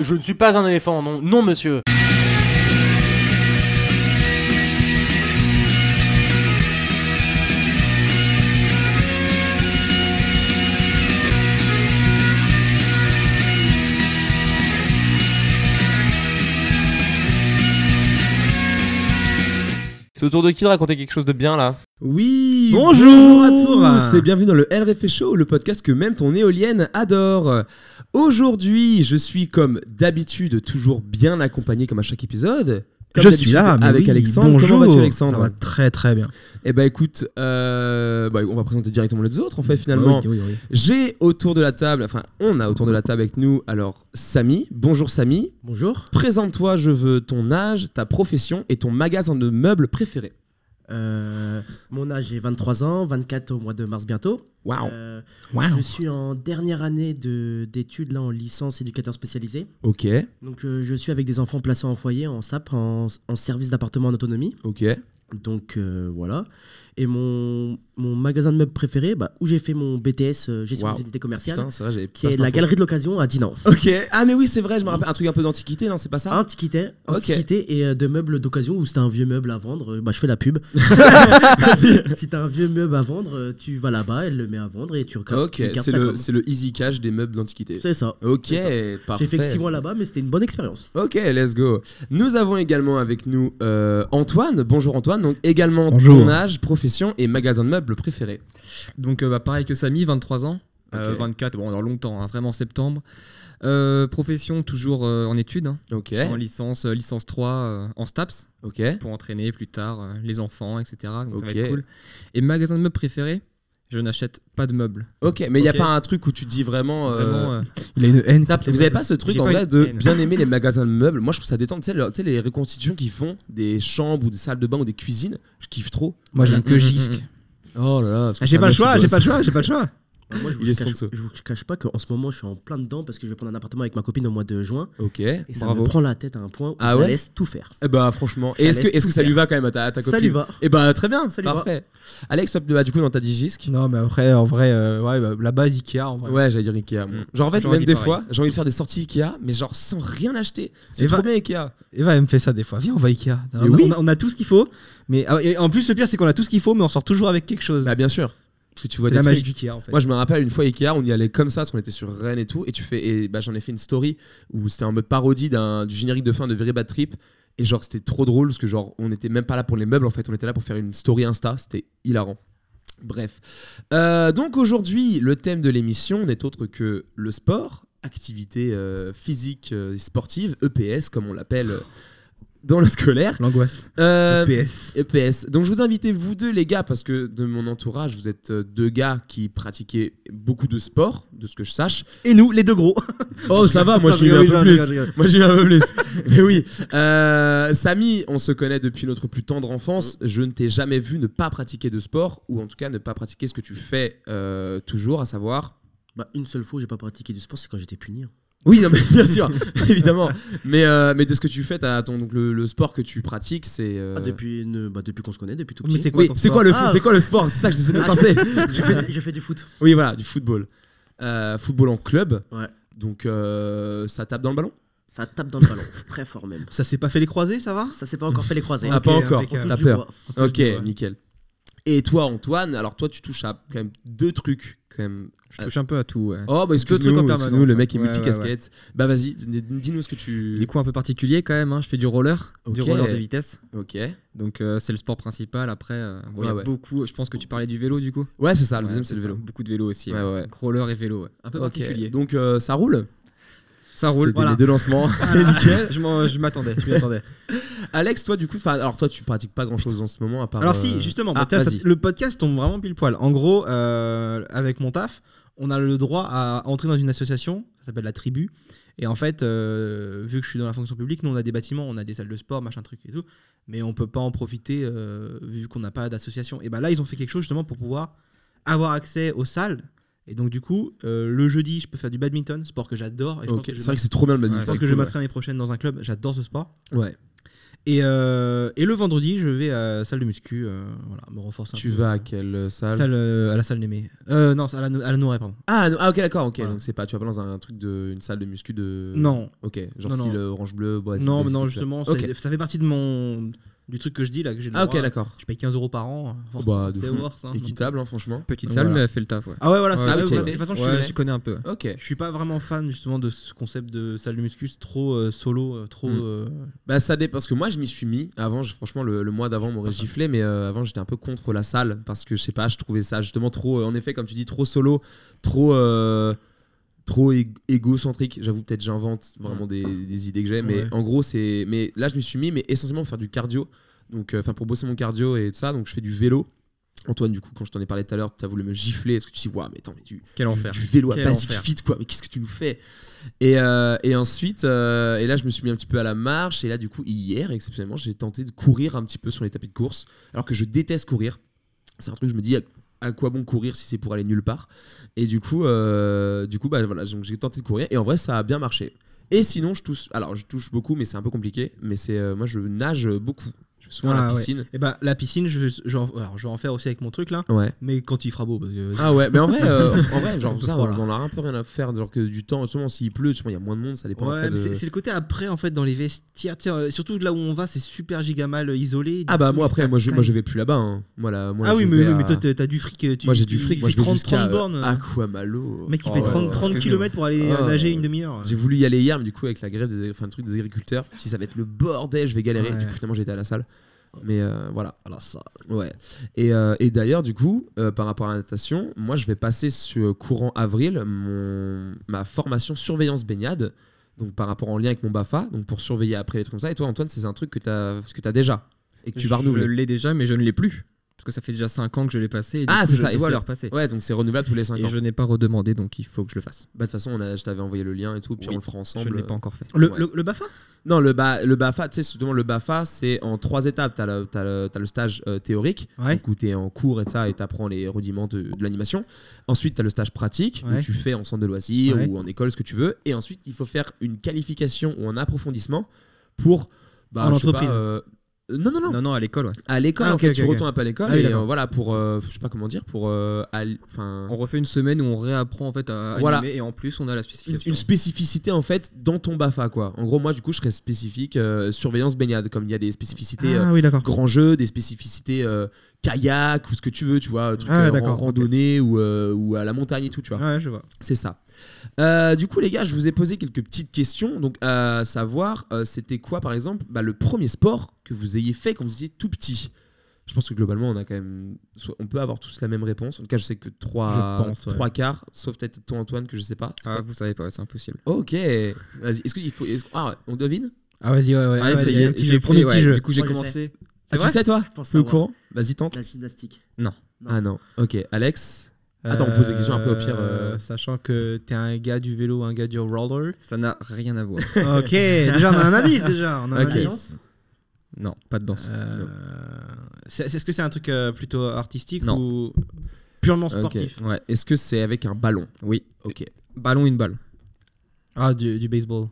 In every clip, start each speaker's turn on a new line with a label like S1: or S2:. S1: je ne suis pas un éléphant, non, non monsieur.
S2: C'est au tour de qui de raconter quelque chose de bien là
S3: Oui
S2: Bonjour
S3: à tous et bienvenue dans le LRF Show, le podcast que même ton éolienne adore. Aujourd'hui, je suis comme d'habitude toujours bien accompagné comme à chaque épisode. Comme
S4: je
S3: d'habitude,
S4: suis là mais
S3: avec
S4: oui,
S3: Alexandre.
S4: Bonjour.
S3: Comment vas-tu Alexandre
S4: Ça va très très bien.
S3: Eh ben écoute, euh, bah, on va présenter directement les deux autres en
S4: Bah
S3: fait finalement. J'ai autour de la table, enfin on a autour de la table avec nous alors Samy. Bonjour Samy.
S4: Bonjour.
S3: Présente-toi, je veux ton âge, ta profession et ton magasin de meubles préféré.
S4: Euh, mon âge est 23 ans, 24 au mois de mars bientôt.
S3: Waouh.
S4: Euh, Je suis en dernière année de- d'études là en licence éducateur spécialisé.
S3: Ok,
S4: Donc euh, je suis avec des enfants placés en foyer, en SAP, en, en service d'appartement en autonomie.
S3: ok.
S4: Donc euh, voilà. Et mon, mon magasin de meubles préféré, bah, où j'ai fait mon BTS euh, gestion
S3: Waouh.
S4: des unités commerciales,
S3: Putain, ça va, j'avais
S4: qui
S3: pas
S4: est
S3: cette
S4: la
S3: info.
S4: galerie de l'occasion à Dinan.
S3: Ok. Ah mais oui, c'est vrai, je me rappelle un truc un peu d'antiquité, non, c'est pas ça
S4: Antiquité,
S3: Ok.
S4: antiquité et euh, de meubles d'occasion où c'était un vieux meuble à vendre, euh, bah, je fais la pub. si si t'as un vieux meuble à vendre, euh, tu vas là-bas, elle le met à vendre et tu regardes.
S3: Ok, c'est le, c'est le easy cash des meubles d'antiquité.
S4: Ah, C'est ça.
S3: Ok,
S4: C'est ça.
S3: parfait.
S4: J'ai fait 6 mois là-bas, mais c'était une bonne expérience.
S3: Ok, let's go. Nous avons également avec nous euh, Antoine. Bonjour Antoine. Donc également
S5: Bonjour.
S3: ton âge, profession et magasin de meubles préféré.
S5: Donc euh, bah, pareil que Samy, 23 ans, euh,
S3: Ok.
S5: 24, bon dans longtemps, hein, vraiment en septembre. Euh, profession toujours euh, en études, hein,
S3: Ok,
S5: en licence, euh, licence 3 euh, en STAPS
S3: ok.
S5: pour entraîner plus tard euh, les enfants, etc. Donc ça va
S3: Ok.
S5: être cool. Et magasin de meubles préféré, je n'achète pas de meubles.
S3: Ok, mais il n'y a
S5: Ok.
S3: pas un truc où tu dis vraiment... euh,
S5: Vraiment, euh,
S6: Il a une haine.
S3: tape- Vous avez pas ce truc
S5: J'ai
S3: en
S5: pas
S3: vrai
S5: une
S3: de
S5: haine.
S3: bien aimer les magasins de meubles Moi je trouve ça détend, tu sais, le- tu sais, les reconstitutions qu'ils font des chambres ou des salles de bain ou des cuisines, je kiffe trop. Mm,
S6: Moi,
S5: j'aime
S6: j'aime
S5: que
S6: que
S5: Gisque.
S6: Gisque.
S3: Oh là là.
S6: Ah, J'ai pas le choix, j'ai pas le choix, j'ai pas le choix.
S4: Alors, Euh, moi, je vous,
S3: Il est
S4: cache,
S3: sponsor.
S4: je vous cache pas qu'en ce moment, je suis en plein dedans parce que je vais prendre un appartement avec ma copine au mois de juin.
S3: Ok. Eh
S4: Et ça
S5: Bravo.
S4: me prend la tête à un point où
S3: Ah
S4: je la
S3: ouais
S4: laisse tout faire.
S3: bah franchement,
S4: Je
S3: et est-ce
S4: la
S3: que,
S4: laisse
S3: est-ce que
S4: tout
S3: ça lui
S4: faire.
S3: va quand même à ta, à ta
S4: Ça
S3: copine
S4: lui va.
S3: Et bah très bien,
S4: Ça lui va.
S3: parfait. Alex, toi, bah, du coup dans ta digisque
S6: Non, mais après, en vrai, euh, ouais, bah, la base Ikea. En vrai.
S3: Ouais, j'allais dire Ikea. moi.
S5: Mm.
S3: Genre, en fait,
S5: J'aurais
S3: même
S5: dit
S3: des
S5: pareil.
S3: fois, j'ai envie de faire des sorties Ikea, mais genre sans rien acheter. C'est
S6: Et
S3: trop
S6: va-
S3: bien Ikea.
S6: Eva, elle me fait ça des fois. Viens, on va à Ikea. On, a-
S3: oui.
S6: on a, on a tout ce qu'il faut. Mais ah, et en plus, le pire, c'est qu'on a tout ce qu'il faut, mais on sort toujours avec quelque chose.
S3: Bah, bien sûr. Parce que tu vois
S6: c'est
S3: des
S6: la magie
S3: trucs.
S6: d'Ikea, en fait.
S3: Moi, je me rappelle une fois Ikea, on y allait comme ça, parce qu'on était sur Rennes et tout. Et tu fais, et bah, j'en ai fait une story où c'était en mode parodie d'un- du générique de fin de Very Bad Trip. Et genre, c'était trop drôle parce que, genre, on était même pas là pour les meubles en fait, on était là pour faire une story Insta. C'était hilarant. Bref. Euh, donc, aujourd'hui, le thème de l'émission n'est autre que le sport, activité euh, physique euh, et sportive, EPS, comme on l'appelle euh, dans le scolaire.
S6: L'angoisse.
S3: Euh,
S6: PS.
S3: EPS. Donc je vous invitez vous deux les gars parce que de mon entourage vous êtes euh, deux gars qui pratiquaient beaucoup de sport de ce que je sache.
S6: Et nous, les deux gros. Ah,
S3: Oh ça va moi
S6: Non,
S3: j'ai eu
S6: je
S3: un
S6: rigole,
S3: peu
S6: je rigole,
S3: plus.
S6: je rigole.
S3: Moi j'ai eu un peu plus. Mais oui. Euh, Samy on se connaît depuis notre plus tendre enfance. Je ne t'ai jamais vu ne pas pratiquer de sport ou en tout cas ne pas pratiquer ce que tu fais euh, toujours à savoir
S4: Bah, une seule fois où j'ai pas pratiqué du sport, c'est quand j'étais puni. hein.
S3: oui, non, mais bien sûr, évidemment. Mais, euh, mais de ce que tu fais, t'as ton- donc le, le sport que tu pratiques, c'est. euh,
S4: Ah, depuis une- bah, depuis qu'on se connaît, depuis tout
S6: Mais
S4: petit.
S6: c'est quoi
S3: Oui,
S6: ton
S3: c'est
S6: sport
S3: quoi, le
S4: Ah.
S3: c'est quoi le sport C'est ça que j'essaie de
S4: Ah,
S3: penser.
S4: j'ai, fait, j'ai fait du foot.
S3: Oui, voilà, du football. Euh, football en club.
S4: Ouais.
S3: Donc euh, ça tape dans le ballon
S4: Ça tape dans le ballon, très fort même.
S6: Ça s'est pas fait les croisés, ça va
S4: Ça s'est pas encore fait les croisés.
S3: Ah, pas encore.
S4: On touche
S3: T'as
S4: du
S3: peur.
S4: bois.
S6: touche
S3: Ok,
S6: du doigt.
S3: nickel. Et toi, Antoine, alors toi, tu touches à quand même deux trucs. Quand même.
S5: je touche un peu à tout. ouais. Deux
S3: Oh, bah
S5: trucs en
S3: excuse-nous,
S5: permanence,
S3: excuse-nous, le mec est
S5: ouais,
S3: multicasquette. Bah vas-y, dis- dis-nous ce que tu.
S5: Du coup un peu particulier quand même, hein, je fais du roller, du
S3: Ok.
S5: roller de vitesse.
S3: Ok.
S5: Donc euh, c'est le sport principal. Après, euh, bon, il y a
S3: Ouais, ouais.
S5: beaucoup. Je pense que tu parlais du vélo du coup.
S3: Ouais, c'est ça, le
S5: Ouais,
S3: deuxième, c'est le
S5: ça.
S3: vélo.
S5: Beaucoup de vélo aussi.
S3: Ouais, ouais.
S5: Donc, roller et vélo, ouais. un peu
S3: Ok,
S5: particulier.
S3: Donc euh, ça roule
S5: Ça roule.
S3: C'était les deux lancements.
S5: je m'en- je m'attendais, je m'y attendais.
S3: Alex, toi, du coup, 'fin, alors toi, tu pratiques pas grand-chose en ce moment à part.
S6: Alors
S3: euh,
S6: si, justement,
S3: ah,
S6: bah, tiens, ça-
S3: vas-y.
S6: le podcast tombe vraiment pile poil. En gros, euh, avec mon taf, on a le droit à entrer dans une association, ça s'appelle la tribu. Et en fait, euh, vu que je suis dans la fonction publique, nous on a des bâtiments, on a des salles de sport, machin truc et tout, mais on peut pas en profiter euh, vu qu'on n'a pas d'association. Et bah là, ils ont fait quelque chose justement pour pouvoir avoir accès aux salles. Et donc du coup, euh, le jeudi, je peux faire du badminton, sport que j'adore. et je pense
S3: Ok,
S6: que je
S3: C'est vrai
S6: vais
S3: que c'est trop bien le badminton.
S6: je pense
S3: c'est
S6: que je vais
S3: cool,
S6: m'inscrire l'année prochaine dans un club. J'adore ce sport.
S3: Ouais.
S6: Et, euh, et le vendredi, je vais à la salle de muscu, euh, voilà, me renforcer un
S3: Tu
S6: peu.
S3: vas à quelle euh, salle,
S6: Salle, euh, à la salle Némé. Euh, non, à la, à la Nourret, pardon.
S3: ah, non, ah, ok, d'accord, ok.
S6: Voilà.
S3: Donc c'est pas, tu vas pas dans un truc de, une salle de muscu de.
S6: non,
S3: Ok, genre
S6: Non, non.
S3: style euh, orange bleu, Brésil.
S6: non, mais
S3: des
S6: non,
S3: trucs
S6: justement,
S3: Ok.
S6: c'est- ça fait partie de mon du truc que je dis là que j'ai. le
S3: là. Ah, ok,
S6: droit.
S3: d'accord.
S6: Je paye 15 euros par an. hein,
S3: Oh, bah, de
S6: c'est
S3: fou.
S6: worth, hein.
S3: Équitable, hein, franchement.
S5: Petite
S6: Donc,
S5: salle,
S6: voilà.
S5: mais elle fait le taf, ouais.
S6: Ah ouais, voilà. c'est
S5: Ouais,
S6: ça,
S3: ok.
S6: de toute façon, je suis-
S5: Ouais,
S6: je-
S5: j'y connais un peu.
S3: Ok.
S6: Je suis pas vraiment fan justement de ce concept de salle de muscu, c'est trop euh, solo, euh, trop.
S3: Mm.
S6: euh,
S3: Bah ça dépend parce que moi je m'y suis mis avant je- franchement le, le mois d'avant m'aurait giflé mais euh, avant j'étais un peu contre la salle parce que je sais pas je trouvais ça justement trop euh, en effet comme tu dis trop solo trop euh, trop ég- égocentrique j'avoue peut-être j'invente vraiment des, des idées que j'ai mais
S6: Ouais.
S3: en gros c'est mais là je m'y suis mis mais essentiellement pour faire du cardio donc euh, enfin pour bosser mon cardio et tout ça donc je fais du vélo Antoine du coup quand je t'en ai parlé tout à l'heure tu as voulu me gifler parce que tu dis waouh mais attends mais tu
S6: Quel
S3: du- Du vélo à
S5: Quel
S3: basic
S5: enfer.
S3: fit, quoi. Mais qu'est-ce que tu nous fais et, euh, et ensuite, euh, et là, je me suis mis un petit peu à la marche. Et là, du coup, hier, exceptionnellement, j'ai tenté de courir un petit peu sur les tapis de course. Alors que je déteste courir. C'est un truc, je me dis, à, à quoi bon courir si c'est pour aller nulle part Et du coup, euh, du coup bah, voilà, donc j'ai tenté de courir. Et en vrai, ça a bien marché. Et sinon, je touche. Alors, je touche beaucoup, mais c'est un peu compliqué. Mais c'est euh, moi, je nage beaucoup. Je vais souvent à
S6: Ah,
S3: la
S6: ouais.
S3: piscine.
S6: Et bah la piscine, je vais, je vais en- alors, je vais en faire aussi avec mon truc là,
S3: ouais.
S6: mais quand il fera beau. Parce que,
S3: Ah ouais, mais en vrai, euh, en vrai
S6: Un
S3: genre
S6: peu
S3: ça,
S6: froid, là.
S3: on en a un peu rien à faire. Genre que du temps, justement, s'il pleut, justement, il y a moins de monde, ça dépend.
S6: Ouais,
S3: après
S6: mais
S3: de-
S6: c'est c'est le côté après en fait dans les vestiaires, tiens, euh, surtout là où on va, c'est super giga mal isolé.
S3: Ah bah
S6: Du coup,
S3: moi après,
S6: ça
S3: moi je, moi
S6: caille.
S3: je vais plus là-bas. hein. Moi, là, moi,
S6: ah oui,
S3: je
S6: mais,
S3: vais
S6: oui,
S3: à-
S6: mais toi t'as t'as du fric. euh, Tu,
S3: moi j'ai
S6: tu-
S3: du fric,
S6: il
S3: moi
S6: fait
S3: je vais
S6: 30,
S3: jusqu'à
S6: 30 bornes.
S3: Aquamalo.
S6: Le mec, il
S3: Oh,
S6: fait
S3: ouais,
S6: 30,
S3: ouais.
S6: 30
S5: ouais.
S6: km pour aller euh,
S3: Ah,
S6: nager
S3: ouais.
S6: une demi-heure.
S3: J'ai voulu y aller hier, mais du coup avec la grève, des, enfin le truc des agriculteurs, si ça va être le bordel, je vais galérer.
S6: Ouais.
S3: Du coup finalement j'étais à la salle. Mais euh, voilà.
S6: Alors ça.
S3: Ouais. Et, euh, et d'ailleurs, du coup, euh, par rapport à la natation, moi, je vais passer ce courant avril mon, ma formation surveillance baignade, donc par rapport en lien avec mon BAFA, donc pour surveiller après les trucs comme ça. Et toi, Antoine, c'est un truc que tu as, que as déjà et que tu vas
S5: Je
S3: renouveler.
S5: l'ai déjà, mais je ne l'ai plus. Parce que ça fait déjà 5 ans que je l'ai passé. Et du
S3: Ah,
S5: coup,
S3: c'est
S5: je
S3: ça, et
S5: dois
S3: voilà.
S5: le repasser.
S3: Ouais, donc c'est renouvelable tous les 5
S5: Et
S3: ans.
S5: je n'ai pas redemandé, donc il faut que je le fasse.
S3: Bah, de toute façon, on a, je t'avais envoyé le lien et tout, puis
S5: Oui,
S3: on le fera ensemble.
S5: Je ne l'ai pas encore fait.
S6: Le,
S3: Ouais.
S6: le, le Bafa
S3: Non, le, ba- le BAFA, tu sais, justement, le BAFA, c'est en trois étapes. Tu as, le, t'as le- t'as le stage euh, théorique,
S6: Ouais.
S3: donc où tu es en cours et tout ça, et tu apprends les rudiments de, de l'animation. Ensuite, tu as le stage pratique,
S6: Ouais.
S3: où tu fais en centre de loisirs
S6: Ouais.
S3: ou en école, ce que tu veux. Et ensuite, il faut faire une qualification ou un approfondissement pour. Bah,
S6: En
S3: je sais pas,
S6: entreprise.
S3: euh, Non, non, non,
S5: Non, non, à l'école, ouais.
S3: À l'école,
S6: Ah,
S3: en
S6: ok,
S3: fait,
S6: ok,
S3: tu
S6: ok.
S3: retournes un peu à l'école,
S6: Ah oui,
S3: et euh,
S6: d'accord.
S3: voilà, pour. euh, je sais pas comment dire, pour. euh, al- enfin,
S5: On refait une semaine où on réapprend en fait à
S3: Voilà.
S5: animer et en plus on a la
S3: une,
S5: spécification.
S3: une spécificité en fait dans ton BAFA quoi. En gros moi du coup je serais spécifique euh, surveillance baignade comme il y a des spécificités euh,
S6: Ah oui, d'accord.
S3: grand jeu, des spécificités euh, kayak ou ce que tu veux, tu vois, truc
S6: Ah ouais,
S3: euh,
S6: d'accord,
S3: en
S6: ok. Ah.
S3: randonnée ou, euh, ou à la montagne et tout, tu vois.
S6: Ouais, je vois.
S3: C'est ça. Euh, du coup, les gars, je vous ai posé quelques petites questions. Donc, à savoir, euh, c'était quoi, par exemple, bah, le premier sport que vous ayez fait quand vous étiez tout petit Je pense que globalement, on a quand même, soit- on peut avoir tous la même réponse. En tout cas, je sais que trois,
S6: Je pense, ouais.
S3: trois quarts, sauf peut-être toi, Antoine, que je sais pas. C'est
S5: Ah,
S3: quoi
S5: vous savez pas, c'est impossible.
S3: Ok. Vas-y. Est-ce qu'il faut est-ce- Ah, ouais, on devine
S6: Ah vas-y, ouais, ouais.
S3: Ah, ça
S6: ouais,
S3: y
S6: j'ai
S3: est,
S6: un petit
S5: J'ai
S6: jeu,
S5: fait,
S6: premier
S5: ouais,
S6: petit jeu.
S5: Du coup, j'ai
S4: Moi, je
S5: commencé.
S3: Ah, tu
S4: vrai
S3: sais toi
S4: Je pense
S3: T'es au
S4: savoir.
S3: courant Vas-y, tente.
S4: La gymnastique. Non.
S3: Ah non. Ok, Alex.
S6: Euh,
S3: Attends, on pose des questions un peu au pire, euh.
S6: Sachant que t'es un gars du vélo, un gars du roller.
S5: Ça n'a rien à voir.
S6: ok, déjà on a un indice déjà. On a
S3: Ok.
S6: un indice.
S5: non, pas de danse.
S6: Euh,
S5: Non.
S6: c'est- Est-ce que c'est un truc euh, plutôt artistique
S5: Non.
S6: ou purement
S3: Ok.
S6: sportif
S5: Ouais.
S3: Est-ce que c'est avec un ballon
S5: Oui.
S3: Ok.
S5: Ballon, une balle.
S6: Ah, du, du baseball.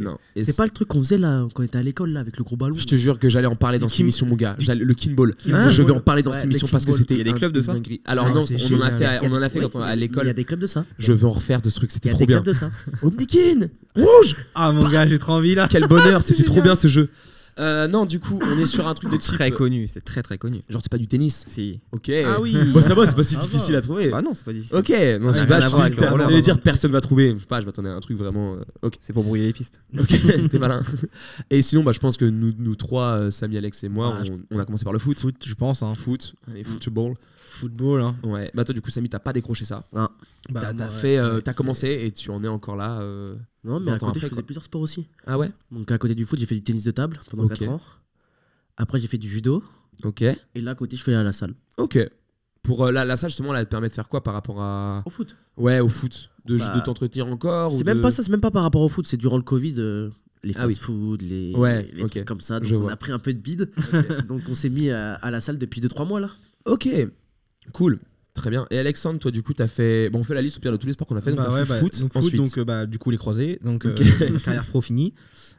S3: Non. Et
S4: C'est pas le truc qu'on faisait là quand on était à l'école là avec le gros ballon.
S3: Je te jure que j'allais en parler dans
S6: Le
S3: cette
S6: kin-
S3: émission, mon gars. J'allais- Le kinball.
S6: Kinball.
S3: je vais en parler dans
S4: Ouais,
S3: cette émission
S4: le
S3: parce que
S4: kinball.
S3: c'était.
S5: Il y a des
S3: un-
S5: clubs de ça
S3: une dinguerie. Alors
S6: Ah,
S3: non,
S6: c'est
S3: on en a
S6: génial.
S3: fait,
S4: Il y
S3: à-
S4: a
S3: on
S4: des-
S3: en a fait
S4: ouais,
S3: quand on- à
S4: il y a- Il y
S3: l'école.
S4: a des clubs de ça.
S3: Je veux en refaire de ce truc.
S4: Il
S3: C'était
S4: y a
S3: trop
S4: des
S3: bien.
S4: clubs de ça.
S3: Omnikin rouge.
S6: Ah mon gars, j'ai trop envie là.
S3: Quel bonheur. C'était trop bien ce jeu. Euh, non, du coup, on est sur un truc de
S5: C'est
S3: type.
S5: très connu, c'est très très connu.
S3: Genre, c'est pas du tennis.
S5: Si.
S3: Ok.
S6: Ah oui.
S3: Bon, ça va, c'est pas si
S4: Ça va.
S3: difficile à trouver.
S5: Bah non, c'est pas difficile.
S3: Ok, non, je sais
S5: rien
S3: pas,
S5: à voir
S3: tu dis
S5: avec
S3: que
S5: le
S3: t'as-
S5: roller,
S3: t'allais
S5: hein.
S3: dire personne va trouver. Je sais pas, je m'attendais à un truc vraiment. euh, Ok.
S5: C'est pour brouiller les pistes.
S3: Ok, t'es malin. Et sinon, bah, je pense que nous, nous trois, euh, Samy, Alex et moi,
S6: Ah, je-
S3: on, on a commencé par le foot.
S6: Foot, je pense, hein.
S3: Foot, allez, football.
S6: Football, hein.
S3: Ouais. Bah toi, du coup, Samy, t'as pas décroché ça. t'as
S6: non,
S3: t'as
S6: Bah, ouais.
S3: fait, euh, t'as commencé et tu en es encore là. euh.
S4: Non, mais à
S3: 20 ans
S4: côté,
S3: après,
S4: je
S3: quoi.
S4: faisais plusieurs sports aussi.
S3: Ah ouais.
S4: Donc à côté du foot, j'ai fait du tennis de table pendant
S3: Ok.
S4: 4 ans. Après, j'ai fait du judo.
S3: Ok.
S4: Et là, à côté, je fais à la salle.
S3: Ok. Pour euh, la, la salle, justement, là, elle te permet de faire quoi par rapport à
S4: Au foot.
S3: ouais au foot, de,
S4: Bah,
S3: de t'entretenir encore. ou
S4: C'est même
S3: de-
S4: pas ça, c'est même pas par rapport au foot. C'est durant le Covid, euh, les
S3: Ah oui.
S4: fast-food, les,
S3: Ouais,
S4: les
S3: ok.
S4: trucs comme ça. Donc
S3: Je
S4: on
S3: vois.
S4: a pris
S3: Euh,
S4: un peu de bide. Donc on s'est mis à, à la salle depuis 2-3 mois là.
S3: Ok. Cool. Très bien. Et Alexandre, toi, du coup, t'as fait. Bon, on fait la liste au pire de tous les sports qu'on a fait. Donc,
S6: Bah
S3: t'as
S6: ouais,
S3: fait
S6: bah,
S3: foot,
S6: donc
S3: ensuite.
S6: donc, euh, bah, du coup les croisés, donc euh,
S3: Ok.
S6: carrière pro finie.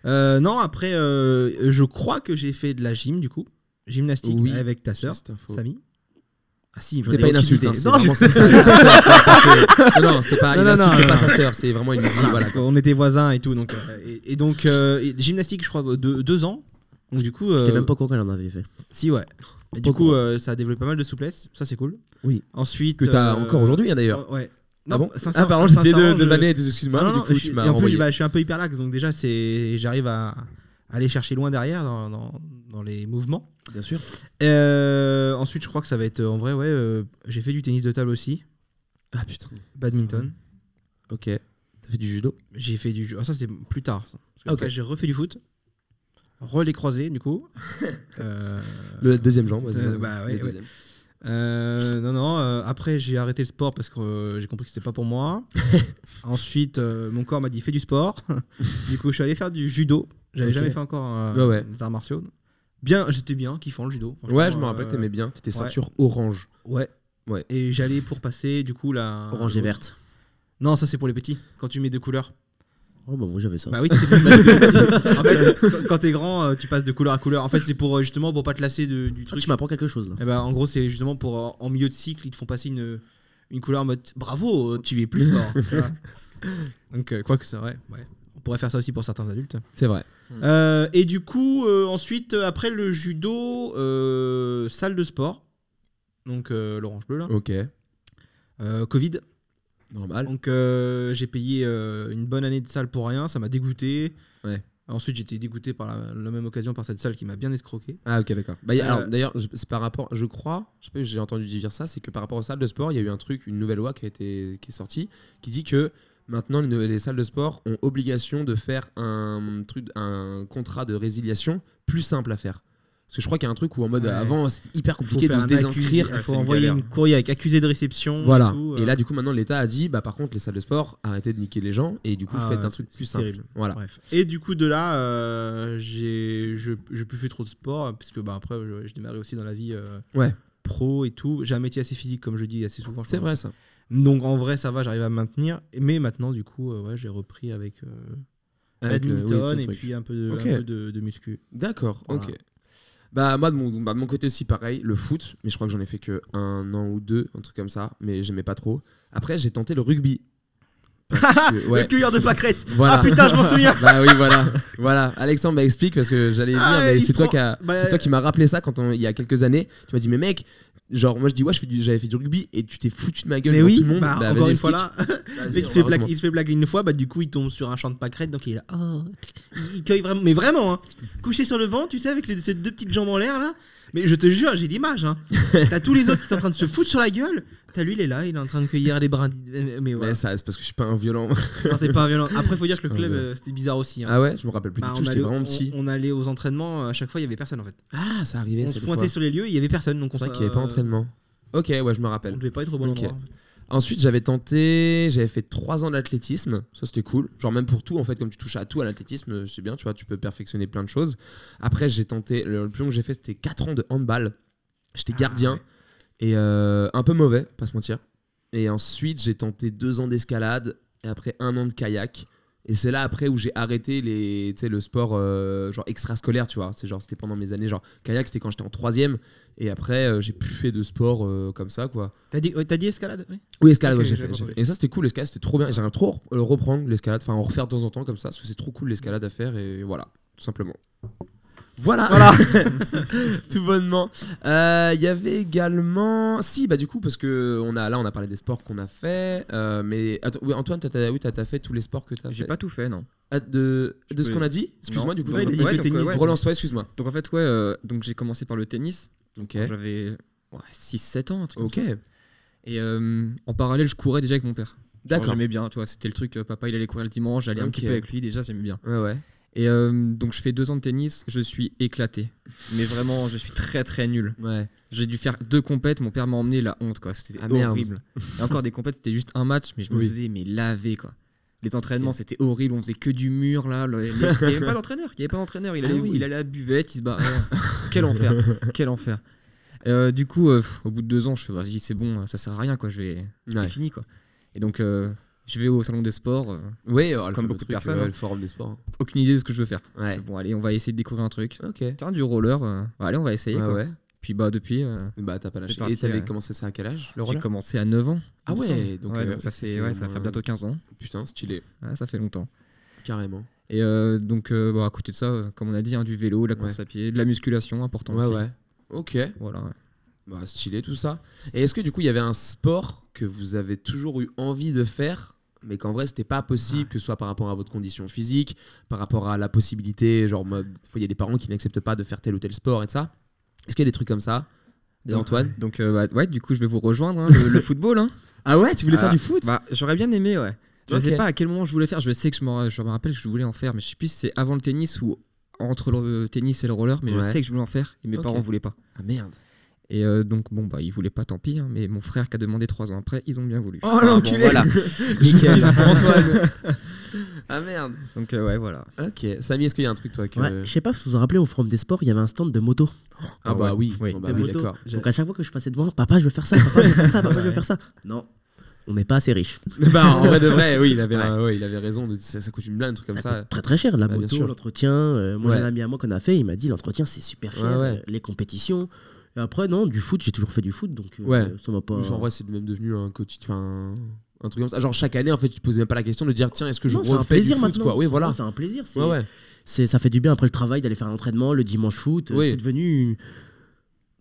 S6: Euh, non, après, euh, je crois que j'ai fait de la gym du coup, gymnastique
S3: Oui.
S6: avec ta sœur,
S3: Juste info.
S6: Samy. Ah si,
S3: C'est pas une insulte, hein, c'est
S6: Non,
S3: vraiment sa sa- sa sœur. parce que- Non, non, c'est pas
S6: Non,
S3: une
S6: non, non,
S3: insulte, c'est
S6: non.
S3: pas sa sœur, c'est vraiment une
S6: voilà,
S3: voilà.
S6: parce qu'on était voisins et tout, donc euh, et, et donc euh, et gymnastique, je crois que deux, deux ans. Donc du coup,
S4: J'étais
S6: euh,
S4: même pas con qu'elle en avait fait.
S6: si ouais. Et du
S4: Pas
S6: coup,
S4: courant.
S6: euh, ça a développé pas mal de souplesse, ça c'est cool.
S4: Oui.
S6: Ensuite,
S3: Que t'as
S6: euh,
S3: encore aujourd'hui, hein, d'ailleurs.
S6: euh, Ouais.
S3: Ah bon
S6: sincèrement-
S3: Ah, par contre, j'essayais de,
S6: sincèrement,
S3: de
S6: je-
S3: vanner, excuse-moi,
S6: Non,
S3: mais
S6: non,
S3: du
S6: non,
S3: coup,
S6: je
S3: tu
S6: suis-
S3: m'as
S6: et en plus,
S3: renvoyé.
S6: bah, je suis un peu hyperlaxe, donc déjà, c'est, j'arrive à, à aller chercher loin derrière dans, dans- dans les mouvements.
S3: Bien sûr.
S6: Euh, ensuite, je crois que ça va être euh, en vrai, ouais. euh, j'ai fait du tennis de table aussi,
S3: Ah putain.
S6: badminton.
S3: Mhm. Ok. T'as fait du judo
S6: J'ai fait du. Ah, ça, c'était plus tard. ça. Parce que
S3: Ah, ok.
S6: après, j'ai refait du foot. Relais croisé, du coup. Euh,
S3: Le deuxième jambe, vas-y.
S6: Euh, bah, ouais,
S3: Le
S6: ouais.
S3: deuxième.
S6: euh, non, non. euh, après, j'ai arrêté le sport parce que euh, j'ai compris que c'était pas pour moi. Ensuite, euh, mon corps m'a dit fais du sport. du coup, je suis allé faire du judo. J'avais
S3: Ok.
S6: jamais fait encore euh,
S3: Ouais, ouais.
S6: des arts martiaux. Bien, j'étais bien, kiffant le judo. franchement,
S3: Ouais, je me
S6: euh,
S3: rappelle, t'aimais bien. T'étais
S6: ouais.
S3: ceinture orange.
S6: Ouais.
S3: Ouais.
S6: Et j'allais pour passer, du coup, la.
S3: ah,
S4: Orange et verte.
S6: Non, ça c'est pour les petits, quand tu mets deux couleurs.
S4: Oh bah moi j'avais ça.
S6: Bah oui, t'étais plus mal- En fait, quand- quand t'es grand, euh, tu passes de couleur à couleur. En fait, c'est pour euh, justement pour pas te lasser de- du
S4: Ah,
S6: truc.
S4: tu m'apprends quelque chose là.
S6: Eh ben, en gros, c'est justement pour euh, en milieu de cycle, ils te font passer une, une couleur en mode bravo, euh, tu es plus fort. tu vois. Donc, euh, quoi que ça, ouais, ouais. On pourrait faire ça aussi pour certains adultes.
S3: C'est vrai.
S6: Euh, et du coup, euh, ensuite, euh, après le judo, euh, salle de sport. Donc, euh, l'orange bleu là.
S3: Ok.
S6: Euh, Covid.
S3: Normal.
S6: Donc euh, j'ai payé euh, une bonne année de salle pour rien, ça m'a dégoûté.
S3: Ouais.
S6: Ensuite j'étais dégoûté par la, la même occasion par cette salle qui m'a bien escroqué.
S3: Ah ok d'accord. Bah, y a-
S6: Euh,
S3: alors d'ailleurs je- c'est par rapport, je crois, je sais pas, j'ai entendu dire ça, c'est que par rapport aux salles de sport, il y a eu un truc, une nouvelle loi qui a été qui est sortie, qui dit que maintenant les, nou- les salles de sport ont obligation de faire un truc, un contrat de résiliation plus simple à faire. Parce que je crois qu'il y a un truc où en mode
S6: Ouais.
S3: avant c'était hyper
S6: Faut
S3: compliqué de
S6: faire
S3: se
S6: un euh,
S3: désinscrire,
S6: accusé, il faut
S3: c'est une
S6: envoyer
S3: galère.
S6: un courrier avec accusé de réception.
S3: Voilà.
S6: Et, tout, euh,
S3: Et là du coup maintenant l'État a dit bah par contre les salles de sport arrêtez de niquer les gens et du coup
S6: Ah,
S3: faites un
S6: ouais,
S3: truc
S6: c'est-
S3: plus
S6: c'est
S3: simple.
S6: terrible.
S3: Voilà.
S6: Bref. Et du coup de là, euh, j'ai je- j'ai plus fait trop de sport parce que bah, après je, je démarrais aussi dans la vie euh,
S3: Ouais.
S6: pro et tout. J'ai un métier assez physique comme je dis assez souvent. je
S3: C'est
S6: crois.
S3: vrai ça.
S6: Donc en vrai ça va, j'arrive à me maintenir. Mais maintenant du coup euh, ouais, j'ai repris avec, euh,
S3: Avec le- oui,
S6: badminton
S3: ton
S6: et
S3: truc.
S6: puis un peu de, un
S3: Ok.
S6: peu de- de muscu.
S3: D'accord,
S6: Voilà.
S3: ok. Bah moi de mon, bah, de mon côté aussi pareil, le foot, mais je crois que j'en ai fait que un an ou deux, un truc comme ça, mais j'aimais pas trop. Après j'ai tenté le rugby. Parce que- ouais,
S6: Le cueilleur de pâquerettes
S3: voilà.
S6: Ah putain, je m'en souviens
S3: bah oui voilà, voilà. Alexandre m'explique parce que j'allais
S6: Ah
S3: dire,
S6: ouais,
S3: mais
S6: il
S3: c'est toi
S6: prend-
S3: qui a-
S6: bah,
S3: c'est toi qui m'a rappelé ça quand on- il y a quelques années. Tu m'as dit mais mec, genre moi je dis ouais je fais du- j'avais fait du rugby et tu t'es foutu de ma gueule
S6: Mais
S3: devant
S6: oui,
S3: tout le monde.
S6: bah,
S3: Bah,
S6: encore
S3: vas-y,
S6: une fois
S3: explique.
S6: là,
S3: Vas-y,
S6: dès qu'il
S3: on
S6: se fait
S3: va
S6: blaguer-
S3: recommence.
S6: il se fait blaguer une fois, bah du coup il tombe sur un champ de pâquerettes, donc il est là, oh, il il cueille vraiment, mais vraiment, hein. couché sur le vent, tu sais, avec les, ces deux petites jambes en l'air là, mais je te jure, j'ai l'image, hein. t'as tous les autres qui sont en train de se foutre sur la gueule, t'as lui il est là, il est en train de cueillir les brindilles, mais, mais
S3: Mais
S6: voilà,
S3: ça c'est parce que je suis pas un violent.
S6: Non, t'es pas violent. Après faut dire que le club
S3: Ouais. bah.
S6: euh, c'était bizarre aussi, hein.
S3: Ah ouais, je me rappelle plus
S6: Bah,
S3: du
S6: on
S3: tout. J'étais
S6: allait-
S3: vraiment
S6: on-
S3: petit.
S6: on allait aux entraînements, euh, à chaque fois il y avait personne en fait.
S3: Ah ça arrivait.
S6: On
S3: ça,
S6: se
S3: des
S6: pointait
S3: fois.
S6: sur les lieux, il y avait personne, donc on
S3: C'est vrai
S6: s'a-
S3: qu'il n'y avait pas d'entraînement. Ok, ouais, je me
S6: On
S3: rappelle.
S6: devait pas être au bon
S3: Ok.
S6: endroit.
S3: Ensuite, j'avais tenté, j'avais fait 3 ans d'athlétisme. Ça, c'était cool. Genre, même pour tout, en fait, comme tu touches à tout à l'athlétisme, euh, c'est bien, tu vois, tu peux perfectionner plein de choses. Après, j'ai tenté, le le plus long que j'ai fait, c'était 4 ans de handball. J'étais
S6: Ah,
S3: gardien
S6: ouais.
S3: et euh, un peu mauvais, pas se mentir. Et ensuite, j'ai tenté 2 ans d'escalade et après un an de kayak. Et c'est là après où j'ai arrêté les, tu sais, le sport euh, genre extrascolaire, tu vois. C'est genre c'était pendant mes années, genre kayak c'était quand j'étais en troisième. Et après euh, j'ai plus fait de sport euh, comme ça quoi.
S6: T'as dit, ouais, t'as dit escalade oui
S3: Oui, escalade,
S6: Ok,
S3: ouais, j'ai
S6: j'ai
S3: fait,
S6: pas
S3: j'ai
S6: compris.
S3: fait. Et ça, c'était cool, l'escalade, c'était trop bien. Et J'aimerais trop euh, reprendre l'escalade, enfin en refaire de temps en temps comme ça, parce que c'est trop cool l'escalade à faire, et voilà, tout simplement. Voilà, tout bonnement. Euh, Il y avait également, si, bah du coup, parce que on a là, on a parlé des sports qu'on a fait, euh, mais Attends, oui, Antoine, t'as t'as- oui, t'as- t'as fait tous les sports que t'as
S5: J'ai
S3: fait.
S5: pas tout fait, non.
S3: Ah, de de ce
S5: peux-
S3: qu'on a dit, excuse-moi
S5: Non.
S3: du coup,
S5: Ouais, il
S3: donc,
S5: a dit le
S3: ouais,
S5: tennis.
S3: donc, euh,
S5: Ouais.
S3: relance-toi, excuse-moi.
S5: Donc en fait, ouais, euh, donc j'ai commencé par le tennis.
S3: Ok,
S5: quand J'avais 6-7 ans. un truc comme
S3: ok,
S5: ça. Et euh, en parallèle, je courais déjà avec mon père. Genre,
S3: d'accord.
S5: J'aimais bien, tu vois. C'était le truc, euh, papa il allait courir le dimanche, j'allais un
S3: Ok.
S5: petit peu avec lui, déjà j'aimais bien.
S3: Ouais, ouais.
S5: Et euh, donc je fais deux ans de tennis, je suis éclaté. Mais vraiment, je suis très très nul.
S3: Ouais,
S5: J'ai dû faire deux compètes, mon père m'a emmené la honte quoi, c'était
S3: Ah, merde.
S5: horrible. Et encore des compètes, c'était juste un match, mais je me
S3: Oui.
S5: faisais mais laver quoi. Les entraînements, c'était horrible, on faisait que du mur là. le- les- Il n'y avait pas d'entraîneur, il y avait pas d'entraîneur. Il,
S3: Ah
S5: allait
S3: oui.
S5: il allait à la buvette, il se barrait. Quel enfer, quel enfer. Euh, du coup, euh, pff, au bout de deux ans, je fais, vas-y, c'est bon, ça sert à rien, quoi. Je vais,
S3: Ouais.
S5: c'est fini, quoi. Et donc, euh, je vais au salon des sports. euh,
S3: Oui, oh,
S5: Comme beaucoup de personnes, hein.
S3: le forum des sports.
S5: aucune idée de ce que je veux faire.
S3: Ouais.
S5: Bon, allez, on va essayer de découvrir un truc.
S3: Ok. Ouais,
S5: Tiens, du roller. euh, allez, on va essayer. quoi.
S3: ouais.
S5: Puis bah depuis, euh,
S3: Bah, t'as pas lâché.
S5: C'est parti,
S3: et t'avais
S5: ouais.
S3: commencé ça à quel âge
S5: j'ai commencé à 9 ans.
S3: Ah
S5: il me
S3: ouais,
S5: semble.
S3: donc,
S5: Ouais,
S3: euh,
S5: ça
S3: ça
S5: fait
S3: fait
S5: ouais,
S3: au
S5: ça va
S3: moins-
S5: faire bientôt 15 ans.
S3: Putain, stylé.
S5: Ouais, ça fait longtemps.
S3: Carrément.
S5: Et euh, donc euh, bon, à côté de ça, euh, comme on a dit, hein, du vélo, de la
S3: Ouais.
S5: course à pied, de la musculation, important
S3: Ouais,
S5: aussi.
S3: ouais. Ok.
S5: Voilà. ouais.
S3: Bah, stylé tout ça. Et est-ce que du coup, il y avait un sport que vous avez toujours eu envie de faire, mais qu'en vrai, c'était pas possible,
S5: Ah.
S3: que ce soit par rapport à votre condition physique, par rapport à la possibilité, genre, mode, des fois, il y a des parents qui n'acceptent pas de faire tel ou tel sport et de ça. Est-ce qu'il y a des trucs comme ça Et
S5: Ouais.
S3: Antoine
S5: Donc euh, bah, ouais, du coup, je vais vous rejoindre hein, le, le football hein.
S3: Ah ouais, tu voulais
S5: faire du
S3: foot
S5: Bah, j'aurais bien aimé, ouais. Je
S3: Ok.
S5: sais pas à quel moment je voulais faire, je sais que je me, je me rappelle que je voulais en faire, mais je sais plus si c'est avant le tennis ou entre le tennis et le roller, mais je
S3: Ouais.
S5: sais que je voulais en faire et mes
S3: Ok.
S5: parents voulaient pas.
S3: Ah merde.
S5: Et euh, donc, bon, bah, ils voulaient pas, tant pis. hein, mais mon frère qui a demandé trois ans après, ils ont bien voulu.
S3: Oh
S5: l'enculé
S3: voilà. Justice pour Antoine. ah merde.
S5: Donc, euh, ouais, voilà.
S3: Ok. Samy, est-ce qu'il y a un truc, toi que...
S4: Ouais, je sais pas si vous vous rappelez, au Forum des Sports, il y avait un stand de moto.
S3: Ah
S5: ouais.
S3: bah oui.
S5: Oui.
S3: Bon, bah
S4: Des
S3: oui,
S4: motos.
S3: d'accord.
S4: Donc à chaque fois que je passais devant, papa, je veux faire ça, papa, je veux faire ça, papa, je veux faire ça. Non, on n'est pas assez riche.
S3: bah, en vrai de vrai, oui, il avait, euh, ouais, il avait raison. de- ça, ça coûte une blinde, un truc comme ça.
S4: coûte très très cher la
S3: Bah, bien
S4: moto,
S3: sûr.
S4: l'entretien. euh, moi j'ai un
S3: Ouais.
S4: ami à moi qu'on a fait, il m'a dit l'entretien c'est super cher,
S3: Ouais, ouais.
S4: euh, les compétitions. Et après non, du foot, j'ai toujours fait du foot donc euh,
S3: Ouais.
S4: ça m'a pas.
S3: Genre, en vrai, c'est même devenu un quotidien. enfin, un truc comme ça. Genre, chaque année, en fait, tu te posais même pas la question de dire, tiens, est-ce que je
S4: Non, c'est un
S3: refais du
S4: plaisir
S3: foot,
S4: maintenant.
S3: quoi. Oui,
S4: C'est-
S3: voilà.
S4: C'est un plaisir. c'est-
S3: Ouais, ouais.
S4: c'est- Ça fait du bien après le travail d'aller faire un entraînement, le dimanche foot. euh,
S3: Oui.
S4: C'est devenu une-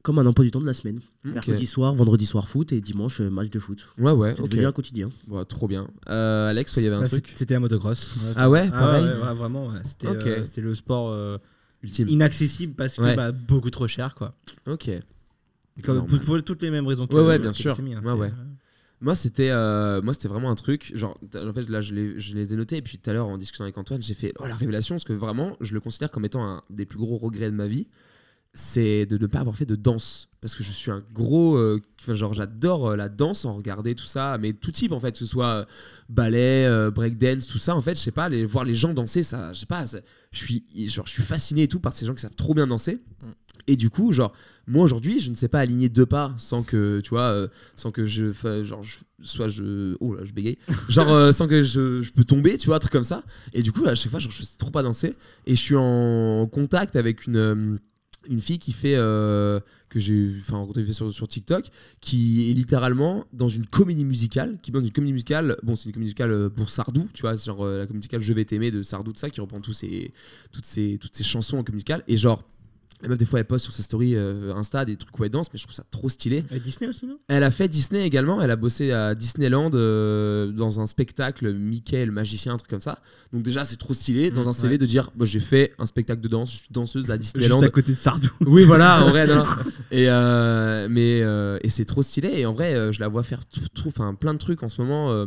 S4: comme un emploi du temps de la semaine.
S3: Ok.
S4: Mercredi soir, vendredi soir foot et dimanche euh, match de foot.
S3: Ouais, ouais,
S4: C'est
S3: ok.
S4: devenu un quotidien.
S3: Bon, trop bien. Euh, Alex, toi, il y avait un
S6: Bah,
S3: truc.
S6: C'était à motocross. Ouais.
S3: Ah ouais,
S6: Ah
S3: pareil.
S6: ouais, ouais, ouais, vraiment, ouais. c'était
S3: Ok.
S6: euh, c'était le sport euh,
S3: Ultime.
S6: inaccessible parce que
S3: Ouais.
S6: bah, beaucoup trop cher quoi.
S3: Ok.
S6: Comme
S3: Normal.
S6: pour, pour toutes les mêmes raisons que
S3: Ouais, ouais, bien
S6: que
S3: sûr.
S6: Samy, hein,
S3: Ouais,
S6: c'est-
S3: ouais. Moi, c'était euh, moi c'était vraiment un truc. Genre, t- en fait, là, je l'ai- je les ai notés. Et puis tout à l'heure, en discutant avec Antoine, j'ai fait oh, la révélation. Parce que vraiment, je le considère comme étant un des plus gros regrets de ma vie. C'est de ne pas avoir fait de danse. Parce que je suis un gros. euh, Enfin, genre, j'adore euh, la danse, en regarder tout ça. Mais tout type, en fait, que ce soit euh, ballet, euh, breakdance, tout ça. En fait, je sais pas, les, voir les gens danser, ça, je sais pas. ça- Je suis, genre, je suis fasciné et tout par ces gens qui savent trop bien danser. Et du coup, genre, moi aujourd'hui, je ne sais pas aligner deux pas sans que, tu vois, euh, sans que je, fa- genre, je- soit je, oh là, je bégaye, genre euh, sans que je, je peux tomber, tu vois, un truc comme ça. Et du coup, à chaque fois, genre, je sais trop pas danser. Et je suis en contact avec une, euh, une fille qui fait, euh, que j'ai, enfin, rencontrée sur, sur TikTok, qui est littéralement dans une comédie musicale, qui est dans une comédie musicale, bon, c'est une comédie musicale euh, pour Sardou, tu vois, c'est genre euh, la comédie musicale Je vais t'aimer de Sardou, tout ça, qui reprend tous ses, toutes ces, toutes ces chansons en comédie musicale. Et genre, la meuf, des fois, elle poste sur sa story euh, Insta des trucs où elle danse, mais je trouve ça trop stylé.
S6: euh, Et Disney aussi non
S3: Elle a fait Disney également. Elle a bossé à Disneyland euh, dans un spectacle Mickey le magicien, un truc comme ça. Donc déjà, c'est trop stylé dans un CV de dire bah, j'ai fait un spectacle de danse, je suis danseuse à Disneyland.
S6: Mmh, Juste à côté de Sardou.
S3: Oui, voilà, en vrai. non, non. Et, euh, mais, euh, et c'est trop stylé. Et en vrai, euh, je la vois faire tout, tout- enfin, plein de trucs en ce moment. euh,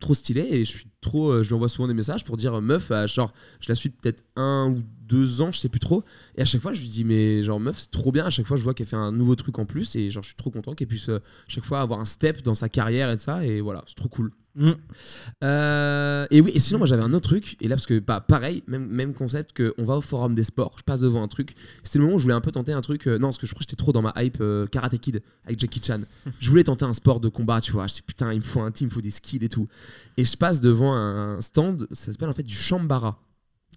S3: trop stylé. Et je suis trop. euh, je lui envoie souvent des messages pour dire euh, meuf, euh, genre, je la suis peut-être un ou deux ans, je sais plus trop. Et à chaque fois, je lui dis mais genre, meuf, c'est trop bien. À chaque fois, je vois qu'elle fait un nouveau truc en plus. Et genre, je suis trop content qu'elle puisse euh, chaque fois avoir un step dans sa carrière et de ça. Et voilà, c'est trop cool.
S6: Mm.
S3: Euh, et oui, et sinon, moi j'avais un autre truc, et là, parce que bah, pareil, même, même concept que on va au forum des sports, je passe devant un truc. C'était le moment où je voulais un peu tenter un truc. euh, non, parce que je crois que j'étais trop dans ma hype euh, Karate Kid avec Jackie Chan. Je voulais tenter un sport de combat, tu vois. J'étais putain, il me faut un team, il me faut des skills et tout. Et je passe devant un stand, ça s'appelle en fait du Shambara.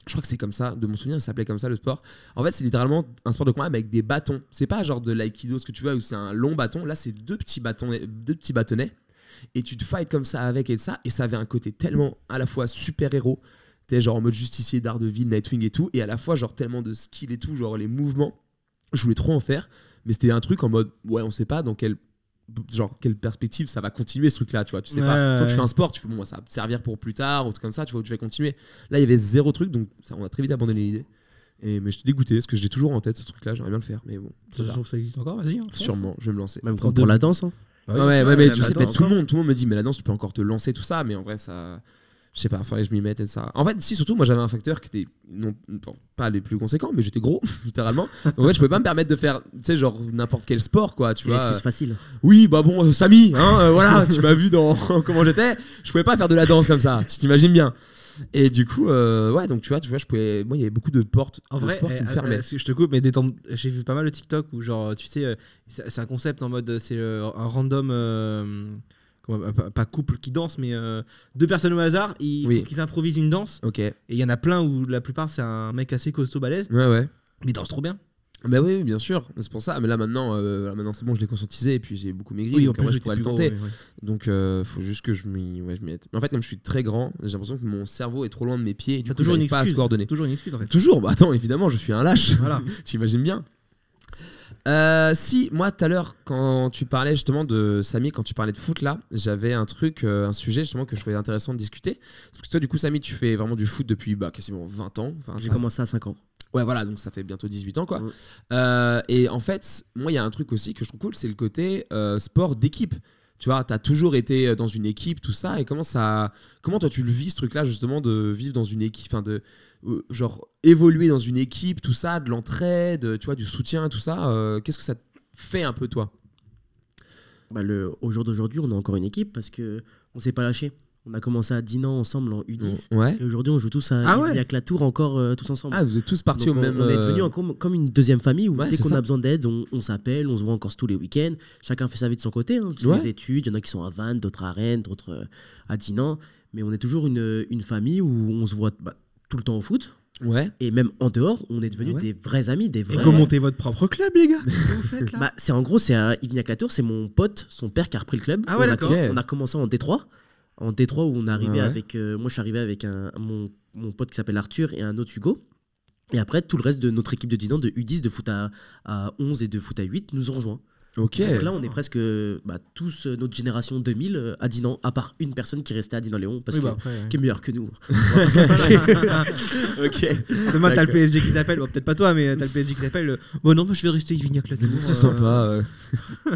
S3: Je crois que c'est comme ça, de mon souvenir, ça s'appelait comme ça le sport. En fait, c'est littéralement un sport de combat mais avec des bâtons. C'est pas genre de l'aïkido, ce que tu vois, où c'est un long bâton. Là, c'est deux petits bâtons, deux petits bâtonnets et tu te fights comme ça avec et ça et ça avait un côté tellement à la fois super héros t'es genre en mode justicier Daredevil Nightwing et tout et à la fois genre tellement de skill et tout genre les mouvements je voulais trop en faire mais c'était un truc en mode ouais on sait pas dans quelle genre quelle perspective ça va continuer ce truc là tu vois tu sais
S6: Ouais,
S3: pas
S6: ouais,
S3: quand tu fais
S6: ouais.
S3: un sport tu fais bon ça va te servir pour plus tard ou truc comme ça tu vois où tu vas continuer là il y avait zéro truc donc ça, on a très vite abandonné l'idée et mais je suis dégoûté parce que j'ai toujours en tête ce truc là j'aimerais bien le faire mais bon
S6: Ça se trouve, ça existe encore, vas-y. Bah hein, pense.
S3: sûrement je vais me lancer
S6: Bah,
S4: Même quand pour la danse. hein.
S6: Ah
S3: Ouais, ouais, ouais, mais
S5: même
S3: tu sais,
S5: attends,
S3: peut-être tout le monde, tout le monde me dit, mais la danse, tu peux encore te lancer, tout ça, mais en vrai, ça. Je sais pas, faudrait que je m'y mette et ça. En fait, si, surtout, moi j'avais un facteur qui était non, bon, pas les plus conséquents, mais j'étais gros, littéralement. Donc, en fait, je pouvais pas me permettre de faire, tu sais, genre n'importe quel sport, quoi, tu
S4: C'est
S3: vois.
S4: l'excuse facile.
S3: Oui, bah bon, euh, Samy, hein, euh, voilà, tu m'as vu dans comment j'étais, je pouvais pas faire de la danse comme ça, tu t'imagines bien. Et du coup, euh, ouais, donc tu vois, tu vois, je pouvais. Moi, il y avait beaucoup de portes
S6: En
S3: de
S6: vrai,
S3: sport
S6: eh,
S3: qui me
S6: ah,
S3: fermaient.
S6: eh, je te coupe, mais des temps- j'ai vu pas mal le TikTok où, genre, tu sais, euh, c'est c'est un concept en mode, euh, c'est euh, un random. euh, comment- euh, pas- pas couple qui danse, mais euh, deux personnes au hasard, ils,
S3: Oui.
S6: faut qu'ils improvisent une danse.
S3: Ok. Ouais,
S6: Et il y en a plein où la plupart, c'est un mec assez costaud balèze.
S3: ouais.
S6: Mais il danse trop bien.
S3: Bah oui, oui, bien sûr. C'est pour ça. Mais là, maintenant, euh, voilà, maintenant c'est bon, je l'ai conscientisé et puis j'ai beaucoup maigri. donc, en vrai, je pourrais le tenter. Donc, euh, faut juste que je m'y ouais, je m'y mette. Mais en fait, comme je suis très grand, j'ai l'impression que mon cerveau est trop loin de mes pieds et du
S6: T'as
S3: coup,
S6: toujours une
S3: j'arrive pas à se
S6: excuse.
S3: coordonner.
S6: Toujours une excuse, en fait.
S3: Toujours, bah attends, évidemment, je suis un lâche.
S6: Voilà.
S3: J'imagine bien. Euh, si, moi, tout à l'heure, quand tu parlais justement de Samy, quand tu parlais de foot, là, j'avais un truc, euh, un sujet justement que je trouvais intéressant de discuter. Parce que toi, du coup, Samy, tu fais vraiment du foot depuis bah, quasiment 20 ans. Enfin,
S4: J'ai
S3: ça-
S4: commencé à 5 ans.
S3: Ouais, voilà, donc ça fait bientôt 18 ans, quoi.
S4: Ouais.
S3: Euh, et en fait, moi, il y a un truc aussi que je trouve cool, c'est le côté euh, sport d'équipe. Tu vois, t'as toujours été euh, dans une équipe, tout ça, et comment ça, comment toi tu le vis ce truc-là justement de vivre dans une équipe, enfin de euh, genre évoluer dans une équipe, tout ça, de l'entraide, tu vois, du soutien, tout ça. euh, Qu'est-ce que ça te fait un peu toi
S4: Bah, le, au jour d'aujourd'hui, on est encore une équipe parce que on s'est pas lâché. On a commencé à dîner ensemble en U10.
S3: Ouais.
S4: Et aujourd'hui, on joue tous à
S3: Mm. Ah ouais
S4: Il y a que la tour encore euh, tous ensemble.
S3: Ah, vous êtes tous partis
S4: Donc,
S3: au
S4: on,
S3: même.
S4: on est
S3: euh,
S4: devenu comme, comme une deuxième famille où
S3: Ouais,
S4: dès
S3: c'est
S4: qu'on
S3: ça.
S4: a besoin d'aide, on, on s'appelle, on se voit encore tous les week-ends. Chacun fait sa vie de son côté. Hein. Tu fais
S3: Ouais.
S4: des études, il y en a qui sont à Vannes, d'autres à Rennes, d'autres euh, à Dinan. Mais on est toujours une, une famille où on se voit bah, tout le temps au foot.
S3: Ouais.
S4: Et même en dehors, on est devenus
S6: Ah ouais.
S4: des vrais amis, des
S6: Et
S4: vrais.
S6: comment montez votre propre club, les gars Qu'est-ce que vous faites, là
S4: Bah, c'est en gros, c'est un- Yves Niaklator, c'est mon pote, son père qui a repris le club.
S6: Ah ouais,
S4: on, a,
S6: d'accord.
S4: on a commencé en Détroit. En Détroit, où on est arrivé
S3: Ouais, ouais.
S4: avec. euh, moi, je suis arrivé avec un, mon, mon pote qui s'appelle Arthur et un autre Hugo. Et après, tout le reste de notre équipe de Dinan, de U10, de foot à, à 11 et de foot à 8, nous ont rejoints.
S3: Ok.
S4: Donc là, on est presque euh, bah, tous euh, notre génération 2000 euh, à Dinan, à part une personne qui restait à Dinan-Léon, parce
S6: Oui,
S4: que,
S6: bah, après, ouais.
S4: qui est meilleure que nous.
S3: ok.
S6: Demain, t'as le
S3: D'accord.
S6: PSG qui t'appelle. Bon, Peut-être pas toi, mais t'as le PSG qui t'appelle. euh, Bon, non, moi, je vais rester Yvignac là
S3: C'est sympa. euh.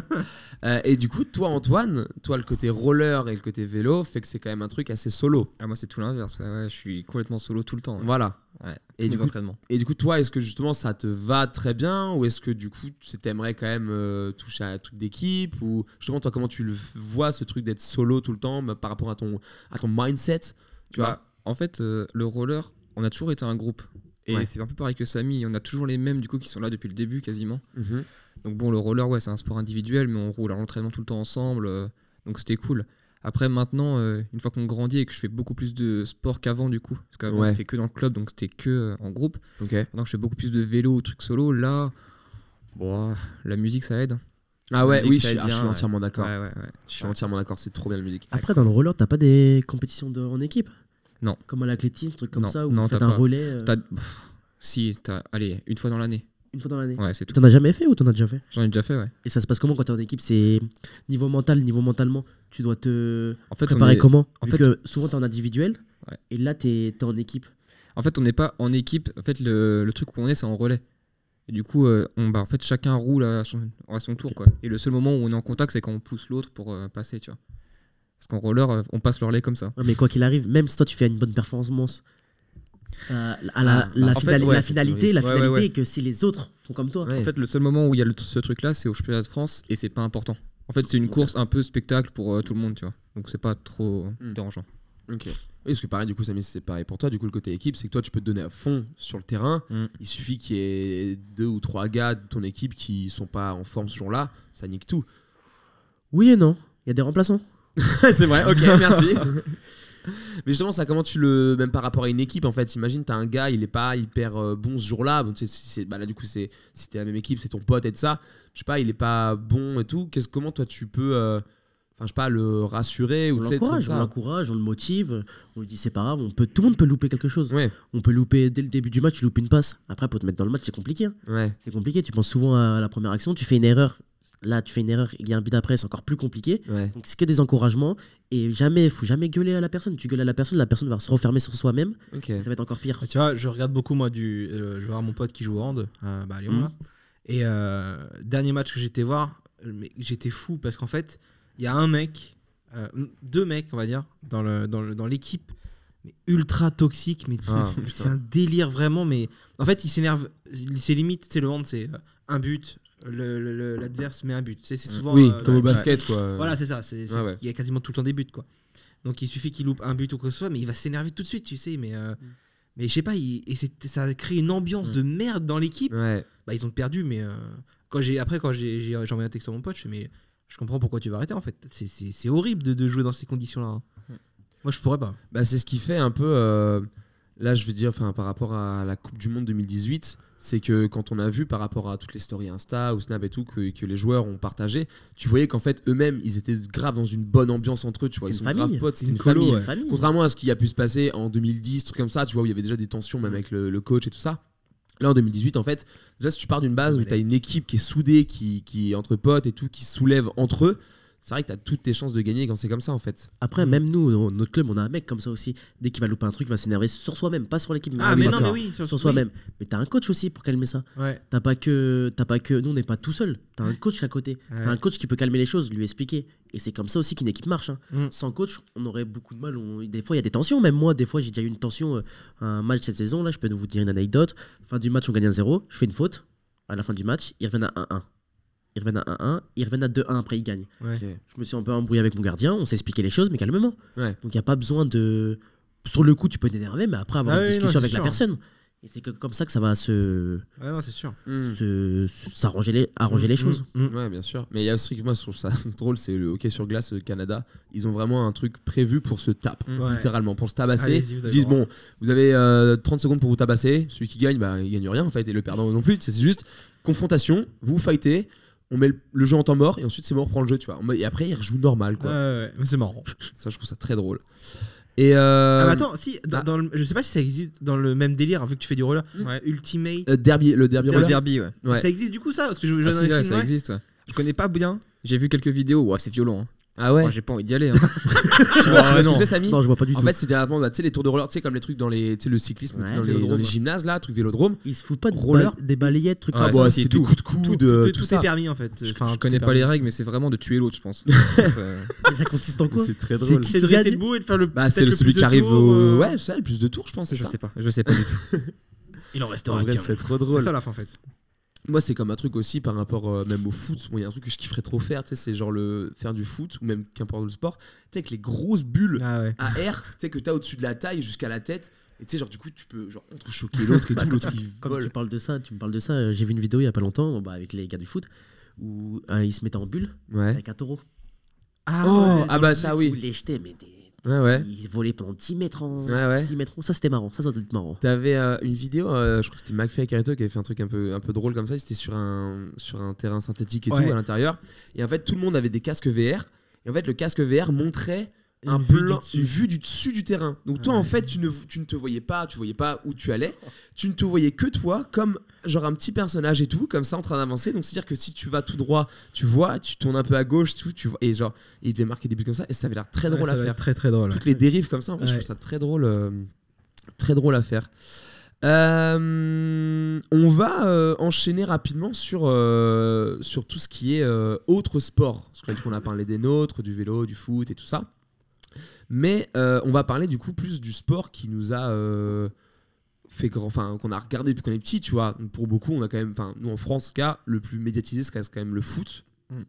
S3: Euh, et du coup, toi, Antoine, toi, le côté roller et le côté vélo fait que c'est quand même un truc assez solo.
S5: Ah, moi, c'est tout l'inverse. ouais, ouais, je suis complètement solo tout le temps. hein. ouais.
S3: Voilà.
S5: Ouais,
S3: Et
S5: tous
S3: du
S5: mes
S3: coup-
S5: entraînements.
S3: Et du coup, toi, est-ce que justement ça te va très bien ou est-ce que du coup, tu t'aimerais quand même euh, toucher à toute d'équipe ou justement toi, comment tu le vois ce truc d'être solo tout le temps bah, par rapport à ton à ton mindset, tu vois
S5: Bah, En fait, euh, le roller, on a toujours été un groupe. Et
S3: Ouais.
S5: c'est un peu pareil que Samy. On a toujours les mêmes, du coup, qui sont là depuis le début quasiment. Donc bon, le roller, ouais, c'est un sport individuel, mais on roule à l'entraînement tout le temps ensemble. euh, donc c'était cool. Après, maintenant, euh, une fois qu'on grandit et que je fais beaucoup plus de sport qu'avant, du coup, parce qu'avant
S3: Ouais.
S5: c'était que dans le club, donc c'était que euh, en groupe.
S3: Ok.
S5: Maintenant que je fais beaucoup plus de vélo ou trucs solo, là, bon, la musique ça aide.
S3: Ah ouais,
S5: Musique,
S3: oui,
S5: ça
S3: je suis,
S5: aide
S3: ah, je suis
S5: bien, ouais.
S3: entièrement d'accord.
S5: Ouais, ouais, ouais.
S3: Je suis entièrement d'accord, c'est trop bien la musique.
S4: Après, dans le roller, t'as pas des compétitions de- en équipe
S5: Non.
S4: Comme à l'athlétisme, truc comme
S5: Non,
S4: ça, où
S5: non,
S4: vous faites
S5: t'as
S4: un
S5: pas.
S4: relais euh,
S5: T'as- pff, si, t'as, allez, une fois dans l'année.
S4: une fois dans l'année.
S5: Ouais, c'est tout.
S4: T'en as jamais fait ou t'en as déjà fait
S5: J'en ai déjà fait, ouais.
S4: Et ça se passe comment quand t'es en équipe C'est niveau mental, niveau mentalement, tu dois te
S5: En fait, on
S4: préparer
S5: est-
S4: comment
S5: en
S4: Vu
S5: fait,
S4: que souvent t'es en individuel
S5: Ouais.
S4: et là t'es t'es en équipe.
S5: En fait, on n'est pas en équipe. En fait, le, le truc où on est, c'est en relais. Et du coup, euh, on, bah, en fait, chacun roule à son, à son tour. Quoi. Et le seul moment où on est en contact, c'est quand on pousse l'autre pour euh, passer, tu vois. Parce qu'en roller, euh, on passe le relais comme ça.
S4: Ouais, mais quoi qu'il arrive, même si toi tu fais une bonne performance, euh, à la,
S5: Ah, bah,
S4: la
S5: en fait,
S4: finali-
S5: ouais,
S4: la
S5: c'est
S4: finalité,
S5: terroriste. Ouais,
S4: la
S5: ouais,
S4: finalité
S5: ouais.
S4: est que si les autres font comme toi,
S5: En fait, le seul moment où il y a le- ce truc-là, c'est au championnat de France et c'est pas important. En fait, c'est une course un peu spectacle pour euh, tout le monde, tu vois. Donc, c'est pas trop euh,
S3: Hmm.
S5: dérangeant.
S3: Ok. Oui, parce que pareil, du coup, Samy, c'est pareil pour toi. Du coup, le côté équipe, c'est que toi, tu peux te donner à fond sur le terrain.
S5: Mm.
S3: Il suffit qu'il y ait deux ou trois gars de ton équipe qui sont pas en forme ce jour-là, ça nique tout.
S4: oui et non, il y a des remplaçants.
S3: c'est vrai, ok, merci. Mais justement, ça, comment tu le. Même par rapport à une équipe, en fait, imagine, t'as un gars, il est pas hyper euh, bon ce jour-là. Bon, tu sais, si c'est- bah là, du coup, c'est si t'es la même équipe, c'est ton pote et de ça. Je sais pas, il est pas bon et tout. Qu'est-ce, comment toi, tu peux. euh, Enfin, je sais pas, le rassurer
S4: On
S3: ou tu sais, être comme
S4: l'encourage, on
S3: ça.
S4: l'encourage, on le motive, on lui dit c'est pas grave, on peut, tout le monde peut louper quelque chose.
S3: Ouais,
S4: On peut louper dès le début du match, tu loupes une passe. Après, pour te mettre dans le match, c'est compliqué. hein.
S3: ouais.
S4: C'est compliqué, tu penses souvent à la première action, tu fais une erreur. Là, tu fais une erreur, il y a un but après, c'est encore plus compliqué.
S3: Ouais.
S4: Donc, c'est que des encouragements. Et jamais, faut jamais gueuler à la personne. Tu gueules à la personne, la personne va se refermer sur soi-même.
S3: Ok.
S4: Ça va être encore pire.
S6: Ah, Tu vois, je regarde beaucoup, moi, du. euh, je vais voir mon pote qui joue au hand, euh, bah, à Lyon,
S4: Mhm.
S6: là. Et euh, dernier match que j'étais voir, euh, mais j'étais fou parce qu'en fait, il y a un mec, euh, deux mecs, on va dire, dans l'équipe, le, dans le- dans l'équipe, mais ultra toxique, mais
S3: Ah, putain.
S6: c'est un délire vraiment. Mais en fait, il s'énerve, il- c'est limite, c'est le hand, c'est euh, un but, l'adverse le, le- l'adverse met un but. C'est c'est souvent.
S3: oui,
S6: euh,
S3: comme au
S6: dans-
S3: basket, quoi.
S6: Voilà, c'est ça. c'est- c'est-
S3: Ouais, ouais.
S6: Il y a quasiment tout le temps des buts, quoi. Donc il suffit qu'il loupe un but ou quoi que ce soit, mais il va s'énerver tout de suite, tu sais. Mais, euh, mais je sais pas, il- et c'est- ça crée une ambiance
S3: Mm.
S6: de merde dans l'équipe.
S3: Ouais.
S6: Bah, ils ont perdu, mais euh, quand j'ai après, quand j'ai j'ai- j'ai envoyé un texte à mon pote, je fais, mais je comprends pourquoi tu vas arrêter en fait. C'est- C'est c'est horrible de, de jouer dans ces conditions-là. hein.
S5: Mm.
S6: Moi, je pourrais pas.
S3: Bah, c'est ce qui fait un peu. euh, là, je veux dire, enfin, par rapport à la Coupe du Monde 2018, c'est que quand on a vu par rapport à toutes les stories Insta ou Snap et tout que, que les joueurs ont partagé, tu voyais qu'en fait eux-mêmes, ils étaient grave dans une bonne ambiance entre eux. Tu vois,
S4: C'est
S3: ils
S4: une
S3: sont
S4: famille.
S3: grave potes, c'est
S6: une
S3: une
S6: colo,
S3: famille.
S6: ouais.
S4: Famille.
S3: Contrairement à ce qui a pu se passer en 2010, trucs comme ça, tu vois, où il y avait déjà des tensions même avec le, le coach et tout ça. Là, en 2018, en fait, déjà, si tu pars d'une base où
S6: Ouais.
S3: tu as une équipe qui est soudée, qui, qui est entre potes et tout, qui se soulève entre eux, c'est vrai que tu as toutes tes chances de gagner quand c'est comme ça, en fait.
S4: Après, même nous, dans notre club, on a un mec comme ça aussi. Dès qu'il va louper un truc, il va s'énerver sur soi-même, pas sur l'équipe.
S6: Ah,
S4: sur
S6: mais
S4: lui.
S6: non, mais oui, sur,
S4: Sur soi-même. Mais t'as un coach aussi pour calmer ça.
S6: oui. Ouais.
S4: T'as pas que, t'as pas que. Nous, on n'est pas tout seul. T'as un coach à côté.
S6: Ouais.
S4: T'as un coach qui peut calmer les choses, lui expliquer. Et c'est comme ça aussi qu'une équipe marche. hein.
S6: Mm.
S4: Sans coach, on aurait beaucoup de mal. on- Des fois, il y a des tensions. Même moi, des fois, j'ai déjà eu une tension. euh, un match cette saison, là, je peux vous dire une anecdote. Fin du match, on gagne un 0 Je fais une faute. À la fin du match, ils reviennent à 1-1. Ils reviennent à 1-1. Ils reviennent à 2-1 après, ils gagnent.
S6: Ouais.
S3: Ok.
S4: Je me suis un peu embrouillé avec mon gardien. On s'est expliqué les choses, mais calmement.
S3: Ouais.
S4: Donc, il n'y a pas besoin de. Sur le coup, tu peux t'énerver, mais après avoir
S6: Ah
S4: une
S6: oui, non,
S4: discussion
S6: c'est
S4: avec la
S6: sûr.
S4: personne. Et c'est que- comme ça que ça va se
S6: Ouais, non, c'est sûr.
S4: Mm. Hmm. se- se- s'arranger les, arranger les
S6: Mm,
S4: choses.
S6: mm, mm.
S3: Ouais, bien sûr. Mais il y a aussi que moi, je trouve ça drôle, c'est le hockey sur glace euh, Canada. Ils ont vraiment un truc prévu pour se tape,
S6: Mm. Ouais.
S3: littéralement, pour se tabasser.
S6: Allez-y, vous
S3: Ils
S6: avez
S3: disent
S6: le droit.
S3: bon, vous avez euh, 30 secondes pour vous tabasser. Celui qui gagne, bah, il gagne rien en fait, et le perdant non plus. C'est juste confrontation, vous vous fightez, on met le, le jeu en temps mort, et ensuite c'est mort, on prend le jeu, tu vois. Et après, ils rejouent normal, quoi. Euh,
S6: Ouais, ouais, mais c'est marrant.
S3: Ça, je trouve ça très drôle. Et euh,
S6: Ah, bah attends, si, dans,
S3: ah.
S6: dans le- je sais pas si ça existe dans le même délire, vu que tu fais du roller.
S5: Ouais.
S6: Ultimate.
S3: euh, derby, le derby,
S5: Hmm. Le
S3: roller.
S5: derby, ouais.
S3: Euh, Ouais.
S6: Ça existe du coup, ça Parce que je, je
S5: Ah,
S6: vois dans
S5: si,
S6: les
S5: ouais,
S6: films,
S5: ça
S6: ouais.
S5: existe, ouais. Je connais pas bien. J'ai vu quelques vidéos. Ouah, c'est violent. hein.
S3: Ah ouais.
S5: Ouah, J'ai pas envie d'y aller. hein.
S3: tu vois, tu vois ce
S5: non.
S3: que c'est, Samy
S4: Non, je vois pas du
S3: En
S4: tout.
S3: fait, c'était avant, bah, tu sais, les tours de roller, tu sais, comme les trucs dans les, tu sais, le cyclisme, tu sais,
S4: Ouais.
S3: dans, les, dans les gymnases là, truc vélodrome.
S4: ils se foutent pas de
S3: roller.
S4: bal- des balayettes, trucs
S5: Ah,
S4: comme
S5: bah,
S4: ça.
S5: c'est tout.
S3: coups de
S6: Tout,
S3: coude,
S6: tout,
S3: euh,
S6: tout,
S3: tout
S6: est
S3: ça.
S6: permis en fait.
S5: Je,
S6: Enfin,
S5: je
S6: tout
S5: connais
S6: est
S5: pas
S6: permis.
S5: les règles, mais c'est vraiment de tuer l'autre, je pense. Euh,
S4: Mais ça consiste en quoi
S3: C'est très
S4: drôle.
S3: drôle.
S4: qui
S6: C'est de
S4: gagne
S6: rester debout et de faire le.
S3: Bah, c'est
S6: peut-être
S3: le-
S6: le
S3: celui
S6: plus
S3: qui
S6: de
S3: arrive
S6: tours,
S3: au.
S6: euh,
S3: Ouais, c'est ça, le plus de tours, je pense, c'est
S5: je
S3: ça.
S5: sais pas. Je sais pas du tout.
S4: Il en reste
S3: En vrai, c'est trop
S6: C'est
S3: drôle.
S6: ça la fin en fait.
S3: Moi, c'est comme un truc aussi par rapport euh, même au foot. Moi, il y a un truc que je kifferais trop faire, tu sais, c'est genre le faire du foot ou même qu'importe le sport. Tu sais, avec les grosses bulles
S6: Ah ouais.
S3: à air, tu sais, que t'as au-dessus de la taille jusqu'à la tête. Et tu sais, genre, du coup, tu peux genre entrechoquer l'autre et tout, l'autre il
S4: Comme tu
S3: vole.
S4: parles de ça, tu me parles de ça. euh, J'ai vu une vidéo il y a pas longtemps bah, avec les gars du foot où euh, ils se mettaient en bulle
S3: Ouais.
S4: avec un taureau.
S6: Ah,
S3: Oh, ah bah ça,
S4: Ils
S3: oui.
S4: les jetaient, mais des-
S3: Ouais, ouais.
S4: ils volaient pendant 10 mètres en.
S3: Ouais, ouais.
S4: 10 mètres en- Ça, c'était marrant. Ça, ça doit être marrant.
S3: T'avais euh, une vidéo, euh, je crois que c'était McFly et Carito qui avait fait un truc un peu, un peu drôle comme ça. C'était sur un, sur un terrain synthétique et
S6: Ouais.
S3: tout à l'intérieur. Et en fait, tout le monde avait des casques VR. Et en fait, le casque VR montrait
S6: Une
S3: un
S6: vue du
S3: plan,
S6: dessus.
S3: une vue du dessus du terrain. Donc toi, en fait, tu ne, tu ne te voyais pas, tu voyais pas où tu allais. Tu ne te voyais que toi, comme genre un petit personnage et tout, comme ça en train d'avancer. Donc c'est-à-dire que si tu vas tout droit, tu vois, tu tournes un peu à gauche, tout, tu vois. Et genre, il devait marquer des buts comme ça. Et ça avait l'air très drôle à faire
S6: Très très drôle.
S3: toutes les dérives comme ça. En vrai, Je
S6: Ouais.
S3: trouve ça très drôle, euh, très drôle à faire. Euh, on va euh, enchaîner rapidement sur, euh, sur tout ce qui est euh, autre sport. Parce que là, du coup, on a parlé des nôtres, du vélo, du foot et tout ça. Mais euh, on va parler du coup plus du sport qui nous a euh, fait grand, enfin qu'on a regardé depuis qu'on est petit, tu vois. Pour beaucoup, on a quand même, enfin nous en France, en tout cas, le plus médiatisé, c'est quand même le foot.
S5: Mm.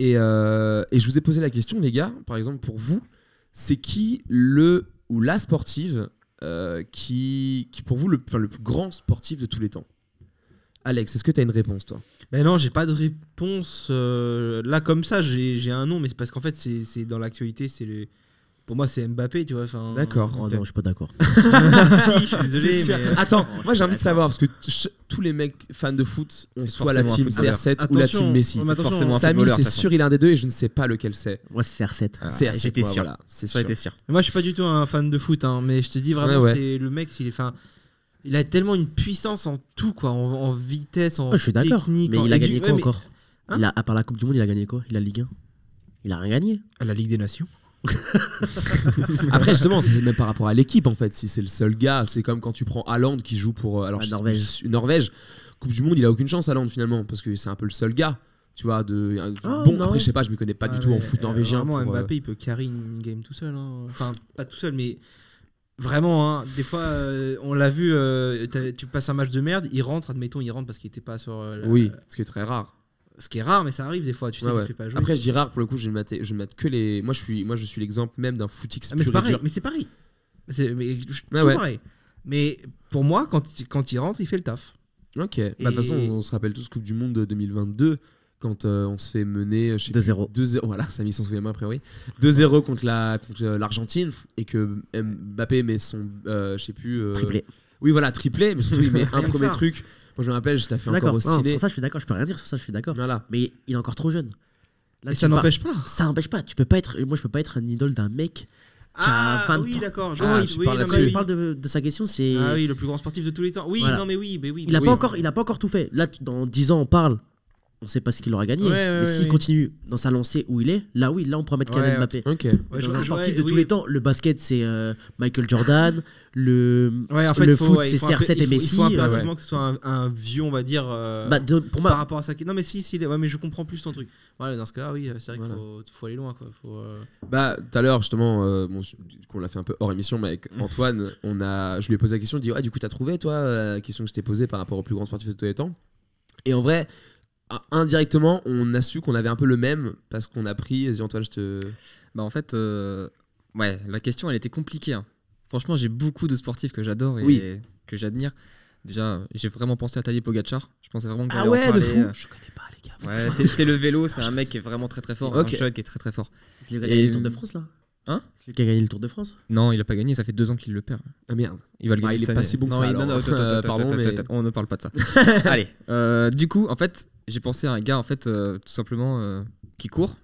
S3: Et, euh, et je vous ai posé la question, les gars, par exemple pour vous, c'est qui le ou la sportive euh, qui, qui pour vous le, enfin, le plus grand sportif de tous les temps Alex, est-ce que tu as une réponse toi
S6: Ben non, j'ai pas de réponse euh, là comme ça. J'ai j'ai un nom, mais c'est parce qu'en fait, c'est c'est dans l'actualité. C'est le- pour moi, c'est Mbappé, tu vois. enfin-
S4: Oh non, je suis pas d'accord.
S6: Si, je suis désolé,
S3: C'est sûr.
S6: mais, euh,
S3: Attends,
S5: Oh,
S3: moi j'ai envie de savoir parce que ch- tous les mecs fans de foot ont
S5: C'est
S3: soit la
S5: forcément un
S3: team
S5: footballeur.
S3: CR7 ou la
S6: Attention,
S3: team Messi.
S6: ouais, mais
S5: C'est
S6: attention,
S5: forcément un
S3: Samy,
S5: footballeur.
S3: c'est
S5: ça,
S3: sûr, il est un des deux et je ne sais pas lequel c'est.
S4: Moi, c'est R7.
S5: Ah,
S3: CR7,
S5: j'étais
S3: ouais,
S5: sûr.
S3: voilà, c'est
S5: Ça,
S3: sûr.
S5: j'étais sûr.
S6: Moi, je suis pas du tout un fan de foot, hein, mais je te dis vraiment,
S3: Ouais, ouais.
S6: c'est le mec, il est, enfin, il a tellement une puissance en tout, quoi, en, en vitesse, en
S4: Ah, je suis d'accord.
S6: technique.
S4: Mais
S6: en-
S4: il a
S6: et du-
S4: gagné
S6: ouais,
S4: quoi
S6: mais-
S4: encore
S6: Hein
S4: Il a- À part la Coupe du Monde, il a gagné quoi Il a Ligue 1 Il a rien gagné.
S6: La Ligue des Nations.
S3: Après justement, ça, c'est même par rapport à l'équipe en fait. Si c'est le seul gars, c'est comme quand tu prends Haaland qui joue pour euh, alors
S4: La
S3: je sais
S4: Norvège.
S3: plus, une Norvège. Coupe du Monde, il a aucune chance Haaland finalement parce que c'est un peu le seul gars. Tu vois, de, un-
S4: Ah,
S3: bon
S4: non.
S3: après je sais pas, je me connais pas
S6: Ouais,
S3: du tout en
S6: mais,
S3: foot
S6: euh,
S3: norvégien.
S6: Vraiment,
S3: pour, euh,
S6: Mbappé, il peut carry une game tout seul. hein. Enfin, pas tout seul, mais vraiment, hein, des fois, euh, on l'a vu, euh, t'as- tu passes un match de merde, il rentre, admettons, il rentre parce qu'il était pas sur. euh, la-
S3: Oui, ce qui est très rare.
S6: Ce qui est rare, mais ça arrive des fois. Tu sais,
S3: Ouais,
S6: que
S3: ouais.
S6: tu fais pas jouer. Ah,
S3: Après, je dis rare pour le coup, je ne matais- je ne mate que les. Moi, je suis, moi, je suis l'exemple même d'un footix
S6: Ah, mais
S3: pur
S6: c'est
S3: et
S6: pareil.
S3: dur.
S6: Mais c'est pareil. C'est mais je-
S3: Ouais,
S6: tout
S3: ouais.
S6: pareil. Mais pour moi, quand, il- quand il rentre, il fait le taf.
S3: Ok. Bah, De toute façon,
S6: Et-
S3: on se rappelle tous Coupe du Monde 2022 quand euh, on se fait mener je sais plus,
S4: 2-0.
S3: 2-0. Voilà, Samy s'en souvient moins a priori. 2-0 contre la contre euh, l'Argentine et que Mbappé met son euh, je sais plus euh,
S4: Triplé.
S3: Oui, voilà, triplé, mais surtout il met un
S6: Rien que
S3: premier
S6: ça. Ah,
S3: truc. Moi je me rappelle, je t'ai fait encore
S4: D'accord.
S3: au
S4: Non,
S3: ciné.
S4: Sur ça, je suis d'accord. Je peux rien dire. Sur ça, je suis d'accord.
S3: Voilà.
S4: Mais il est encore trop jeune. Là,
S6: Et
S4: tu
S6: ça
S4: me parles-
S6: n'empêche pas.
S4: Ça n'empêche pas. Tu peux pas être. Moi, je peux pas être un idole d'un mec.
S6: Ah,
S4: Qu'à 23
S6: oui, d'accord. je
S3: Ah,
S6: vois,
S3: tu
S6: oui,
S3: parles
S6: non,
S4: Quand
S3: là-dessus.
S6: mais
S4: il parle de, de sa question, c'est.
S6: Ah oui, le plus grand sportif de tous les temps. Oui,
S4: Voilà.
S6: non, mais oui, mais oui.
S4: Il n'a
S6: oui.
S4: pas encore. Il a pas encore tout fait. Là, tu- dans 10 ans, on parle. On sait pas ce qu'il aura gagné.
S6: Ouais, ouais, ouais,
S4: mais s'il
S6: ouais.
S4: continue dans sa lancée où il est, là oui, là on pourra mettre
S6: Ouais,
S4: Kylian
S6: ouais.
S4: Mbappé.
S3: Ok.
S6: Ouais,
S4: dans
S6: je-
S4: un
S6: je-
S4: sportif
S6: ouais,
S4: de
S6: oui.
S4: tous les temps, le basket c'est euh, Michael Jordan, le
S6: Ouais, en fait,
S4: Le
S6: faut-
S4: foot,
S6: ouais, il
S4: c'est
S6: faut un peu-
S4: CR7 et
S6: il faut-
S4: Messi,
S6: Il faut
S4: ouais,
S6: impérativement que ce soit un, un vieux, on va dire. euh,
S4: bah, de- pour moi
S6: par rapport à ça. Non, mais si, si, ouais, mais je comprends plus ton truc. Voilà, dans ce cas-là, oui, c'est vrai qu'il
S3: Voilà.
S6: faut, faut aller loin. Quoi. Faut, euh,
S3: Bah, tout à l'heure, justement, euh, bon, je- du coup, on l'a fait un peu hors émission, mais
S5: Mm.
S3: avec Antoine, on a, je lui ai posé la question, je lui ai dit, ouais, du coup, t'as trouvé, toi, euh, la question que je t'ai posée par rapport au plus grand sportif de tous les temps. Et en vrai, a- indirectement, on a su qu'on avait un peu le même, parce qu'on a pris, vas-y, Antoine, je te.
S5: Bah en fait, euh, ouais, la question elle était compliquée. hein. Franchement, j'ai beaucoup de sportifs que j'adore et
S3: Oui.
S5: que j'admire. Déjà, j'ai vraiment pensé à Tadej Pogacar. Je pensais vraiment qu'on
S4: Ah
S5: allait en
S4: ouais, de
S5: parler. euh,
S4: fou. Je connais pas les gars.
S5: Ouais, c'est, c'est le vélo, c'est un mec qui est vraiment très très fort,
S3: Ok.
S5: un choc qui est très très fort.
S4: Celui qui a
S5: Et-
S4: gagné le Tour de France là
S5: Hein
S4: Celui qui a gagné le Tour de France
S5: Non, il a pas gagné, ça fait deux ans qu'il le perd.
S3: Ah merde.
S5: Il va le
S3: Ah,
S5: gagner.
S3: il est
S5: cette
S3: pas
S5: année.
S3: si bon que
S5: non,
S3: ça,
S5: il-
S3: alors.
S5: non, non, attends, attends,
S3: Euh,
S5: attends,
S3: pardon,
S5: attends,
S3: mais-
S5: attends, on ne parle pas de ça. Allez, euh, du coup, en fait, j'ai pensé à un gars en fait euh, tout simplement euh, qui court.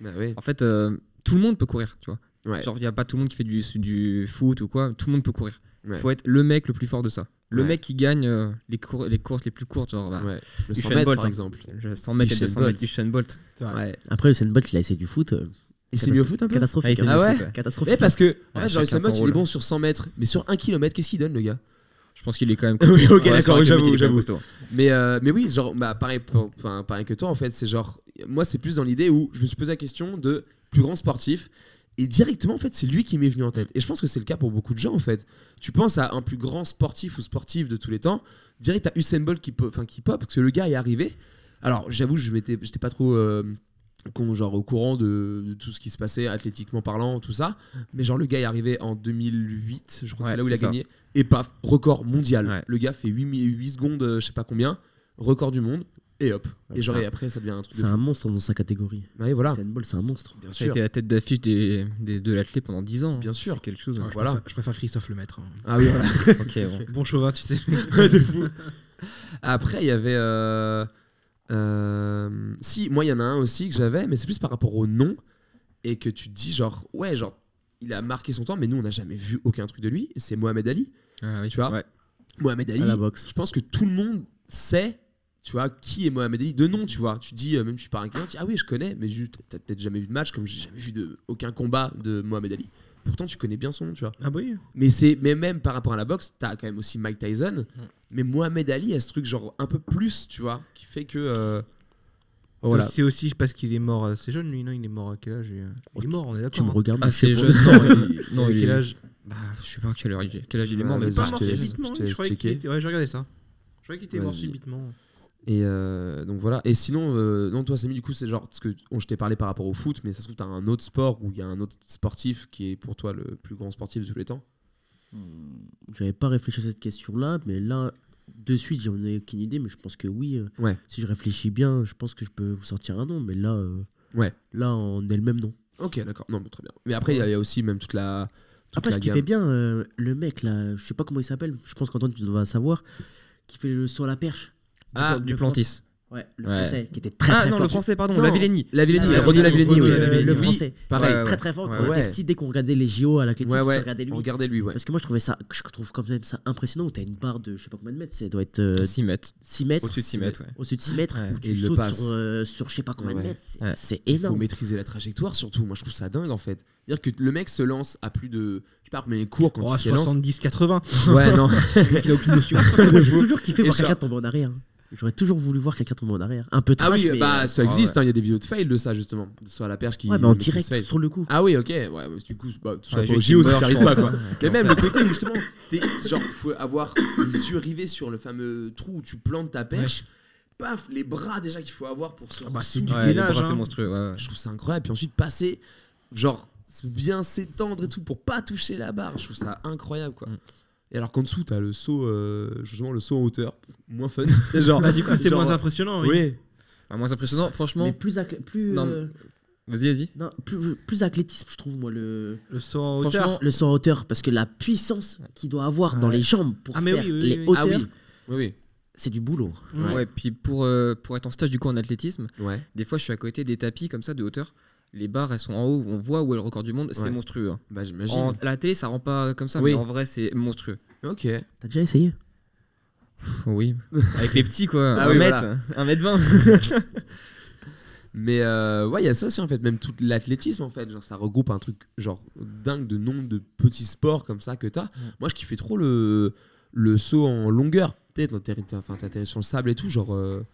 S3: Bah oui.
S5: En fait, euh, tout le monde peut courir, tu vois.
S3: Ouais.
S5: Genre, il n'y a pas tout le monde qui fait du, du foot ou quoi, tout le monde peut courir. Il
S3: Ouais.
S5: faut être le mec le plus fort de ça. Le
S3: Ouais.
S5: mec qui gagne euh, les, cour- les courses les plus courtes, genre bah,
S3: Ouais. Le
S5: Usain
S3: 100 mètres,
S5: Bolt,
S3: par
S5: hein.
S3: exemple.
S5: je- 100 mètres,
S3: Usain
S5: 200
S3: Bolt.
S5: mètres, Usain Bolt.
S3: Ouais.
S4: Après, Usain Bolt, il a essayé du foot. euh,
S3: Il s'est mis au foot un peu
S5: Ah, il
S4: Catastrophique.
S5: s'est
S4: hein.
S5: mis au
S3: Ah
S5: foot,
S3: ouais
S5: ouais.
S4: Catastrophique.
S3: Ouais, parce que, en
S5: Ouais,
S3: fait,
S5: chacun
S3: genre, Usain Bolt,
S5: son
S3: il est
S5: rôle.
S3: bon sur 100 mètres, mais sur 1 km, qu'est-ce qu'il donne, le gars
S5: Je pense qu'il est quand même.
S3: Oui, ok,
S5: Ouais,
S3: d'accord,
S5: c'est vrai
S3: j'avoue,
S5: qu'il est quand même
S3: j'avoue.
S5: costaud.
S3: Mais, euh, mais oui, genre, bah, pareil, pour- enfin, pareil que toi, en fait, c'est genre, moi, c'est plus dans l'idée où je me suis posé la question de plus grand sportif. Et directement, en fait, c'est lui qui m'est venu en tête. Et je pense que c'est le cas pour beaucoup de gens, en fait. Tu penses à un plus grand sportif ou sportif de tous les temps, direct à Usain Bolt qui, po- enfin, qui pop, parce que le gars est arrivé. Alors, j'avoue, je m'étais, j'étais pas trop euh, con- genre, au courant de, de tout ce qui se passait, athlétiquement parlant, tout ça. Mais genre, le gars est arrivé en 2008, je crois que
S5: Ouais,
S3: c'est là où il
S5: c'est
S3: a
S5: ça.
S3: gagné. Et paf, record mondial.
S5: Ouais.
S3: Le gars fait 8, mi- 8 secondes, euh, je sais pas combien, record du monde, et hop.
S4: Ouais,
S3: et genre,
S4: c'est
S3: et après, ça devient un truc
S4: C'est
S3: de
S4: un
S3: fou.
S4: monstre dans sa catégorie.
S3: Ouais, voilà.
S4: Usain Bolt, c'est un monstre.
S3: Bien
S5: Ça a
S3: sûr.
S5: été la tête d'affiche des, des- de l'athlète pendant 10 ans.
S3: Bien sûr.
S5: C'est quelque chose. hein.
S6: ouais, je
S3: voilà.
S6: préfère- je préfère Christophe Lemaître. hein.
S3: Ah oui, voilà.
S5: ok, bon.
S6: Bon chauvin, tu sais.
S3: de fou. Après, il y avait. euh, euh, si, moi, il y en a un aussi que j'avais, mais c'est plus par rapport au nom. Et que tu te dis, genre, ouais, genre, il a marqué son temps, mais nous, on n'a jamais vu aucun truc de lui. C'est Mohamed Ali.
S5: Ah oui,
S3: Tu vois
S5: ouais.
S3: Mohamed Ali,
S4: À Ah, la boxe.
S3: je pense que tout le monde sait, tu vois, qui est Mohamed Ali de nom, tu vois. Tu dis, euh, même si tu pars un client, tu dis, ah oui, je connais, mais juste, t'as peut-être jamais vu de match, comme j'ai jamais vu de, aucun combat de Mohamed Ali. Pourtant, tu connais bien son nom, tu vois.
S6: Ah, bah oui.
S3: Mais, c'est, mais même par rapport à la boxe, t'as quand même aussi Mike Tyson,
S5: Mm.
S3: mais Mohamed Ali a ce truc, genre, un peu plus, tu vois, qui fait que. euh, Oh, voilà.
S6: C'est aussi parce qu'il est mort assez jeune, lui. Non, il est mort à quel âge euh, Il est mort, on est
S4: Tu me
S6: d'accord. hein.
S4: regardes.
S5: Ah, c'est
S4: bon.
S5: jeune. Non, il,
S6: Il
S5: non,
S6: avait
S5: il
S6: quel
S5: est-
S6: âge
S5: Bah, je sais pas à quel, heure il est- quel âge il est
S3: Ouais,
S5: mort, mais
S3: vas-y,
S5: pas
S3: je
S5: mort.
S3: te laisse-
S6: subitement,
S3: je te
S6: je croyais
S3: laisse
S6: qu'il
S3: checker.
S6: était- Ouais, j'ai regardé ça. Je croyais qu'il était mort
S3: Vas-y.
S6: subitement.
S3: Et euh, donc voilà. Et sinon, euh, non, toi, Samy, du coup, c'est genre, parce que on- je t'ai parlé par rapport au foot, mais ça se trouve, t'as un autre sport où il y a un autre sportif qui est pour toi le plus grand sportif de tous les temps. Hmm.
S4: J'avais pas réfléchi à cette question-là, mais là, de suite, j'en ai aucune idée, mais je pense que oui. euh,
S3: Ouais.
S4: Si je réfléchis bien, je pense que je peux vous sortir un nom, mais là, euh,
S3: Ouais.
S4: là, on est le même nom.
S3: Ok, d'accord. Non, mais très bien. Mais après, il y a- il y, a aussi même toute la. Toute
S4: Après,
S3: la
S4: je kiffais
S3: gamme.
S4: bien euh, le mec là, je sais pas comment il s'appelle, je pense qu'Antoine tu dois savoir, qui fait le saut à la perche.
S3: Ah,
S5: du
S4: le
S5: Plantis.
S4: Ouais, le
S5: Ouais.
S4: français, qui était très
S5: ah
S4: très
S5: non,
S4: fort.
S5: le français, pardon,
S3: Non,
S5: la Villénie.
S3: La Villénie,
S4: Ah,
S3: euh, Renaud
S4: oui,
S3: Lavillénie,
S5: Renaud
S3: oui.
S4: le,
S5: Lavillénie,
S4: le
S5: oui.
S4: français.
S3: pareil.
S4: très très fort.
S5: Ouais,
S4: quand on était
S3: ouais.
S4: petit, dès qu'on regardait les JO à la clinique,
S3: Ouais, ouais.
S4: regardait lui.
S3: Regardez-lui, ouais.
S4: Parce que moi, je trouvais ça, je trouve quand même ça impressionnant où t'as une barre de, je sais pas combien de mètres, ça doit être euh,
S5: 6 mètres.
S4: 6 mètres.
S5: Au-dessus de 6 mètres, ouais.
S4: Au-dessus de 6 mètres,
S5: Ouais,
S4: où
S3: et
S4: tu
S3: il le
S4: sautes
S3: passe.
S4: sur, euh, sur je sais pas combien
S3: Ouais.
S4: de mètres. c'est-
S5: Ouais.
S4: C'est
S3: Il faut
S4: énorme.
S3: maîtriser la trajectoire surtout. Moi, je trouve ça dingue en fait. C'est-à-dire que le mec se lance à plus de. Je sais pas, mais court quand
S6: Oh,
S3: il se lance.
S6: 70, 80.
S3: Ouais, non.
S6: Il a aucune notion.
S4: J'ai toujours kiffé
S3: Et
S4: voir
S3: genre-
S4: quelqu'un tomber en arrière. hein. J'aurais toujours voulu voir quelqu'un tomber en arrière. Un peu trash,
S3: Ah oui,
S4: mais,
S3: bah
S4: euh,
S3: ça existe. hein, Il y a des vidéos de fail de ça justement. Soit à la perche qui.
S4: ouais, mais en
S3: qui se
S4: direct,
S3: fail.
S4: sur le coup.
S3: Ah oui, ok. Ouais, bah, du coup, c'est- bah, soit
S5: Ouais,
S3: pas au
S5: Justin
S3: JO si
S5: Bieber,
S3: tu arrives
S5: je
S3: pas
S5: pense,
S3: quoi.
S5: hein.
S3: Mais même le côté où justement, t'es- genre, faut avoir les yeux rivés sur le fameux trou où tu plantes ta perche. paf, les bras déjà qu'il faut avoir pour se.
S6: Ah bah, c'est du
S3: ressouder.
S5: Ouais, les
S6: gainage,
S5: bras, c'est
S6: hein.
S5: monstrueux. ouais, ouais.
S3: Je trouve ça incroyable. Puis ensuite, passer, genre, c'est bien s'étendre et tout pour pas toucher la barre. Je trouve ça incroyable, quoi.
S5: Mm.
S3: Et alors qu'en dessous, t'as le saut, euh, justement, le saut en hauteur, moins fun. C'est genre,
S6: Bah, du coup, c'est
S3: genre,
S6: moins impressionnant. Oui.
S3: Oui,
S5: Ah, moins impressionnant, franchement.
S4: Mais plus, ac- plus,
S5: Non,
S4: euh,
S5: Vas-y, vas-y.
S4: non, plus, plus athlétisme, je trouve, moi, le,
S6: Le saut en hauteur.
S5: Franchement,
S4: le saut en hauteur. Parce que la puissance qu'il doit avoir dans
S6: Ouais.
S4: les jambes pour
S6: Ah, mais
S4: faire
S6: oui, oui,
S4: les
S6: oui, oui.
S4: hauteurs,
S3: oui, oui.
S4: c'est du boulot.
S5: ouais. puis pour, euh, pour être en stage du coup en athlétisme,
S3: Ouais.
S5: des fois je suis à côté des tapis comme ça de hauteur. Les barres elles sont en haut, on voit où est le record du monde, c'est
S3: Ouais.
S5: monstrueux. hein.
S3: Bah, j'imagine.
S5: En, à la télé ça rend pas comme ça,
S3: Oui.
S5: mais en vrai c'est monstrueux.
S3: Ok.
S4: T'as déjà essayé
S5: Oui, avec les petits quoi,
S3: Ah
S5: un,
S3: oui,
S5: mètre, un mètre vingt.
S3: Mais euh, ouais, il y a ça aussi en fait, même tout l'athlétisme en fait, genre ça regroupe un truc genre dingue de nombre de petits sports comme ça que t'as.
S5: Mm.
S3: Moi je kiffais trop le, le saut en longueur, tu sais, quand t'atterris- t'as- enfin, t'atterris sur le sable et tout, genre euh,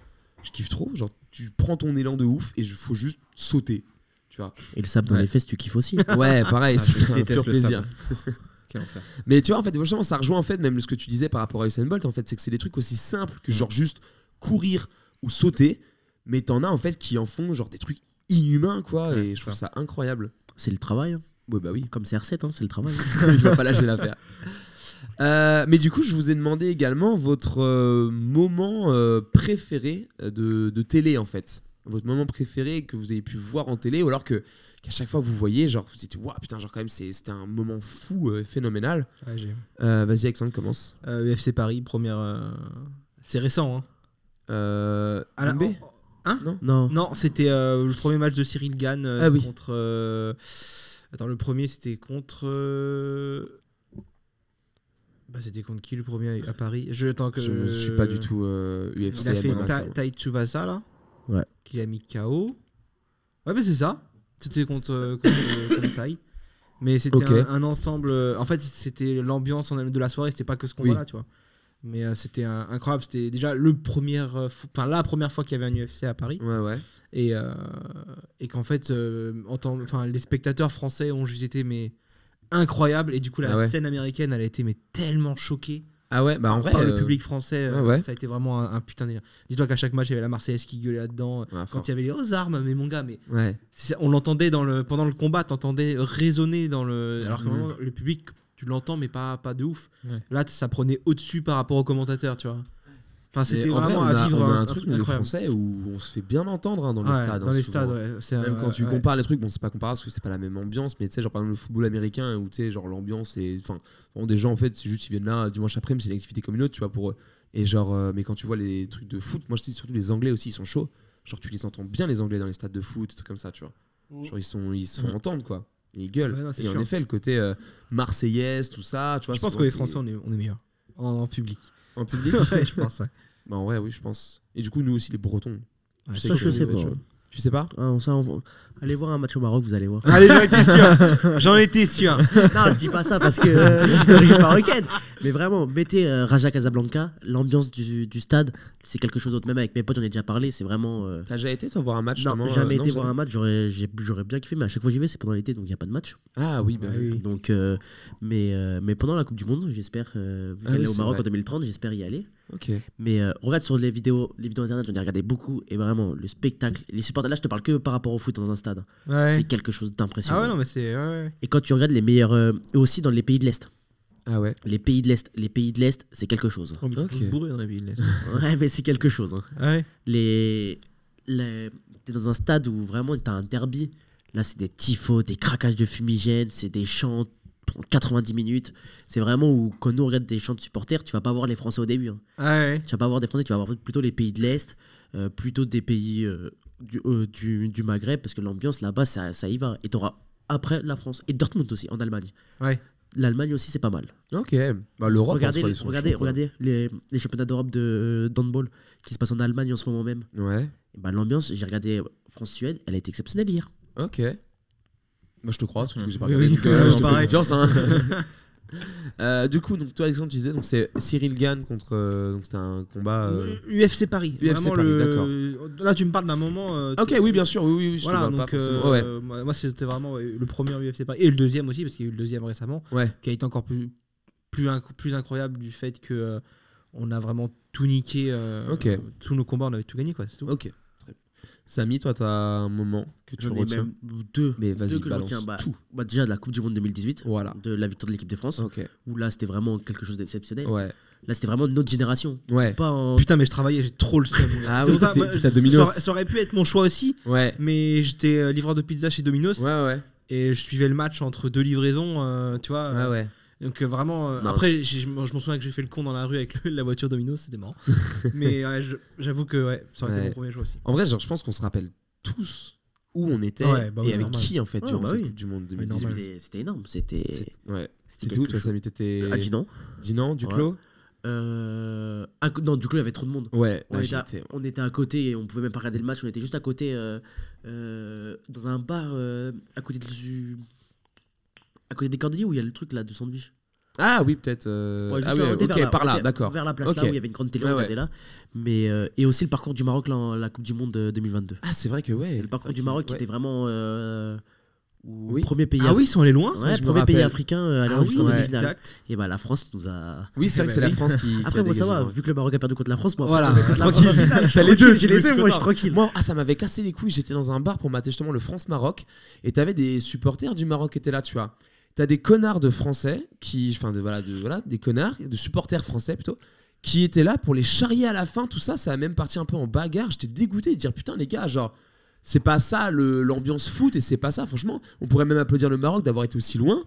S3: je kiffe trop, genre tu prends ton élan de ouf et il faut juste sauter, tu vois.
S4: Et le sable dans
S5: Ouais.
S4: les fesses, tu kiffes aussi. hein.
S3: Ouais, pareil,
S5: Ah,
S3: ça,
S5: je
S3: c'est un
S5: déteste
S3: pur
S5: le
S3: plaisir.
S5: sable. Quel enfer.
S3: Mais tu vois, en fait, justement, ça rejoint en fait même ce que tu disais par rapport à Usain Bolt, en fait, c'est que c'est des trucs aussi simples
S5: Mm.
S3: que genre juste courir ou sauter, mais t'en as en fait qui en font genre des trucs inhumains, quoi,
S5: Ouais,
S3: et
S5: c'est
S3: je trouve ça incroyable.
S4: c'est le travail. hein.
S3: Ouais, bah oui,
S4: Comme CR7, hein, c'est le travail. hein.
S3: je vais pas lâcher l'affaire. Euh, mais du coup, je vous ai demandé également votre euh, moment euh, préféré euh, de, de télé, en fait. Votre moment préféré que vous avez pu voir en télé, ou alors que qu'à chaque fois que vous voyez, genre vous dites, waouh, putain, genre quand même, c'est- c'était un moment fou, euh, phénoménal.
S6: Ouais, j'ai-
S3: Euh, Vas-y, Alexandre, commence.
S6: Euh, UFC Paris, première. euh, C'est récent. Hein.
S3: Euh,
S6: À la- Oh,
S3: Doumbé
S4: Non.
S6: Non, c'était euh, le premier match de Cyril Gann euh,
S3: Ah oui.
S6: contre. euh, Attends, le premier c'était contre. euh, Bah, c'était contre qui le premier à Paris Je attends que.
S3: Je ne suis pas du tout euh, UFC.
S6: Il a fait
S3: MMA,
S6: Ta-
S3: ça.
S6: Tai Tsubasa là.
S4: Ouais.
S6: Qui a mis KO. Ouais, bah c'est ça. C'était contre, euh, contre, euh, contre Tai. Mais c'était
S3: Ok.
S6: un, un ensemble. euh, En fait, c'était l'ambiance en elle-même de la soirée. C'était pas que ce qu'on
S3: Oui.
S6: voit là, tu vois. Mais euh, c'était un- incroyable. C'était déjà le premier, euh, fou- enfin la première fois qu'il y avait un UFC à Paris
S3: Ouais, ouais.
S6: et, euh, et qu'en fait, euh, en tant- enfin, les spectateurs français ont juste été mais incroyables et du coup la
S3: Ah ouais.
S6: scène américaine elle a été mais tellement choquée
S3: Ah ouais, bah en vrai.
S6: par le
S3: euh,
S6: public français euh,
S3: ouais, ouais.
S6: ça a été vraiment un, un putain de délire. dis-toi qu'à chaque match il y avait la Marseillaise qui gueulait là-dedans euh,
S3: ouais, fort.
S6: quand il y avait les aux armes mais mon gars mais
S3: Ouais.
S6: c'est- on l'entendait dans le pendant le combat t'entendais résonner dans le alors que
S3: Mhm.
S6: normalement, le public tu l'entends mais pas pas de ouf
S5: Ouais.
S6: là t- ça prenait au-dessus par rapport aux commentateurs tu vois enfin c'était
S3: Mais en
S6: vraiment
S3: vrai, on a-
S6: à vivre hein,
S3: on a un,
S6: un
S3: truc,
S6: truc
S3: nous, les
S6: incroyable.
S3: Français, où on se fait bien entendre hein, dans les
S6: Ouais,
S3: stades.
S6: dans
S3: hein,
S6: les
S3: souvent.
S6: stades ouais, c'est
S3: Même
S6: un-
S3: quand tu
S6: Euh, ouais.
S3: compares les trucs, bon, c'est pas comparable parce que c'est pas la même ambiance, mais tu sais, genre par exemple le football américain où tu sais, genre l'ambiance et. Enfin, bon, des gens en fait, c'est juste ils viennent là dimanche après, mais c'est une activité comme une autre, tu vois, pour eux. Et genre, euh, mais quand tu vois les trucs de foot, moi je dis surtout les Anglais aussi, ils sont chauds. Genre, tu les entends bien les Anglais dans les stades de foot, des trucs comme ça, tu
S4: Mm.
S3: vois. Genre, ils sont, ils sont
S5: Mm.
S3: entendent quoi. Et Ils gueulent.
S6: Ouais, non, c'est
S3: et en
S6: sûr.
S3: effet, le côté euh, marseillaise, tout ça, tu vois.
S6: Je pense
S3: souvent,
S6: que les
S3: c'est-
S6: Français, on est, on est meilleurs. En, en public.
S3: En public
S6: ouais, je pense, ouais.
S3: Bah, en vrai, oui, je pense. Et du coup, nous aussi, les Bretons.
S6: Ouais,
S4: ça, je
S3: que-
S4: sais pas.
S3: Tu sais pas
S4: Ah, on sait, on- Allez voir un match au Maroc, vous allez voir.
S6: Allez, j'en étais sûr. J'en étais sûr.
S4: non, je dis pas ça parce que euh, je suis d'origine marocaine. Mais vraiment, mettez euh, Raja Casablanca, l'ambiance du, du stade, c'est quelque chose d'autre. Même avec mes potes, j'en ai déjà parlé, c'est vraiment. euh,
S3: T'as déjà été, toi, voir un match
S4: Non,
S3: justement,
S4: jamais
S3: euh,
S4: été
S3: non,
S4: voir un match, j'aurais j'ai- j'aurais bien kiffé, mais à chaque fois j'y vais, c'est pendant l'été, donc il n'y a pas de match.
S3: Ah oui, bah
S6: Ouais,
S3: oui.
S6: oui.
S4: Donc, euh, mais, euh, mais pendant la Coupe du Monde, j'espère, euh, vu
S3: Ah
S4: qu'elle
S3: oui,
S4: est au
S3: c'est
S4: Maroc
S3: vrai.
S4: en 2030, j'espère y aller.
S3: Ok.
S4: Mais euh, on regarde sur les vidéos, les vidéos internet, j'en ai regardé beaucoup, et vraiment, le spectacle, les supporters, là je te parle que par rapport au foot dans un stade, hein.
S6: Ouais.
S4: c'est quelque chose d'impressionnant.
S6: Ah ouais, non, mais c'est. ouais, ouais.
S4: Et quand tu regardes les meilleurs, euh, eux aussi dans les pays de l'Est,
S3: Ah ouais.
S4: les pays de l'Est, les pays de l'est, c'est quelque chose. hein.
S6: On
S3: Ok.
S6: est bourrés dans la ville.
S4: Ouais, mais c'est quelque chose. hein.
S6: Ah Ouais.
S4: Les, les- t'es dans un stade où vraiment t'as un derby. Là, c'est des tifos, des craquages de fumigène, c'est des chants pendant 90 minutes. C'est vraiment où quand nous on regarde des chants de supporters, tu vas pas voir les Français au début. hein.
S6: Ah Ouais.
S4: Tu vas pas voir des Français, tu vas voir plutôt les pays de l'est, euh, plutôt des pays euh, du, euh, du, du Maghreb, parce que l'ambiance là-bas, ça, ça y va. Et t'auras après la France et Dortmund aussi en Allemagne.
S6: Ouais.
S4: L'Allemagne aussi, c'est pas mal.
S3: Ok. Bah, l'Europe, en
S4: Regardez,
S3: soi,
S4: les,
S3: ils sont
S4: regardez,
S3: chauds, quoi.
S4: regardez les, les championnats d'Europe de euh, d'handball qui se passent en Allemagne en ce moment même.
S3: Ouais.
S4: Et ben, L'ambiance, j'ai regardé France-Suède, elle a été exceptionnelle hier.
S3: Ok. Bah, je te crois, surtout que j'ai pas
S6: Oui,
S3: regardé.
S6: oui,
S3: donc, euh, je
S6: oui,
S3: te fais
S6: pareil.
S3: confiance. hein. Euh, du coup, donc, toi, Alexandre, tu disais, donc, c'est Cyril Gann contre. euh, donc, c'était un combat. euh,
S6: UFC Paris.
S3: UFC
S6: vraiment
S3: Paris,
S6: le... Là, tu me parles d'un moment. euh,
S3: Ok, oui, bien sûr. Oui, oui, oui. Je te
S6: Voilà,
S3: parle pas
S6: donc euh,
S3: forcément. Ouais, ouais.
S6: euh, moi moi, c'était vraiment ouais, le premier UFC Paris et le deuxième aussi parce qu'il y a eu le deuxième récemment
S3: Ouais.
S6: qui a été encore plus plus, inc- plus incroyable du fait que euh, on a vraiment tout niqué. euh,
S3: Ok.
S6: Tous nos combats, on avait tout gagné, quoi. c'est tout.
S3: Ok. très bien. Samy, toi, t'as un moment que tu
S4: J'en ai
S3: retiens.
S4: même deux.
S3: Mais
S4: deux
S3: vas-y,
S4: que je
S3: balance
S4: retiens, bah,
S3: tout.
S4: bah, déjà de la Coupe du Monde 2018,
S3: Voilà.
S4: de la victoire de l'équipe de France,
S3: Ok.
S4: où là c'était vraiment quelque chose d'exceptionnel.
S3: Ouais.
S4: Là c'était vraiment notre génération.
S3: Ouais.
S4: Pas en...
S6: Putain, mais je travaillais, j'ai trop le seum.
S3: Ah
S6: C'est
S3: oui,
S6: pour ça,
S3: t'étais-
S5: bah,
S6: moi,
S3: t'étais à
S6: ça-
S3: Domino's.
S6: Ça, aurait- ça aurait pu être mon choix aussi,
S3: Ouais.
S6: mais j'étais euh, livreur de pizza chez Domino's
S3: Ouais, ouais.
S6: et je suivais le match entre deux livraisons, euh, tu vois. euh,
S3: Ah Ouais, ouais.
S6: Donc euh, vraiment, euh,
S4: Non.
S6: après, j'ai- je m'en je m'en souviens que j'ai fait le con dans la rue avec le- la voiture Domino's, c'était marrant. mais ouais, je- j'avoue que ouais, ça aurait été
S3: Ouais.
S6: mon premier choix aussi.
S3: En vrai, genre, je pense qu'on se rappelle tous où on était
S6: Ouais, bah oui,
S3: et avec
S6: normal.
S3: qui, en fait,
S4: Ouais,
S3: durant
S4: bah
S3: cette
S4: oui.
S3: Coupe du Monde
S6: Oui, normal.
S3: 2018.
S4: C'était c'était énorme. C'était.
S3: C'est- Ouais.
S4: C'était
S3: T'étais où,
S4: quelque
S3: toi,
S4: chose.
S3: Samy T'étais.
S4: Euh, À Dinan.
S3: Dinan, Duclos
S4: Euh, à co- Non, du coup, il y avait trop de monde.
S3: Ouais.
S4: On,
S3: ouais,
S4: était à,
S3: j'étais-
S4: on était à côté et on pouvait même pas regarder le match. On était juste à côté, euh, euh, dans un bar euh, à côté du. À côté des cordeliers où il y a le truc là de sandwich.
S3: Ah oui, peut-être. euh,
S4: Ouais, juste
S3: ah
S4: là,
S3: oui,
S4: on était vers
S3: ok, par là,
S4: vers-
S3: d'accord.
S4: Vers la place
S3: Ok.
S4: là où il y avait une grande télé,
S3: Ouais,
S4: on
S3: ouais.
S4: était là. Mais, euh, et aussi le parcours du Maroc, là, en- la Coupe du Monde euh, 2022.
S3: Ah, c'est vrai que ouais.
S4: le parcours du Maroc qui était vraiment. euh, où-
S3: Oui.
S4: Premier pays,
S6: Ah oui, ils sont allés loin,
S4: af-
S6: ça,
S4: ouais,
S6: je me
S4: premier pays
S6: rappelle.
S4: africain euh, à aller
S3: Ah oui,
S4: jusqu'en
S3: ouais.
S4: demi-finale.
S6: Exact.
S4: Et bah la France nous a.
S3: Oui, c'est vrai que c'est
S6: Bah
S3: la
S6: oui.
S3: France qui. qui
S4: Après,
S3: a
S4: moi,
S3: dégagé
S4: ça va,
S3: le Maroc.
S4: vu que le Maroc a perdu contre la France, moi.
S6: Voilà,
S4: après, la
S6: tranquille.
S4: France, je suis
S6: T'as les deux,
S4: tranquille,
S6: tu
S4: les
S6: les
S4: deux,
S6: connais.
S4: moi, je suis tranquille.
S3: Moi, ah, ça m'avait cassé les couilles. J'étais dans un bar pour mater justement le France-Maroc. Et t'avais des supporters du Maroc qui étaient là, tu vois. T'as des connards de Français, qui, enfin, de, voilà, de, voilà, des connards, de supporters français plutôt, qui étaient là pour les charrier à la fin. Tout ça, ça a même parti un peu en bagarre. J'étais dégoûté de dire, putain, les gars, genre, c'est pas ça le- l'ambiance foot et c'est pas ça. Franchement, on pourrait même applaudir le Maroc d'avoir été aussi loin.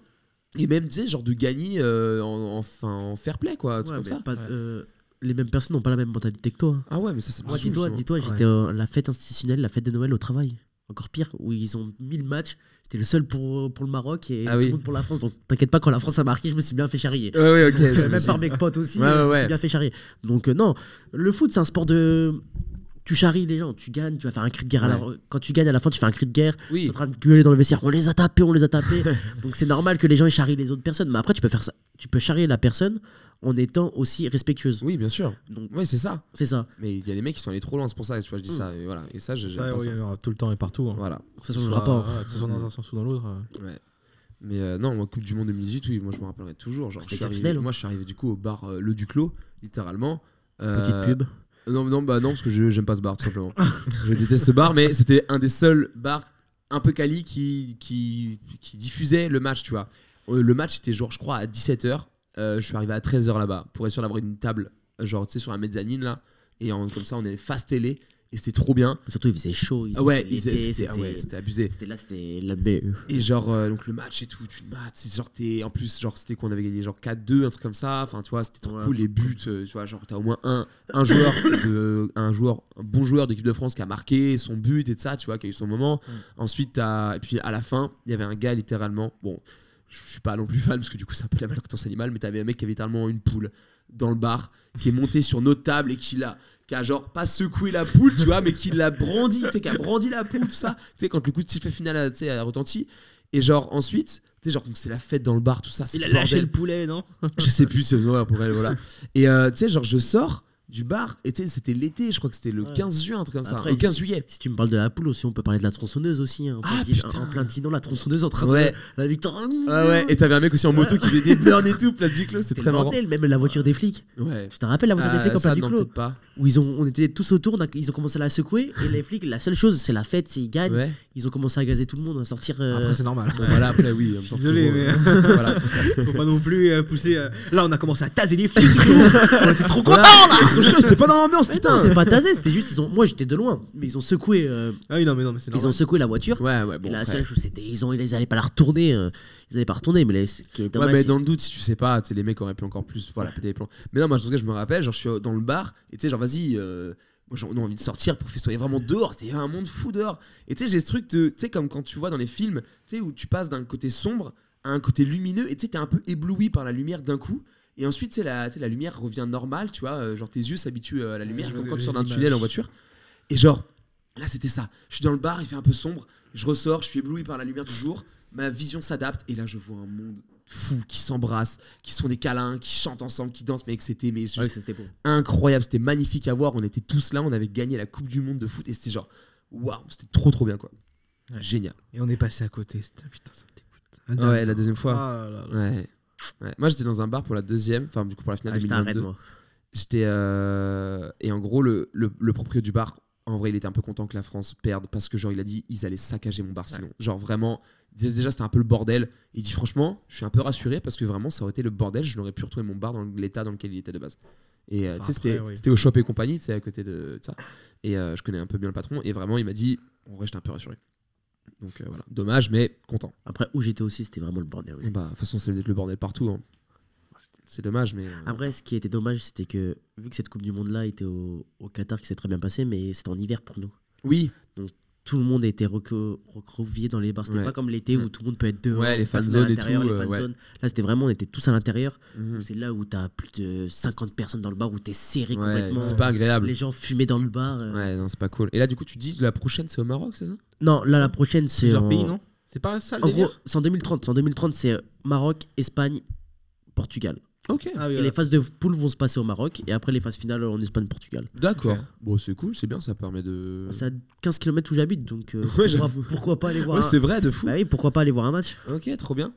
S3: Et même, tu sais, genre de gagner euh, en, en, fin- en fair play, quoi. un truc
S4: Ouais,
S3: comme ça.
S4: mais pas- euh, Les mêmes personnes n'ont pas la même mentalité que toi. hein.
S3: Ah ouais, mais ça, ça me
S4: Moi,
S3: saoule,
S4: dis-toi,
S3: justement.
S4: dis-toi, j'étais à la fête institutionnelle, la fête de Noël au travail. Encore pire, où ils ont mis le match. J'étais le seul pour, pour le Maroc et
S3: Ah
S4: tout
S3: oui.
S4: le monde pour la France. Donc t'inquiète pas, quand la France a marqué, je me suis bien fait charrier.
S3: Ouais, ouais, ok.
S4: Euh, Même
S3: j'imagine.
S4: par mes potes aussi,
S3: Ouais,
S4: je me
S3: ouais,
S4: suis
S3: ouais.
S4: bien fait charrier. Donc euh, non, le foot, c'est un sport de... Tu charries les gens, tu gagnes, tu vas faire un cri de guerre. à la- Quand tu gagnes à la fin, tu fais un cri de guerre. T'es
S3: Oui.
S4: en train de gueuler dans le vestiaire, on les a tapés, on les a tapés. Donc c'est normal que les gens ils charrient les autres personnes. Mais après, tu peux faire ça. Tu peux charrier la personne en étant aussi respectueuse.
S3: oui, bien sûr.
S4: Donc
S3: Oui, c'est ça.
S4: c'est ça.
S3: Mais il y a des mecs qui sont allés trop loin, c'est pour ça, tu vois, je dis
S4: Mm.
S3: ça. Et, voilà. et ça, je- j'aime
S6: Ça,
S3: pas
S6: ouais, il
S3: ça.
S6: y en aura tout le temps et partout. hein.
S3: Voilà.
S6: Que
S4: Ça
S6: ce
S4: changera
S6: soit-
S4: pas. hein.
S6: ouais, Que ce soit dans un sens ou dans l'autre. euh.
S3: Ouais. Mais euh, non, moi, Coupe du Monde 2018, oui, moi je me rappellerai toujours. Genre, je
S4: C'était hein.
S3: suis arrivé-
S4: exceptionnel.
S3: moi, je suis arrivé du coup au bar euh, Le Duclos, littéralement. Euh,
S4: Petite pub.
S3: Non, non, bah non, parce que je- j'aime pas ce bar, tout simplement. je déteste ce bar, mais c'était un des seuls bars un peu quali qui, qui, qui diffusait le match, tu vois. Euh, Le match était genre, je crois, à 17h. je suis arrivé à 13h là-bas pour être sûr d'avoir une table, euh, genre, tu sais, sur la mezzanine là. Et en- comme ça, on est face télé. Et c'était trop bien.
S4: Surtout, il faisait chaud. Il
S3: Ah ouais,
S4: faisait
S3: ils-
S4: l'été,
S3: c'était ah ouais,
S4: c'était-
S3: c'était abusé.
S4: c'était là, c'était la BE.
S3: Et genre, euh, donc le match et tout, tu te mates, c'est genre, t'es. En plus, genre, c'était qu'on avait gagné genre 4-2, un truc comme ça. Enfin, tu vois, c'était trop
S4: Ouais.
S3: cool, les buts, euh, tu vois, genre, t'as au moins un, un joueur, de, un joueur, un bon joueur d'équipe de France qui a marqué son but et de ça, tu vois, qui a eu son moment. Ensuite, t'as. Et puis à la fin, il y avait un gars littéralement. Bon, je suis pas non plus fan parce que du coup, ça appelle la maltraitance animale, mais t'avais un mec qui avait littéralement une poule dans le bar, qui est monté sur notre table et qui l'a qui a genre pas secoué la poule, tu vois, mais qui l'a brandi, tu sais, qui a brandi la poule, tout ça. Tu sais, quand le coup de sifflet final a, tu sais, a retenti. Et genre, ensuite, tu sais, genre, donc c'est la fête dans le bar, tout ça. c'est
S6: Il a
S3: le
S6: lâché
S3: bordel.
S6: le poulet, non
S3: Je sais plus, c'est ouais, pour elle, voilà. Et euh, tu sais, genre, je sors du bar, et tu sais, c'était l'été, je crois que c'était le
S4: Ouais.
S3: 15 juin, un truc comme ça.
S4: Après,
S3: le
S4: il-
S3: 15 juillet.
S4: Si tu me parles de la poule aussi, on peut parler de la tronçonneuse aussi. hein. En,
S3: Ah,
S4: plein di-
S3: putain.
S4: en plein Dinan, la tronçonneuse en train
S3: Ouais.
S4: de. La victoire.
S3: Ah Ouais, ouais. Et t'avais un mec aussi en moto qui faisait des burns et tout, place du clos, c'était
S4: C'était
S3: très
S4: le
S3: marrant.
S4: bordel, même la voiture des flics.
S3: Ouais.
S4: Je te rappelle la voiture
S6: Euh,
S4: des
S5: Euh,
S3: Ah,
S4: flics en plein
S3: ça,
S4: du
S3: non,
S4: clos
S3: peut-être pas.
S4: Où ils ont, on était tous autour, on a- ils ont commencé à la secouer. Et les flics, la seule chose, c'est la fête, c'est ils gagnent.
S3: Ouais.
S4: Ils ont commencé à gazer tout le monde, à sortir. euh,
S6: Après, c'est normal.
S3: Bon, voilà, après, oui. en même temps,
S6: Désolé,
S3: c'est
S6: mais-
S3: gros, euh, voilà.
S6: Faut pas non plus euh, pousser. euh. Là, on a commencé à taser les flics. et tout. on était trop contents là. Ils sont chauds, c'était pas dans l'ambiance,
S4: mais non, c'est pas tasé, c'était juste. Ils ont... Moi, j'étais de loin, mais ils ont secoué, euh,
S6: Ah oui, non, mais non, mais c'est
S4: ils ont
S6: normal.
S4: secoué la voiture.
S3: Ouais, ouais,
S4: Et
S3: bon.
S4: la
S3: après.
S4: seule chose, c'était. Ils, ont... ils allaient pas la retourner. euh, Ils allaient pas retourner, mais les- ce qui est dommage.
S3: ouais, mais
S4: c'est-
S3: dans le doute, si tu sais pas, tu sais, les mecs auraient pu encore plus voilà, péter les plombs. Mais non, moi, en tout cas, je me rappelle, genre, je suis dans le bar, et tu sais, genre, vas-y, euh, moi, genre, on a envie de sortir pour festoyer vraiment dehors, c'est un monde fou dehors. Et tu sais, j'ai ce truc de, tu sais, comme quand tu vois dans les films, tu sais, où tu passes d'un côté sombre à un côté lumineux, et tu sais, t'es un peu ébloui par la lumière d'un coup. Et ensuite, tu sais, la, tu sais, la lumière revient normale, tu vois, euh, genre tes yeux s'habituent euh, à la lumière,
S6: je
S3: comme
S6: vois-
S3: quand tu
S6: j'ai
S3: sors d'un
S6: l'image.
S3: tunnel en voiture. Et genre, là, c'était ça. Je suis dans le bar, il fait un peu sombre, je ressors, je suis ébloui par la lumière du jour, ma vision s'adapte, et là, je vois un monde fou qui s'embrasse, qui se font des câlins, qui chantent ensemble, qui dansent, mais que c'était mais juste
S4: Ouais, c'était beau.
S3: incroyable, c'était magnifique à voir, on était tous là, on avait gagné la Coupe du Monde de foot, et c'était genre, waouh, c'était trop trop bien quoi. Génial.
S6: Et on est passé à côté. c'était- Putain, ça me dégoûte. Ah,
S3: Ouais, la deuxième fois.
S6: Ah là là là.
S3: Ouais. Ouais. Moi j'étais dans un bar pour la deuxième, enfin du coup pour la finale
S4: Ah, j'étais un raid,
S3: 2022.
S4: moi.
S3: J'étais euh, et en gros le, le, le propriétaire du bar, en vrai, il était un peu content que la France perde parce que genre il a dit ils allaient saccager mon bar sinon. Genre vraiment dé- déjà c'était un peu le bordel. Il dit franchement, je suis un peu rassuré parce que vraiment ça aurait été le bordel, je n'aurais pu retrouver mon bar dans l'état dans lequel il était de base. Et euh,
S6: Enfin,
S3: tu sais c'était
S6: après, oui.
S3: c'était au shop et compagnie, c'est à côté de, de ça. Et euh, je connais un peu bien le patron et vraiment il m'a dit en vrai, j'étais un peu rassuré. Donc euh, voilà, dommage mais content.
S4: Après, où j'étais aussi, c'était vraiment le bordel aussi.
S3: Bah, de toute façon, c'est le bordel partout. hein. C'est dommage, mais.
S6: Ah.
S3: euh,
S4: Après, ce qui était dommage, c'était que, vu que cette Coupe du Monde-là était au, au Qatar, qui s'est très bien passé, mais c'était en hiver pour nous.
S3: Oui,
S4: Tout le monde était reco- recrovié dans les bars. C'était
S3: Ouais.
S4: pas comme l'été où
S3: Mm.
S4: tout le monde peut être dehors.
S3: Ouais, les
S4: personne
S3: fan zones
S4: à
S3: et
S4: l'intérieur,
S3: tout,
S4: les
S3: euh,
S4: fan
S3: ouais. Mhm.
S4: zones. Là, c'était vraiment, on était tous à l'intérieur. C'est là où t'as plus de 50 personnes dans le bar, où t'es serré
S3: Ouais,
S4: complètement.
S3: c'est pas agréable.
S4: Les gens fumaient dans le bar. euh.
S3: Ouais, non, c'est pas cool. Et là, du coup, tu dis la prochaine, c'est au Maroc, c'est ça
S4: Non, là, la prochaine, c'est.
S6: Plusieurs
S4: en-
S6: pays, non C'est pas ça le
S4: En gros,
S6: délire
S4: c'est en 2030. C'est en 2030, c'est euh, Maroc, Espagne, Portugal.
S3: Ok.
S6: Ah oui,
S4: Et
S6: voilà.
S4: les phases de poule vont se passer au Maroc, et après les phases finales en Espagne-Portugal.
S3: D'accord. Bon, c'est cool, c'est bien, ça permet de.
S4: C'est à 15 km où j'habite, donc euh,
S3: Ouais,
S4: pourquoi,
S3: j'avoue.
S4: pourquoi pas aller voir
S3: Ouais,
S4: un-
S3: c'est vrai, de fou.
S4: Bah oui, pourquoi pas aller voir un match
S3: Ok, trop bien.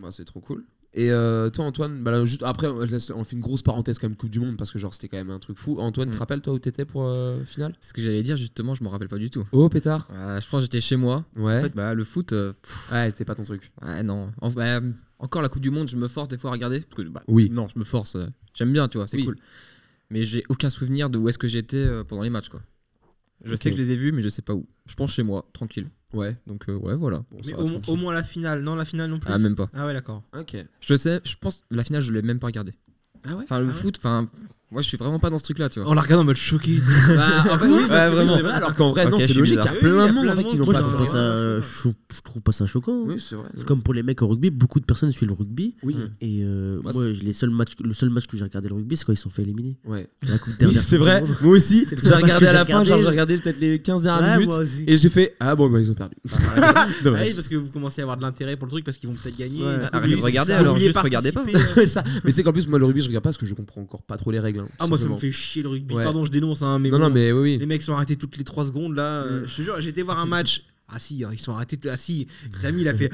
S3: Bah, c'est trop cool. Et euh, toi, Antoine, bah, là, juste après, je laisse- on fait une grosse parenthèse quand même Coupe du Monde parce que genre c'était quand même un truc fou. Antoine, tu te
S5: Mm.
S3: rappelles toi où t'étais pour euh, finale
S5: Ce que j'allais dire justement, je m'en rappelle pas du tout.
S3: Oh pétard.
S5: Ah, je pense que j'étais chez moi. En
S3: Ouais.
S5: fait, bah, le foot, euh, pff,
S3: Ouais, c'est pas ton truc.
S5: ouais, non. En- bah, encore la Coupe du Monde, je me force des fois à regarder. Parce que, bah,
S3: Oui.
S5: Non, je me force. euh, J'aime bien, tu vois, c'est
S3: Oui.
S5: cool. Mais j'ai aucun souvenir de où est-ce que j'étais euh, pendant les matchs, quoi. Je
S3: Ok.
S5: sais que je les ai vus, mais je sais pas où. Je pense chez moi, tranquille.
S3: Ouais.
S5: Donc, euh, ouais, voilà.
S3: Bon,
S6: Mais
S3: ça va,
S6: au,
S3: tranquille.
S6: au moins la finale. Non, la finale non plus.
S5: Ah, même pas.
S6: Ah ouais, d'accord.
S3: Ok.
S5: Je sais, je pense, la finale, je l'ai même pas regardé.
S3: Ah ouais
S5: Enfin, le
S6: Ah ouais.
S5: foot, enfin, moi, je suis vraiment pas dans ce truc-là, tu vois.
S6: On la regarde en mode choqué.
S5: Bah, en fait, oui, parce que oui,
S3: c'est vrai, alors qu'en vrai,
S5: Ok,
S3: non,
S5: je
S3: c'est
S5: suis
S3: logique. Il y
S5: bizarre.
S3: a
S6: Oui,
S3: plein de monde en fait qui n'ont
S6: Moi,
S3: pas
S6: j'en ai
S4: je trouve,
S3: compris.
S6: rien
S4: ça,
S6: à
S4: euh, je,
S6: foutre.
S4: je trouve pas ça choquant. hein.
S3: Oui, c'est vrai.
S4: C'est comme pour les mecs au rugby, beaucoup de personnes suivent le rugby.
S3: Oui.
S4: Et euh,
S3: Moi,
S4: moi,
S3: c'est-
S4: j'ai les seuls matchs, le seul match que j'ai regardé le rugby, c'est quand ils se sont fait éliminer.
S3: Ouais.
S4: La coupe
S3: Oui,
S4: dernière
S3: c'est
S4: Coupe
S3: vrai,
S4: du Monde.
S3: moi aussi.
S4: C'est le
S3: J'ai
S4: seul match
S3: regardé
S4: que
S3: à
S4: j'ai
S3: la fin,
S4: regardé.
S3: genre j'ai regardé peut-être les 15 dernières
S4: Ouais,
S3: minutes
S4: moi aussi.
S3: et j'ai fait Ah bon, bah, ils ont perdu.
S6: Ah oui,
S3: Dommage.
S6: parce que vous commencez à avoir de l'intérêt pour le truc parce qu'ils vont peut-être gagner.
S4: Ouais.
S6: Du coup,
S5: Arrêtez de
S6: oui,
S5: regarder,
S6: c'est ça.
S5: alors,
S6: Vous vouliez
S5: juste regardez pas.
S6: participer. euh,
S3: C'est ça. Mais tu sais qu'en plus, moi le rugby, je regarde pas parce que je comprends encore pas trop les règles. hein,
S6: Ah, moi ça me
S3: simplement.
S6: fait chier le rugby.
S3: Ouais.
S6: Pardon, je dénonce, hein, mais
S3: Non,
S6: bon,
S3: non, mais Eh oui,
S6: les
S3: oui.
S6: mecs sont arrêtés toutes les 3 secondes là. euh,
S5: Mm.
S6: Je te jure, j'étais voir un match. Ah si, hein, ils sont arrêtés. Ah si, Samy il a fait.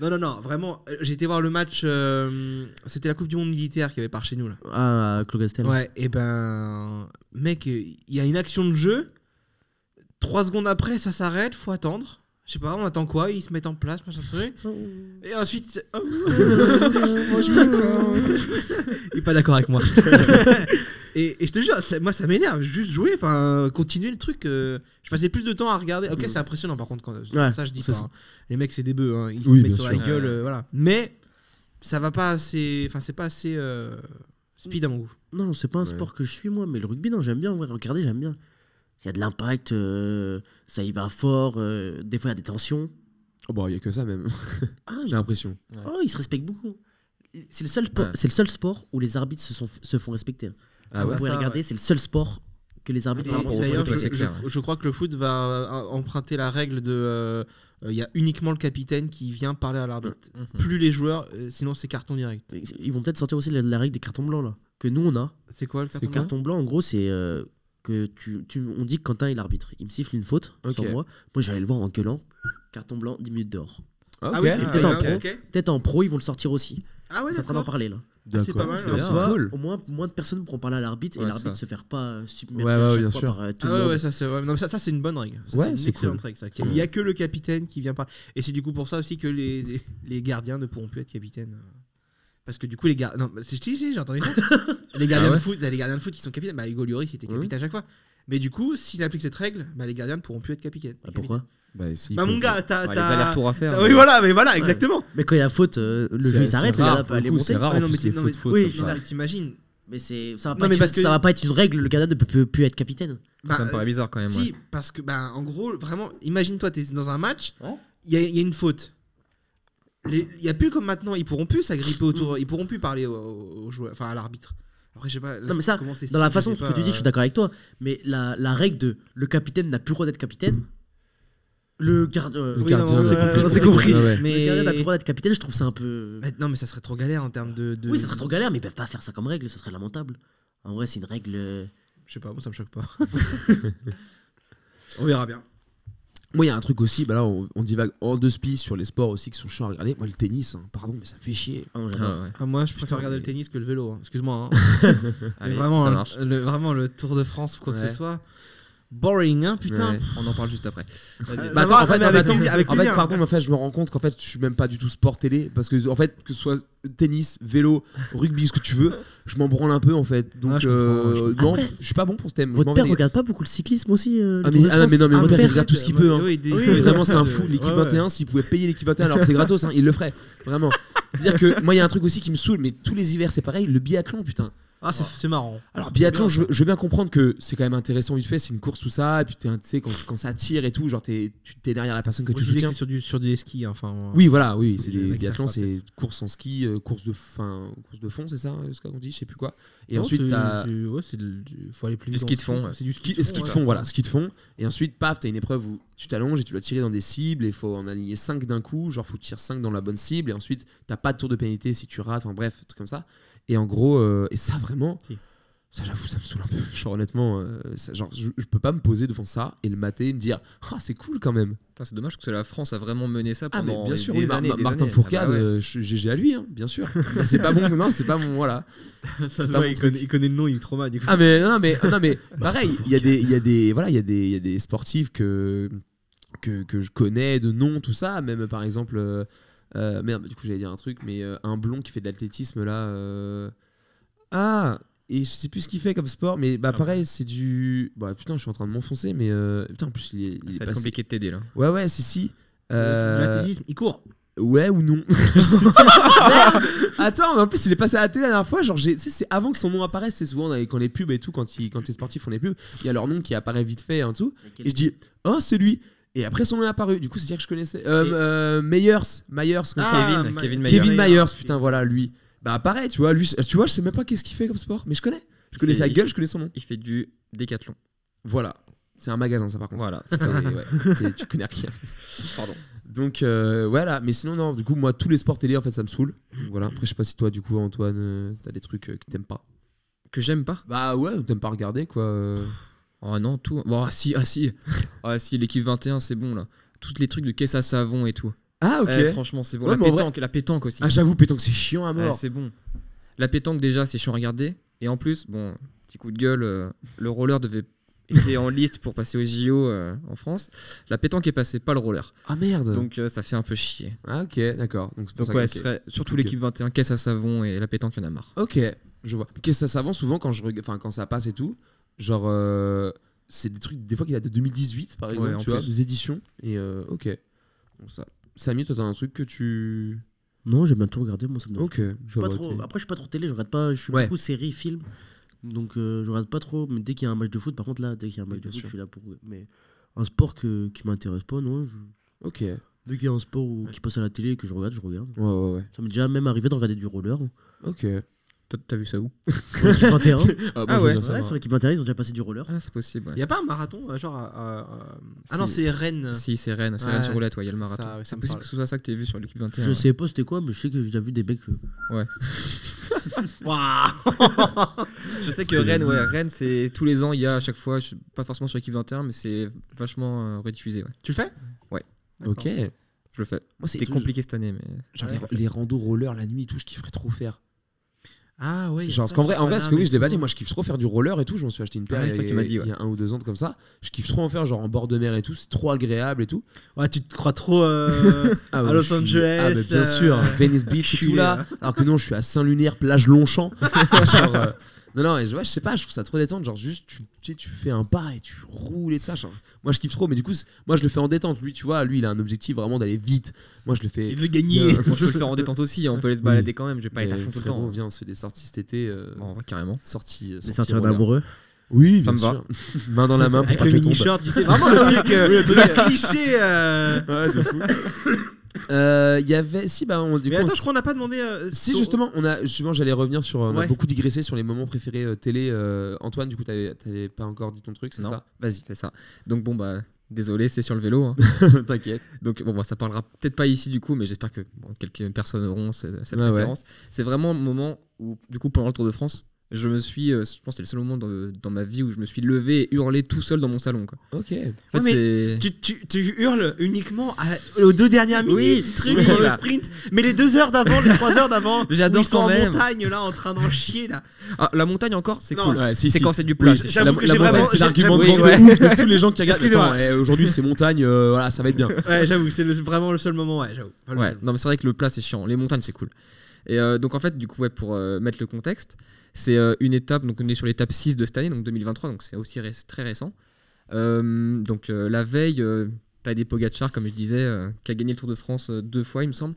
S6: Non, non, non, vraiment. euh, J'ai été voir le match. euh, C'était la Coupe du Monde militaire qui avait par chez nous là.
S4: Ah, Claude Castel.
S6: Ouais, et ben. Mec, euh, il y a une action de jeu. Trois secondes après, ça s'arrête, faut attendre. Je sais pas, on attend quoi Ils se mettent en place, machin truc. Et ensuite. c'est- Oh, il est pas d'accord avec moi. et, et je te jure, ça- moi ça m'énerve. Juste jouer, enfin, continuer le truc. euh, je passais plus de temps à regarder. Ok, c'est impressionnant par contre quand.
S4: Ouais,
S6: ça, je dis
S4: ça,
S6: pas, hein. Les mecs, c'est des bœufs. hein. Ils
S3: Oui,
S6: se mettent
S3: bien
S6: sur
S3: sûr.
S6: la gueule,
S5: Ouais.
S6: euh, voilà. Mais ça va pas assez. Enfin, c'est pas assez. euh, speed à mon goût.
S4: Non, c'est pas un
S3: Ouais.
S4: sport que je suis moi, mais le rugby, non, j'aime bien. en vrai, regardez, j'aime bien. Il y a de l'impact, euh, ça y va fort. euh, des fois, il y a des tensions.
S3: Oh, bah, il y a que ça même.
S4: Ah,
S3: J'ai l'impression.
S4: Oh, ils se respectent beaucoup. C'est le seul, po-
S5: Ouais.
S4: c'est le seul sport où les arbitres se, sont, se font respecter.
S3: Ah
S4: vous
S3: ouais
S4: pouvez
S6: ça,
S4: regarder, c'est le seul sport que les arbitres.
S6: Et
S4: par rapport au
S6: D'ailleurs,
S4: foot,
S6: je,
S5: c'est
S6: je-
S5: clair,
S6: je crois que le foot va euh, emprunter la règle de. euh, euh, Il y a uniquement le capitaine qui vient parler à l'arbitre. Plus les joueurs, euh, sinon c'est carton direct.
S4: respectent. Ils vont peut-être sortir aussi la, la règle des cartons blancs là, que nous on a.
S6: C'est quoi le
S4: Le
S6: carton blanc
S4: carton blanc, en gros, c'est euh, que tu, tu- on dit que Quentin il arbitre. Il me siffle une faute sur
S3: Ok.
S4: moi. Moi, j'allais le voir en gueulant. Carton blanc, 10 minutes dehors.
S3: Ok.
S6: Ah oui,
S4: c'est
S6: c'est
S4: peut-être
S6: ah,
S4: un pro.
S6: ok.
S4: Peut-être en pro, ils vont le sortir aussi.
S6: Ah
S4: On
S6: ouais,
S4: est en train d'en
S6: d'accord.
S4: parler là.
S6: c'est pas mal,
S3: c'est
S6: hein.
S3: bien,
S4: Tu
S3: c'est
S4: vois,
S3: cool.
S4: au moins moins de personnes pourront parler à l'arbitre et
S5: Ouais,
S4: l'arbitre
S5: ça.
S4: se faire pas euh, submerger
S3: Ouais,
S4: à
S3: ouais,
S4: chaque
S3: bien
S4: fois
S3: sûr.
S4: par, euh,
S6: Ah
S4: tout le
S6: ouais,
S4: monde.
S6: ouais, ça c'est ouais, non, mais ça, ça, c'est une bonne règle. Ça,
S3: Ouais,
S6: c'est une
S3: c'est
S6: excellente
S3: cool.
S6: règle. ça. Il y a que le capitaine qui vient pas. Et c'est du coup pour ça aussi que les, les gardiens ne pourront plus être capitaines. euh. Parce que du coup les gardiens, non, mais c'est- si, si, j'ai entendu ça. les gardiens
S5: Ah ouais
S6: de foot, les gardiens de foot qui sont capitaines. Bah Hugo Lloris était capitaine à chaque fois. Mais du coup, s'ils appliquent cette règle, bah les gardiens ne pourront plus être capitaines.
S4: Bah, pourquoi
S3: Bah, si,
S6: Bah
S3: faut-
S6: mon gars, t'as
S5: Ouais, les
S6: t'as-
S5: allers-retours à faire.
S6: t'as- Ah Oui
S5: mais-
S6: voilà, mais voilà, exactement.
S4: Mais quand il y a faute, euh, le
S3: c'est-
S4: jeu il
S3: c'est
S4: s'arrête, le
S3: rare,
S4: gars
S3: pour
S4: peut
S3: le
S4: aller
S3: coup,
S4: monter.
S3: C'est rare,
S6: Ouais,
S3: en
S6: non,
S3: plus,
S6: mais t'es-
S3: les
S6: non, mais-
S3: fautes, fautes
S4: oui,
S3: comme
S4: je
S3: ça.
S4: suis
S6: Général, t'imagines
S4: Mais c'est ça va
S6: Non,
S4: pas
S6: mais
S4: être
S6: parce
S4: une-
S6: que-
S4: ça va pas être une règle le Canada ne peut plus- plus être capitaine.
S6: Bah,
S5: Ça me paraît bizarre, quand même,
S6: Si, parce que, bah, en gros, vraiment, imagine-toi, t'es dans un match, il
S4: Ouais.
S6: y, a, il y a une faute. Les- Il y a plus comme maintenant, ils pourront plus s'agripper
S4: Mm.
S6: autour, ils pourront plus parler au, au- au joueur, enfin à l'arbitre. Après, je sais pas. là,
S4: Non, mais ça,
S6: comment c'est
S4: Dans la
S6: stylé,
S4: façon
S6: je sais
S4: de ce que
S6: pas, euh,
S4: tu dis, je suis d'accord avec toi, mais la, la règle de le capitaine n'a plus le droit d'être capitaine, le euh, gardien
S3: Le
S6: Oui,
S3: gardien,
S6: non,
S3: ouais,
S6: c'est
S3: ouais,
S6: compris,
S3: ouais,
S6: c'est
S4: compris.
S3: ouais, ouais.
S6: Mais...
S4: le gardien n'a plus le droit d'être capitaine, je trouve ça un peu.
S6: Mais non, mais ça serait trop galère en termes de. de-
S4: Oui, ça serait trop galère, mais ils peuvent pas faire ça comme règle, ça serait lamentable. En vrai, c'est une règle. euh,
S6: Je sais pas, moi ça me choque pas. On verra bien.
S3: Moi, il y a un truc aussi, bah là, on, on divague en deux spies sur les sports aussi qui sont chiants à regarder. Moi, le tennis, hein, pardon, mais ça me fait chier.
S4: Ah non, j'adore.
S5: Ah ouais.
S6: Ah, moi, je
S3: Putain,
S6: préfère regarder
S3: mais-
S6: le tennis que le vélo. hein. Excuse-moi. hein. Mais
S5: Allez,
S6: vraiment, hein.
S5: ça
S6: le-
S5: marche.
S6: le, vraiment, le Tour de France, quoi que
S3: Ouais.
S6: ce soit.
S4: Ah.
S6: Boring, hein, putain.
S5: Ouais, on en parle juste après.
S3: Bah,
S6: Ça va,
S3: attends, en fait, non,
S6: mais
S3: mais
S6: avec
S3: attends,
S6: plaisir, avec hein.
S3: en fait,
S6: plaisir.
S3: pardon, mais en fait, je me rends compte qu'en fait, je suis même pas du tout sport télé parce que en fait, que ce soit tennis, vélo, rugby, ce que tu veux, je m'en branle un peu en fait. Donc
S6: Ah, je
S3: euh,
S6: comprends,
S3: non,
S4: Après,
S3: je suis pas bon pour ce thème. je
S4: Votre
S3: m'en
S4: père
S3: vais.
S4: regarde pas beaucoup le cyclisme aussi euh, le
S3: Ah,
S4: Tour
S3: mais,
S4: de
S3: ah, non,
S4: France
S3: mais non, mais
S6: Ah,
S3: mon
S6: mon
S3: père
S6: père,
S3: il regarde tout ce qu'il
S6: ouais,
S3: peut. hein.
S6: ouais, il dit-
S4: Oui,
S3: Mais Vraiment, c'est un
S6: Ouais,
S3: fou.
S6: ouais.
S3: L'équipe
S6: Ouais, ouais.
S3: 21, s'il pouvait payer l'équipe 21 alors que c'est gratos, hein, il le ferait. Vraiment. C'est-à-dire que moi, il y a un truc aussi qui me saoule, mais tous les hivers, c'est pareil, le biathlon, putain.
S6: Ah, c'est c'est marrant.
S3: Alors, biathlon, je, veux- je veux bien comprendre que c'est quand même intéressant vite fait, c'est une course tout ça, et puis t'es un- tu sais, quand, quand ça tire et tout, genre t'es- tu t'es derrière la personne que
S6: Moi,
S3: tu
S6: je disais que
S3: soutiens.
S6: c'est sur du, sur du ski, hein, enfin.
S3: Oui, voilà, oui, c'est
S6: Il y en a
S3: les
S6: qui
S3: biathlons,
S6: savent pas,
S3: c'est course en ski, euh, course de fin, course de fond, c'est ça, euh, ce qu'on dit, je sais plus quoi. Et
S6: Non,
S3: ensuite,
S6: c'est-
S3: t'as
S6: c'est- ouais, c'est le- du- faut aller plus
S5: Du
S6: vite. dans
S5: ski
S6: le
S5: de fond, ouais.
S6: C'est du ski,
S3: ski, ski de
S6: ouais.
S3: fond, voilà, ski de fond. Et ensuite, paf, t'as une épreuve où tu t'allonges et tu dois tirer dans des cibles et faut en aligner 5 d'un coup, genre faut tirer 5 dans la bonne cible et ensuite t'as pas de tour de pénalité si tu rates, enfin bref, un truc comme ça. Et en gros, euh, et ça vraiment,
S6: Si.
S3: ça j'avoue, ça me saoule un peu. Genre honnêtement, euh, ça- genre, je, je peux pas me poser devant ça et le mater et me dire, ah c'est cool quand même.
S5: Putain, c'est dommage parce que la France a vraiment mené ça
S3: Ah mais
S5: pendant
S3: bien sûr,
S5: des
S3: oui, Mar-
S5: années,
S3: Mar-
S5: des
S3: Martin
S5: années.
S3: Fourcade,
S5: Ah bah ouais.
S3: euh, je- GG à lui, hein, bien sûr. Mais c'est pas bon, non, c'est pas bon, voilà.
S6: Ça se
S3: C'est
S6: voit,
S3: pas mon
S6: il, connaît, il connaît le nom, il me traumatise. Du coup.
S3: Ah mais non mais non mais
S5: Bah,
S3: pareil, il y a des il y a des voilà, il y a des il y a des sportifs que que, que je connais de nom tout ça, même par exemple euh, euh, merde, du coup j'allais dire un truc mais euh, un blond qui fait de l'athlétisme là euh, ah et je sais plus ce qu'il fait comme sport mais bah
S5: Ah
S3: pareil, c'est du bah putain, je suis en train de m'enfoncer mais euh, putain en plus il est, il
S5: Ah, Ça va
S3: est
S5: être
S3: passé.
S5: compliqué de t'aider là.
S3: Ouais ouais, si si.
S6: C'est du
S3: Euh,
S6: athlétisme, il court.
S3: Ouais ou non Je sais pas. Attends, mais en plus il est passé à la télé la dernière fois, genre j'ai- tu sais, c'est avant que son nom apparaisse, c'est souvent dans les- quand les pubs et tout, quand, ils, quand les sportifs font les pubs, il y a leur nom qui apparaît vite fait et tout, et je dis oh c'est lui, et après son nom est apparu, du coup c'est dire que je connaissais, euh,
S5: Et-
S3: euh, Meyers, Meyers, comme
S6: Ah,
S3: ça.
S5: Kevin,
S6: Ma-
S5: Kevin Mayer.
S3: Kevin Myers, putain voilà lui, bah pareil tu vois, lui, tu vois je sais même pas qu'est-ce qu'il fait comme sport, mais je connais, je connais
S5: Il fait-
S3: sa
S5: il
S3: gueule,
S5: fait-
S3: je connais son nom,
S5: Il fait du décathlon.
S3: voilà, c'est un magasin ça par contre.
S5: Voilà.
S3: C'est- ouais, c'est- tu connais rien. Pardon. Donc euh, voilà, mais sinon non, du coup moi tous les sports télé en fait ça me saoule. Donc, Voilà. Après je sais pas si toi du coup Antoine euh, t'as des trucs euh, que t'aimes pas.
S5: Que j'aime pas.
S3: Bah ouais, ou t'aimes pas regarder quoi. euh.
S5: Oh non, tout. Bon, ah si, ah si. Ah si, l'équipe 21, c'est bon là. Tous les trucs de caisse à savon et tout.
S3: Ah ok.
S5: Eh, franchement, c'est bon.
S3: Ouais,
S5: la,
S3: mais en vrai-
S5: pétanque, la pétanque aussi.
S3: ah j'avoue pétanque c'est chiant à
S5: Ouais,
S3: mort.
S5: c'est bon. La pétanque, déjà, c'est chiant à regarder. Et en plus, bon, petit coup de gueule, euh, le roller devait était en liste pour passer aux JO euh, en France. La pétanque est passée, pas le roller.
S3: ah merde.
S5: Donc euh, ça fait un peu chier.
S3: ah ok d'accord. Donc c'est pour
S5: Donc
S3: ça
S5: ouais,
S3: que-
S5: ce serait surtout
S3: Ok.
S5: l'équipe 21, caisse à savon et la pétanque, il y en a marre.
S3: Ok, je vois. Qu'est-ce que ça s'avance souvent quand je reg- enfin quand ça passe et tout, genre euh, c'est des trucs des fois qui datent de 2018 par
S5: Ouais,
S3: exemple,
S5: en
S3: tu vois,
S5: plus.
S3: des éditions et euh, ok. Bon, ça. Samy, toi t'as un truc que tu.
S4: Non, j'aime bien tout regarder, moi ça me donne.
S3: Ok.
S4: Je suis pas trop...
S5: hein.
S4: Après, je suis pas trop télé, je regarde pas. Je suis
S3: Ouais.
S4: beaucoup série, film. Donc, euh, je regarde pas trop. Mais dès qu'il y a un match de foot, par contre, là, dès qu'il y a un match de
S3: bien
S4: foot,
S3: sûr.
S4: je suis là pour. Mais un sport que, qui m'intéresse pas, non. je-
S3: Ok. Ouais,
S4: Dès qu'il y a un sport où- qui passe à la télé et que je regarde, je regarde.
S3: ouais, ouais.
S4: Ça m'est déjà même arrivé de regarder du roller. hein.
S3: Ok. Ah,
S5: Toi, t'as vu ça où
S4: Sur l'équipe 21.
S5: Ah ouais,
S4: Ouais, sur l'équipe 21, ils ont déjà passé du roller.
S5: Ah, c'est possible. ouais.
S6: Il y a pas un marathon, euh, genre. à- à- Ah
S5: Si.
S6: non, c'est Rennes.
S5: Si, c'est Rennes, c'est
S6: Ouais.
S5: Rennes sur roulette, Hein. ouais, il y a le marathon.
S6: Ça, ouais, ça
S5: c'est
S6: me
S5: possible
S6: parle.
S5: que ce soit ça que t'aies vu sur l'équipe 21.
S4: Je
S5: ouais.
S4: sais pas c'était quoi, mais je sais que j'ai déjà vu des mecs. euh,
S6: Waouh
S5: Je sais que
S3: C'est
S5: Rennes,
S3: le
S5: ouais, Rennes, c'est tous les ans, il y a à chaque fois, je- pas forcément sur l'équipe 21, mais c'est vachement euh, rediffusé. Ouais.
S6: Tu le fais
S5: Ouais.
S6: D'accord.
S3: Ok. Moi,
S5: Je le fais.
S3: c'est
S5: C'était compliqué cette année, mais.
S3: Genre les, les randos rollers la nuit et tout, je kifferais trop faire.
S6: Ah ouais. il y a
S3: Genre,
S6: ça
S3: parce qu'en
S6: sur
S3: vrai, en vrai, parce que
S6: Paname
S3: oui,
S6: et
S3: je l'ai pas
S6: tout.
S3: dit, moi je kiffe trop faire du roller et tout. Je m'en suis acheté une paire
S5: ouais,
S3: il
S5: Ah c'est ça
S3: y a-
S5: que tu m'as dit,
S3: il y a un ou deux ans comme ça. Je kiffe trop en faire, genre en bord de mer et tout. C'est trop agréable et tout.
S6: Ouais, tu te crois trop. euh,
S3: Ah,
S6: À
S3: ouais,
S6: Los
S3: je suis-
S6: Angeles,
S3: Ah, mais bien
S6: euh,
S3: sûr, Venice Beach et
S6: je
S3: tout
S6: suis
S3: là. Alors que non, je suis à Saint-Lunaire, plage Longchamp. Genre, euh, Non, non, et je, ouais, je sais pas, je trouve ça trop détente. Genre, juste, tu, tu, sais, tu fais un pas et tu roules et tout ça. genre. moi, je kiffe trop, mais du coup, c'est- moi, je le fais en détente. Lui, tu vois, lui, il a un objectif vraiment d'aller vite. Moi, je le fais
S6: Il veut gagner.
S5: Bon, je peux le faire en détente aussi, hein, on peut aller se balader quand même, je vais pas être à
S3: Mais
S5: fond tout le
S3: euh, frérot,
S5: temps. hein.
S3: Viens, on se fait des sorties cet été. euh,
S5: Bon, en vrai, carrément.
S3: Sorties. euh,
S4: Les
S3: sorties
S4: sortir Ah,
S3: roller.
S4: d'amoureux.
S3: Oui,
S5: Ça
S3: bien
S5: me va.
S3: sûr. main dans la main pour
S6: Avec
S3: pas
S6: le
S3: que je tombe.
S6: mini-shirt, tu sais, vraiment le truc, euh, le cliché. euh.
S3: Ouais, de fou. Euh, Il y avait. Si, bah, on, du
S6: Mais
S3: coup, on
S6: attends,
S3: s-
S6: je crois qu'on n'a pas demandé. euh,
S3: Si
S6: ton-
S3: justement, on a justement, j'allais revenir sur, euh, on a
S6: Ouais.
S3: beaucoup digressé sur les moments préférés euh, télé. euh, Antoine, du coup, t'avais t'avais pas encore dit ton truc, c'est
S5: Non.
S3: ça Vas-y,
S5: C'est ça. Donc, bon, bah, désolé, c'est sur le vélo. hein.
S3: t'inquiète.
S5: Donc, bon, bah, ça parlera peut-être pas ici du coup, mais j'espère que bon, quelques personnes auront ce- cette
S3: Ouais, ouais.
S5: référence. C'est vraiment le moment où, du coup, pendant le Tour de France, Je me suis, euh, je pense que c'était le seul moment dans, dans ma vie où je me suis levé et hurlé tout seul dans mon salon. Quoi.
S3: Ok.
S5: En fait,
S6: Ouais, mais
S5: c'est-
S6: Tu, tu- tu hurles uniquement à- aux deux dernières
S5: Oui,
S6: minutes, truc,
S5: oui,
S6: dans le
S5: là.
S6: sprint, mais les deux heures d'avant, les trois heures d'avant,
S5: J'adore
S6: où ils sont
S5: quand
S6: en
S5: même.
S6: montagne là, en train d'en chier là.
S5: Ah, la montagne encore, c'est
S6: Non,
S5: cool.
S3: Ouais, si,
S5: c'est
S3: si.
S5: quand c'est du plat.
S3: Oui,
S5: c'est
S3: la-
S5: chiant.
S6: j'avoue que
S3: la
S6: j'ai
S3: montagne,
S6: vraiment-
S3: c'est
S6: j'ai-
S3: l'argument de
S5: j'avoue-
S3: vente
S5: oui,
S3: de ouf de tous les gens qui regardent.
S6: Excusez-moi.
S3: Attends, eh, aujourd'hui c'est montagne, euh, voilà, ça va être bien.
S6: Ouais, j'avoue, c'est le- vraiment le seul moment, ouais, j'avoue. Pas Ah, le
S5: Ouais,
S6: seul.
S5: non, mais c'est vrai que le plat c'est chiant. Les montagnes c'est cool. Et euh, donc en fait, du coup, ouais, pour euh, mettre le contexte, c'est euh, une étape. Donc on est sur l'étape 6 de cette année, donc 2023, donc c'est aussi ré- très récent. Euh, donc euh, la veille, euh, t'as des Pogacar, comme je disais, euh, qui a gagné le Tour de France euh, deux fois, il me semble.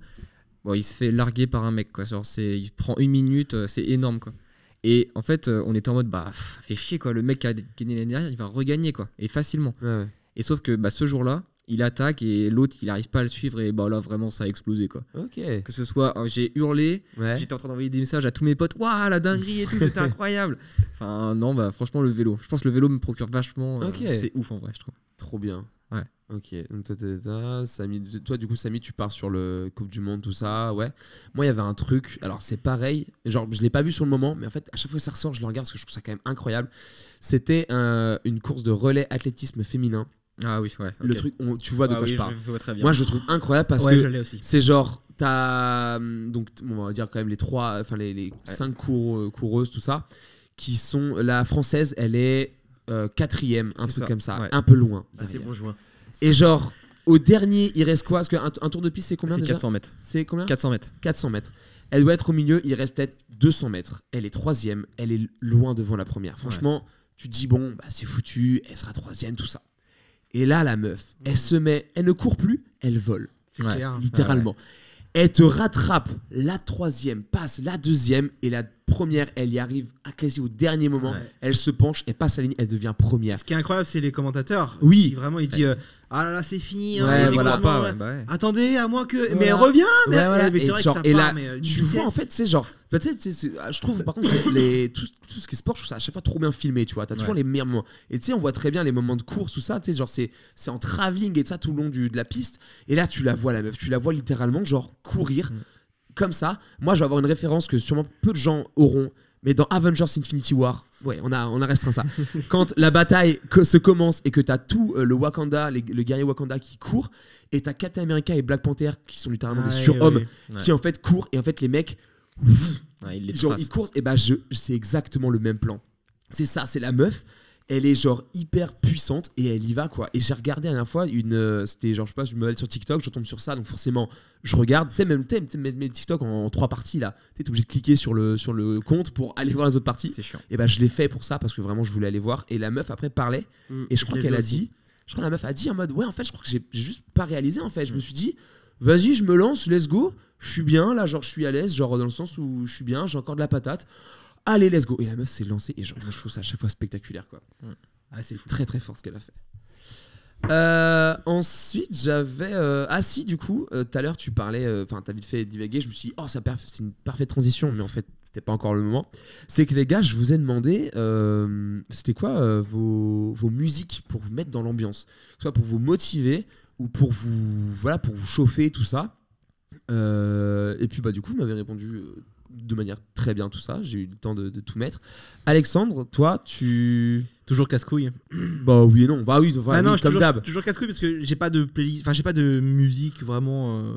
S5: Bon, il se fait larguer par un mec, quoi. Genre, c'est, il prend une minute, euh, c'est énorme, quoi. Et en fait, euh, on était en mode, bah, pff, fait chier, quoi. Le mec qui a gagné l'année dernière, il va regagner, quoi. Et facilement. Et sauf que bah, ce jour-là, il attaque et l'autre, il n'arrive pas à le suivre. Et bah, là, vraiment, ça a explosé. Quoi.
S3: Ok.
S5: Que ce soit, euh, j'ai hurlé, j'étais en train d'envoyer des messages à tous mes potes. Waouh, la dinguerie et tout, c'était incroyable. Enfin, non, bah, franchement, le vélo. Je pense que le vélo me procure vachement. euh,
S3: Ok.
S5: C'est ouf en vrai, je trouve.
S3: Trop bien.
S5: Ouais.
S3: Ok. Donc toi, t'es ça. Samy- toi, du coup, Samy, tu pars sur le Coupe du Monde, tout ça. Ouais. Moi, il y avait un truc. Alors, c'est pareil. Genre, je l'ai pas vu sur le moment, mais en fait, à chaque fois que ça ressort, je le regarde parce que je trouve ça quand même incroyable. C'était euh, une course de relais athlétisme féminin.
S5: Ah oui, ouais.
S3: Le truc, on- tu
S6: Ah
S5: Ah
S3: vois de quoi je parle.
S5: vois très bien.
S3: Moi, je le trouve incroyable parce
S6: Ouais,
S3: que
S6: je l'ai aussi.
S3: C'est genre, t'as. hum, Donc, t- on va dire quand même les trois, enfin les, les cinq cours, euh, coureuses, tout ça, qui sont. La française, elle est euh, quatrième, un
S5: C'est
S3: truc
S5: ça,
S3: comme ça,
S5: ouais.
S3: un peu loin.
S4: Ah, c'est bon, je vois.
S3: Et genre, au dernier, il reste quoi Parce qu'un un tour de piste, c'est combien
S5: C'est
S3: déjà
S5: 400 mètres.
S3: C'est combien
S5: 400 mètres.
S3: 400 mètres. Elle doit être au milieu, il reste peut-être 200 mètres. Elle est troisième, elle est loin devant la première. Franchement, tu te dis, bon, bah, c'est foutu, elle sera troisième, tout ça. Et là, la meuf, elle se met, elle ne court plus, elle vole
S5: Mmh. Ouais.
S6: Claire.
S3: littéralement. Elle te rattrape la troisième, passe la deuxième et la première, elle y arrive à quasi au dernier moment.
S6: Ouais.
S3: Elle se penche, elle passe la ligne, elle devient première.
S6: Ce qui est incroyable, c'est les commentateurs.
S3: Oui.
S6: Qui vraiment, ils disent euh, Ah là là, c'est fini. hein,
S5: Ouais,
S6: les
S5: voilà.
S6: écoutements,
S5: Pas,
S6: ouais.
S5: ouais, bah ouais.
S6: Attendez, à moins que.
S3: Voilà.
S6: Mais reviens Ah, mais,
S3: Ouais, voilà.
S6: mais c'est
S3: Et
S6: vrai
S3: genre-
S6: que ça
S3: et
S6: part,
S3: là,
S6: mais, euh,
S3: Tu
S6: d'une
S3: vois, en
S6: vitesse.
S3: fait, c'est genre. bah, tu sais, c'est- c'est- ah, je trouve par contre c'est les, tout, tout ce qui est sport, je trouve ça à chaque fois trop bien filmé, tu vois. T'as toujours
S5: Ouais.
S3: les meilleurs moments. Et tu sais, on voit très bien les moments de course, tout ça. Tu sais, genre, c'est c'est en travelling et tout ça tout le long du, de la piste. Et là, tu la vois, la meuf, tu la vois littéralement, genre, courir
S6: Mm.
S3: comme ça. Moi, je vais avoir une référence que sûrement peu de gens auront. Mais dans Avengers Infinity War, ouais, on a, on a restreint ça. Quand la bataille que se commence et que t'as tout euh, le Wakanda, les- le guerrier Wakanda qui court, et t'as Captain America et Black Panther qui sont littéralement des
S6: Ouais,
S3: surhommes
S6: ouais.
S5: Ouais.
S3: qui en fait courent et en fait les mecs
S5: Ouais, Ah, il les
S3: genre
S5: trace.
S3: ils courent et bah je c'est exactement le même plan c'est ça c'est la meuf elle est genre hyper puissante et elle y va quoi et j'ai regardé la dernière fois une euh, c'était genre je sais pas je me balade sur TikTok je tombe sur ça donc forcément je regarde tu sais même tu sais, mes, mes TikTok en, en trois parties là tu sais, t'es obligé de cliquer sur le sur le compte pour aller voir les autres parties
S5: C'est chiant.
S3: et bah je l'ai fait pour ça parce que vraiment je voulais aller voir et la meuf après parlait
S4: Mm,
S3: et je crois
S4: l'ai
S3: qu'elle
S4: vu
S3: a
S4: aussi.
S3: dit, je crois que la meuf a dit en mode, ouais, en fait, je crois que j'ai j'ai juste pas réalisé, en fait. Je me suis dit, vas-y, je me lance, let's go. Je suis bien, là, genre, je suis à l'aise, genre, dans le sens où je suis bien, j'ai encore de la patate. Allez, let's go. Et la meuf s'est lancée, et genre, moi, je trouve ça à chaque fois spectaculaire, quoi.
S6: Ah, c'est fou.
S3: Très, très fort ce qu'elle a fait. Euh, ensuite, j'avais. euh, ah, si, du coup, euh, tout à l'heure, tu parlais. euh, Enfin, t'as vite fait divaguer. Je me suis dit, oh, ça perf- c'est une parfaite transition, mais en fait, c'était pas encore le moment. C'est que les gars, je vous ai demandé, euh, c'était quoi euh, vos, vos musiques pour vous mettre dans l'ambiance Que ce Soit pour vous motiver ou pour vous, voilà, pour vous chauffer, tout ça. Euh, et puis, bah, du coup, vous m'avez répondu euh, de manière très bien, tout ça. J'ai eu le temps de, de tout mettre. Alexandre, toi, tu.
S6: Toujours casse-couille.
S3: Bah, oui et non. Bah, oui, enfin,
S6: Ah non,
S3: oui,
S6: je suis
S3: comme d'hab.
S6: toujours, toujours casse-couille parce que j'ai pas de playlist, enfin j'ai pas de musique vraiment euh,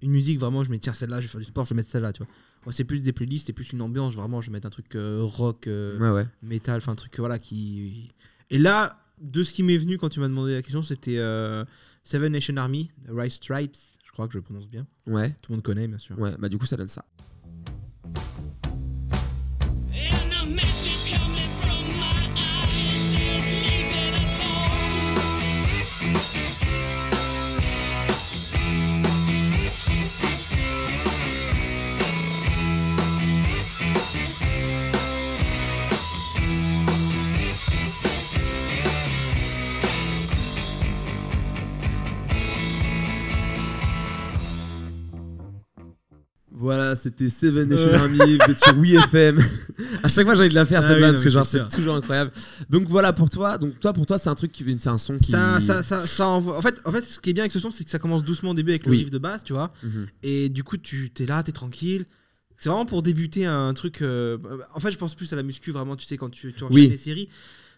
S6: une musique vraiment je mets tiens celle-là, je vais faire du sport, je vais mettre celle-là, tu vois. Moi c'est plus des playlists, c'est plus une ambiance vraiment, je vais mettre un truc euh, rock, euh,
S3: Ouais, ouais.
S6: métal, enfin un truc euh, voilà qui Et là, de ce qui m'est venu quand tu m'as demandé la question, c'était euh, Seven Nation Army, Rice Stripes, je crois que je le prononce bien.
S3: Ouais,
S6: Tout le monde connaît bien sûr.
S3: ouais, bah du coup ça donne ça.
S7: And a message coming from my eyes says, leave it alone.
S3: Voilà, c'était Seven Nation Army, vous êtes sur WeFM. Euh. à chaque fois j'ai envie de la faire
S6: Ah
S3: cette
S6: oui,
S3: vanne,
S6: non,
S3: parce
S6: mais
S3: que genre
S6: c'est
S3: c'est
S6: sûr.
S3: toujours incroyable. Donc voilà pour toi, donc toi pour toi c'est un truc qui c'est un son qui
S6: Ça, ça, ça, ça envoie- En fait, en fait, ce qui est bien avec ce son, c'est que ça commence doucement au début avec le
S3: Oui.
S6: riff de base, tu vois.
S3: Mhm.
S6: Et du coup, tu t'es là, t'es tranquille. C'est vraiment pour débuter un truc. euh, En fait, je pense plus à la muscu, vraiment, tu sais, quand tu, tu enchaînes
S3: Oui.
S6: les séries.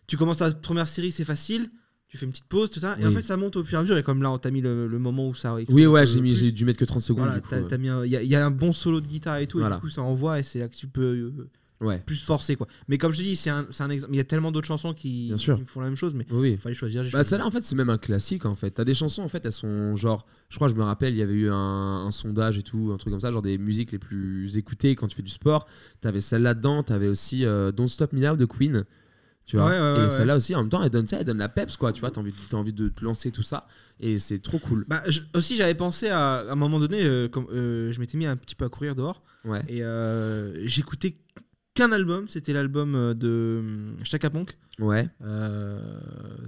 S6: Tu commences ta première série, c'est facile. Tu fais une petite pause, tout ça. Et en
S3: Oui.
S6: fait, ça monte au fur et à mesure. Et comme là, on t'a mis le, le moment où ça. explose
S3: Oui, ouais,
S6: le
S3: j'ai mis-
S6: plus.
S3: j'ai dû mettre que 30 secondes.
S6: euh, Voilà,
S3: du coup, euh.
S6: t'as-
S3: ouais.
S6: t'as mis un- il y, a- il y a un bon solo de guitare et tout, et
S3: Voilà.
S6: du coup ça envoie et c'est là que tu peux euh,
S3: Ouais.
S6: plus forcer quoi. Mais comme je te dis, c'est un, c'est un exemple. Il y a tellement d'autres chansons qui,
S3: Bien sûr.
S6: qui font la même chose, mais
S3: Oui, oui.
S6: il fallait choisir. j'ai
S3: Bah
S6: choisi.
S3: celle-là en fait c'est même un classique en fait. T'as des chansons en fait elles sont genre, je crois je me rappelle il y avait eu un, un sondage et tout, un truc comme ça, genre des musiques les plus écoutées quand tu fais du sport. T'avais celle-là dedans, t'avais aussi euh, Don't Stop Me Now de Queen. Tu vois
S6: Ouais, ouais, ouais,
S3: et celle-là aussi en même temps elle donne ça, elle donne la peps quoi, tu vois, t'as envie, t'as envie de te lancer tout ça et c'est trop cool.
S6: Bah, je- aussi j'avais pensé à, à un moment donné, euh, comme, euh, je m'étais mis un petit peu à courir dehors
S3: Ouais.
S6: et euh, j'écoutais qu'un album, c'était l'album euh, de hum, Chaka Ponk.
S3: Ouais.
S6: Euh,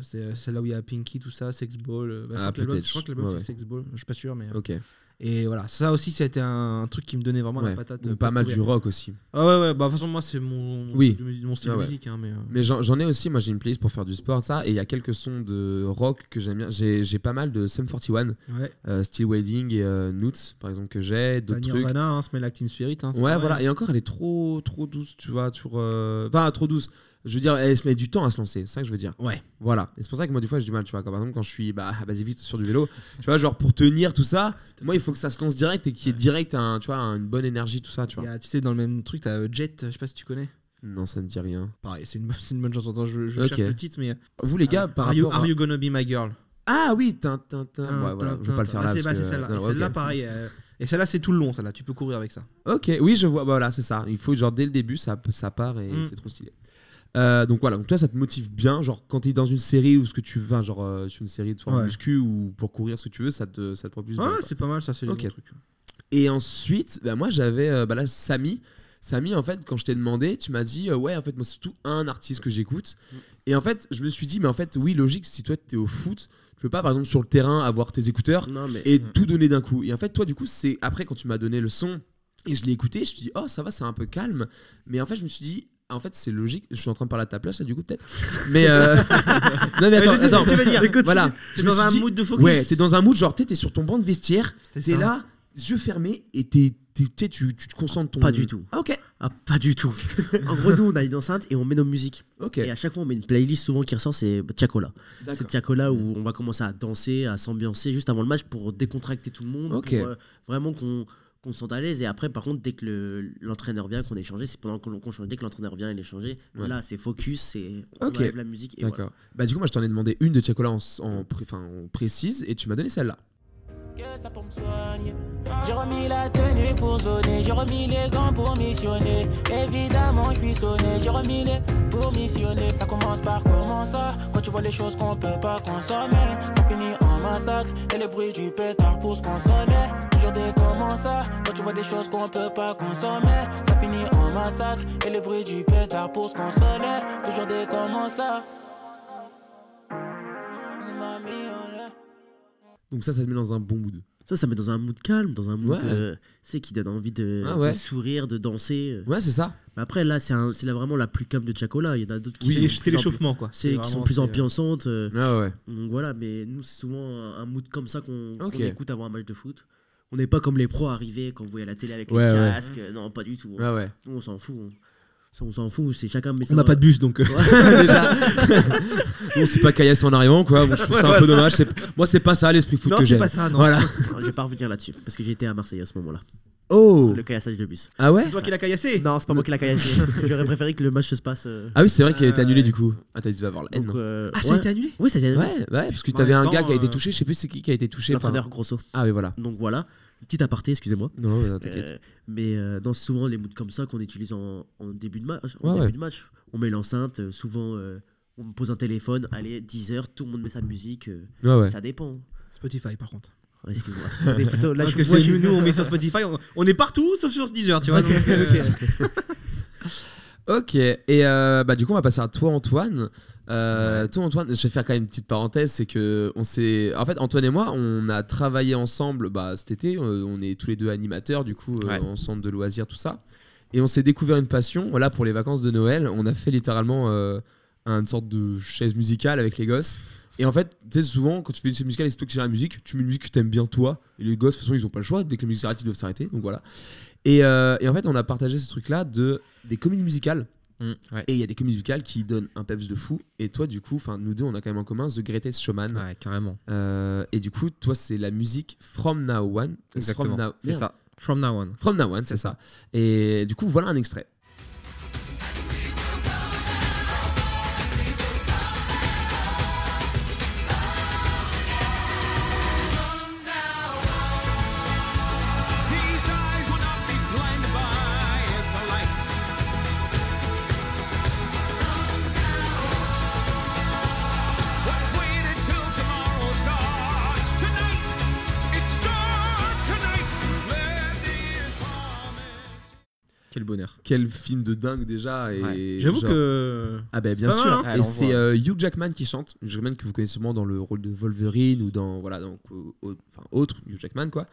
S6: c'est celle-là où il y a Pinky, tout ça, Sexball. euh, bah,
S3: Ah,
S6: je crois que l'album-
S3: peut-être.
S6: Je crois que l'album
S3: Ouais,
S6: c'est
S3: ouais.
S6: Sexball, je suis pas sûr, mais. euh,
S3: OK.
S6: Et voilà, ça aussi c'était un truc qui me donnait vraiment
S3: Ouais.
S6: la patate.
S3: Ou
S6: euh,
S3: pas
S6: pour
S3: mal
S6: courir.
S3: du rock aussi.
S6: Ah ouais, ouais, bah de toute façon, moi, c'est mon,
S3: Oui.
S6: du- mon style
S3: Ah
S6: de
S3: ouais.
S6: musique. Hein, mais, euh,
S3: Mais j'en j'en ai aussi, moi j'ai une playlist pour faire du sport ça et il y a quelques sons de rock que j'aime bien. J'ai j'ai pas mal de Sum 41,
S6: ouais,
S3: euh, Still Waiting et euh, Nuts par exemple que j'ai,
S6: t'as
S3: d'autres trucs.
S6: Nirvana, hein, Smell Like Teen Spirit. Hein, c'est
S3: Ouais,
S6: pareil.
S3: voilà. Et encore, elle est trop, trop douce, tu vois. Sur, euh, Enfin, trop douce. Je veux dire, elle se met du temps à se lancer, c'est ça que je veux dire.
S6: Ouais.
S3: Voilà. Et c'est pour ça que moi, des fois, j'ai du mal, tu vois. Comme par exemple, quand je suis, bah, vas-y vite sur du vélo, tu vois, genre pour tenir tout ça, moi, il faut que ça se lance direct et qu'il y ait direct, un, tu vois, une bonne énergie, tout ça, tu
S6: Il y
S3: vois.
S6: a, tu sais, dans le même truc, t'as euh, Jet, je sais pas si tu connais.
S3: Non, ça me dit rien.
S6: Pareil, c'est une, bonne- c'est une bonne chanson. Attends, je, je
S3: Ok.
S6: cherche le titre, mais.
S3: Vous, les gars,
S6: Ah,
S3: par
S6: are, you,
S3: rapport. à-
S6: are you gonna be my girl
S3: Ah oui, tin, tin, tin.
S6: Tin,
S3: Ouais, voilà,
S6: tin,
S3: je vais pas le
S6: tin,
S3: faire
S6: tin.
S3: là.
S6: Ah, c'est-
S3: parce
S6: bah, c'est
S3: que-
S6: celle-là.
S3: non,
S6: Et
S3: ok.
S6: celle-là, pareil. euh, Et celle-là, c'est tout le long, celle-là. Tu peux courir avec ça.
S3: Ok, oui, je vois. Bah, voilà, c'est ça. Il faut, genre, dès le début, ça, ça part et
S6: Mm.
S3: c'est trop stylé. Euh, donc voilà, donc toi ça te motive bien, genre quand t'es dans une série ou ce que tu veux, enfin, genre euh, sur une série de sport
S6: Ouais.
S3: muscu ou pour courir ce que tu veux, ça te, ça te propulse bien,
S6: Ouais,
S3: quoi.
S6: c'est pas mal, ça, c'est le
S3: Ok.
S6: truc. hein.
S3: Et ensuite, bah, moi j'avais euh, bah, là Samy. Samy, en fait, quand je t'ai demandé, tu m'as dit euh, ouais, en fait, moi c'est surtout un artiste que j'écoute.
S6: Mm.
S3: Et en fait, je me suis dit, mais en fait, oui, logique, si toi t'es au foot, tu peux pas par exemple sur le terrain avoir tes écouteurs
S4: Non, mais.
S6: Mm.
S3: et tout donner d'un coup. Et en fait, toi, du coup, c'est après quand tu m'as donné le son et je l'ai écouté, je me suis dit, oh, ça va, c'est un peu calme. Mais en fait, je me suis dit, en fait, c'est logique. Je suis en train de parler à ta place, là, du coup, peut-être. Mais. euh, non, mais attends,
S6: je sais ce
S3: attends.
S6: que tu vas dire.
S3: Voilà.
S4: Tu
S3: Je me
S4: dans
S3: suis
S4: un
S3: dit,
S4: mood de focus.
S3: Ouais, t'es dans un mood, genre, t'es t'es sur ton banc de vestiaire, t'es
S6: ça.
S3: là, yeux fermés, et t'es- t'es- t'es- tu, tu te concentres ton.
S4: Pas du tout.
S3: Ah, ok.
S4: Ah, pas du tout. en gros, nous, on a une enceinte et on met nos musiques.
S3: Ok.
S4: Et à chaque fois, on met une playlist souvent qui ressort, c'est Tchakola. C'est
S3: D'accord. Mm.
S4: Tchakola où on va commencer à danser, à s'ambiancer juste avant le match pour décontracter tout le monde.
S3: Ok.
S4: pour, euh, vraiment qu'on qu'on se sente à l'aise. Et après, par contre, dès que le- l'entraîneur vient, qu'on est changé, c'est pendant qu'on qu'on change. Dès que l'entraîneur vient, il est changé.
S3: Ouais.
S4: Là, c'est focus, c'est. On
S3: Ok.
S4: enlève la musique. Et voilà.
S3: D'accord. Bah, du coup, moi, je t'en ai demandé une de Tchakola en, en pré- enfin, en précise, et tu m'as donné celle-là.
S8: Que ça pour me soigner. J'ai remis la tenue pour zoner, j'ai remis les gants pour missionner. Évidemment, je suis sonné, j'ai remis les pour missionner. Ça commence par comment ça Quand tu vois les choses qu'on peut pas consommer, ça finit en massacre. Et le bruit du pétard pour se consoler. Toujours des comment ça Quand tu vois des choses qu'on peut pas consommer, ça finit en massacre. Et le bruit du pétard pour se consoler. Toujours des comment ça Il m'a mis en l'air.
S3: Donc, ça, ça te met dans un bon mood.
S4: Ça, ça met dans un mood calme, dans un mood.
S3: Ouais.
S4: euh, tu sais, qui donne envie de,
S3: Ah ouais.
S4: de sourire, de danser. euh.
S3: Ouais, c'est ça.
S4: Mais après, là, c'est un- c'est là vraiment la plus calme de Tchakola. Il y en a d'autres qui
S6: Oui,
S4: sont
S6: c'est-
S4: plus
S6: c'est
S4: ambi-
S6: l'échauffement, quoi.
S4: c'est- qui sont
S6: vraiment-
S4: plus
S6: c'est, euh,
S4: ambiançantes. euh,
S3: Ouais, ouais.
S4: Donc voilà, mais nous, c'est souvent un un mood comme ça qu'on qu'on
S3: Ok.
S4: écoute avant un match de foot. On n'est pas comme les pros arrivés quand vous voyez à la télé avec
S3: Ouais,
S4: les
S3: ouais.
S4: casques. euh, Non, pas du tout. hein.
S3: Ouais, ouais.
S4: Nous, on s'en fout. On, ça, on s'en fout, c'est chacun. Mais
S6: On n'a pas de bus donc. euh,
S3: déjà. bon, c'est pas caillasse en arrivant, quoi. Bon, je trouve ça un peu dommage. C'est- Moi, c'est pas ça l'esprit foot
S6: Non,
S3: que
S6: c'est
S3: j'aime.
S6: pas ça, non.
S3: Voilà.
S4: je vais pas revenir là-dessus, parce que j'étais à Marseille à ce moment-là.
S3: Oh
S4: Le caillassage de bus.
S3: Ah ouais
S6: C'est toi qui l'as caillassé
S4: Non, c'est pas moi qui l'a caillassé. J'aurais préféré que le match se passe. euh,
S3: Ah oui, c'est vrai qu'il a été
S6: Euh,
S3: annulé du coup. Ah, t'as dû avoir la haine.
S4: donc, euh,
S6: Ah, ça
S4: ouais.
S6: a été annulé
S4: Oui, ça a été
S3: Ouais, ouais, parce que
S6: En
S3: t'avais
S6: même
S3: un
S6: temps,
S3: gars qui a été
S6: euh,
S3: touché, je sais plus c'est qui qui a été touché. par-
S4: L'entraîneur grosso.
S3: Ah oui, voilà.
S4: Donc voilà, petit aparté, excusez-moi.
S3: Non, mais non, t'inquiète.
S4: Euh, mais euh, dans souvent les moods comme ça qu'on utilise en, en début de match, en
S3: Ouais,
S4: début
S3: ouais.
S4: de match, on met l'enceinte, euh, souvent euh, on pose un téléphone, allez 10 h tout le monde met sa musique, euh,
S3: Ouais, ouais.
S4: ça dépend.
S6: Spotify, par contre.
S4: Ah, Excuse-moi. Mais plutôt, là,
S6: Parce
S4: je,
S6: que
S4: moi,
S6: c'est
S4: je-
S6: nous, nous, on met sur Spotify, on- on est partout sauf sur Deezer, tu vois. donc, euh,
S3: Ok, et euh, bah, du coup, on va passer à toi, Antoine. Euh, Toi, Antoine, je vais faire quand même une petite parenthèse c'est que on s'est. En fait, Antoine et moi, on a travaillé ensemble bah, cet été. euh, On est tous les deux animateurs, du coup, euh,
S2: Ouais.
S3: en centre de loisirs, tout ça. Et on s'est découvert une passion. Voilà, pour les vacances de Noël, on a fait littéralement euh, une sorte de chaise musicale avec les gosses. Et en fait, tu sais, souvent, quand tu fais une scène musicale et c'est toi qui gères la musique, tu mets une musique que t'aimes bien toi. Et les gosses, de toute façon, ils ont pas le choix. Dès que la musique s'arrête, ils doivent s'arrêter. Donc voilà. Et, euh, et en fait, on a partagé ce truc-là de, des comédies musicales.
S5: Mm, ouais.
S3: Et il y a des comédies musicales qui donnent un peps de fou. Et toi, du coup, enfin, nous deux, on a quand même en commun The Greatest Showman.
S5: Ouais, carrément.
S3: Euh, et du coup, toi, c'est la musique From Now One.
S5: Exactement.
S3: From Now,
S5: C'est
S3: Merde.
S5: ça. From now on.
S3: From Now One, c'est ça. Et du coup, voilà un extrait.
S7: These eyes will not be blinded by the lights. Let's wait until tomorrow starts tonight. It starts tonight. Let the years promise.
S5: Quel bonheur.
S3: Quel film de dingue déjà. et
S5: Ouais.
S6: J'avoue
S3: genre-
S6: que.
S3: Ah ben bien
S6: pas mal,
S3: sûr.
S6: hein.
S5: Ah,
S3: et
S5: on
S3: c'est
S5: voit.
S3: euh, Hugh Jackman qui chante. Hugh Jackman que vous connaissez sûrement dans le rôle de Wolverine ou dans voilà donc enfin autre Hugh Jackman quoi.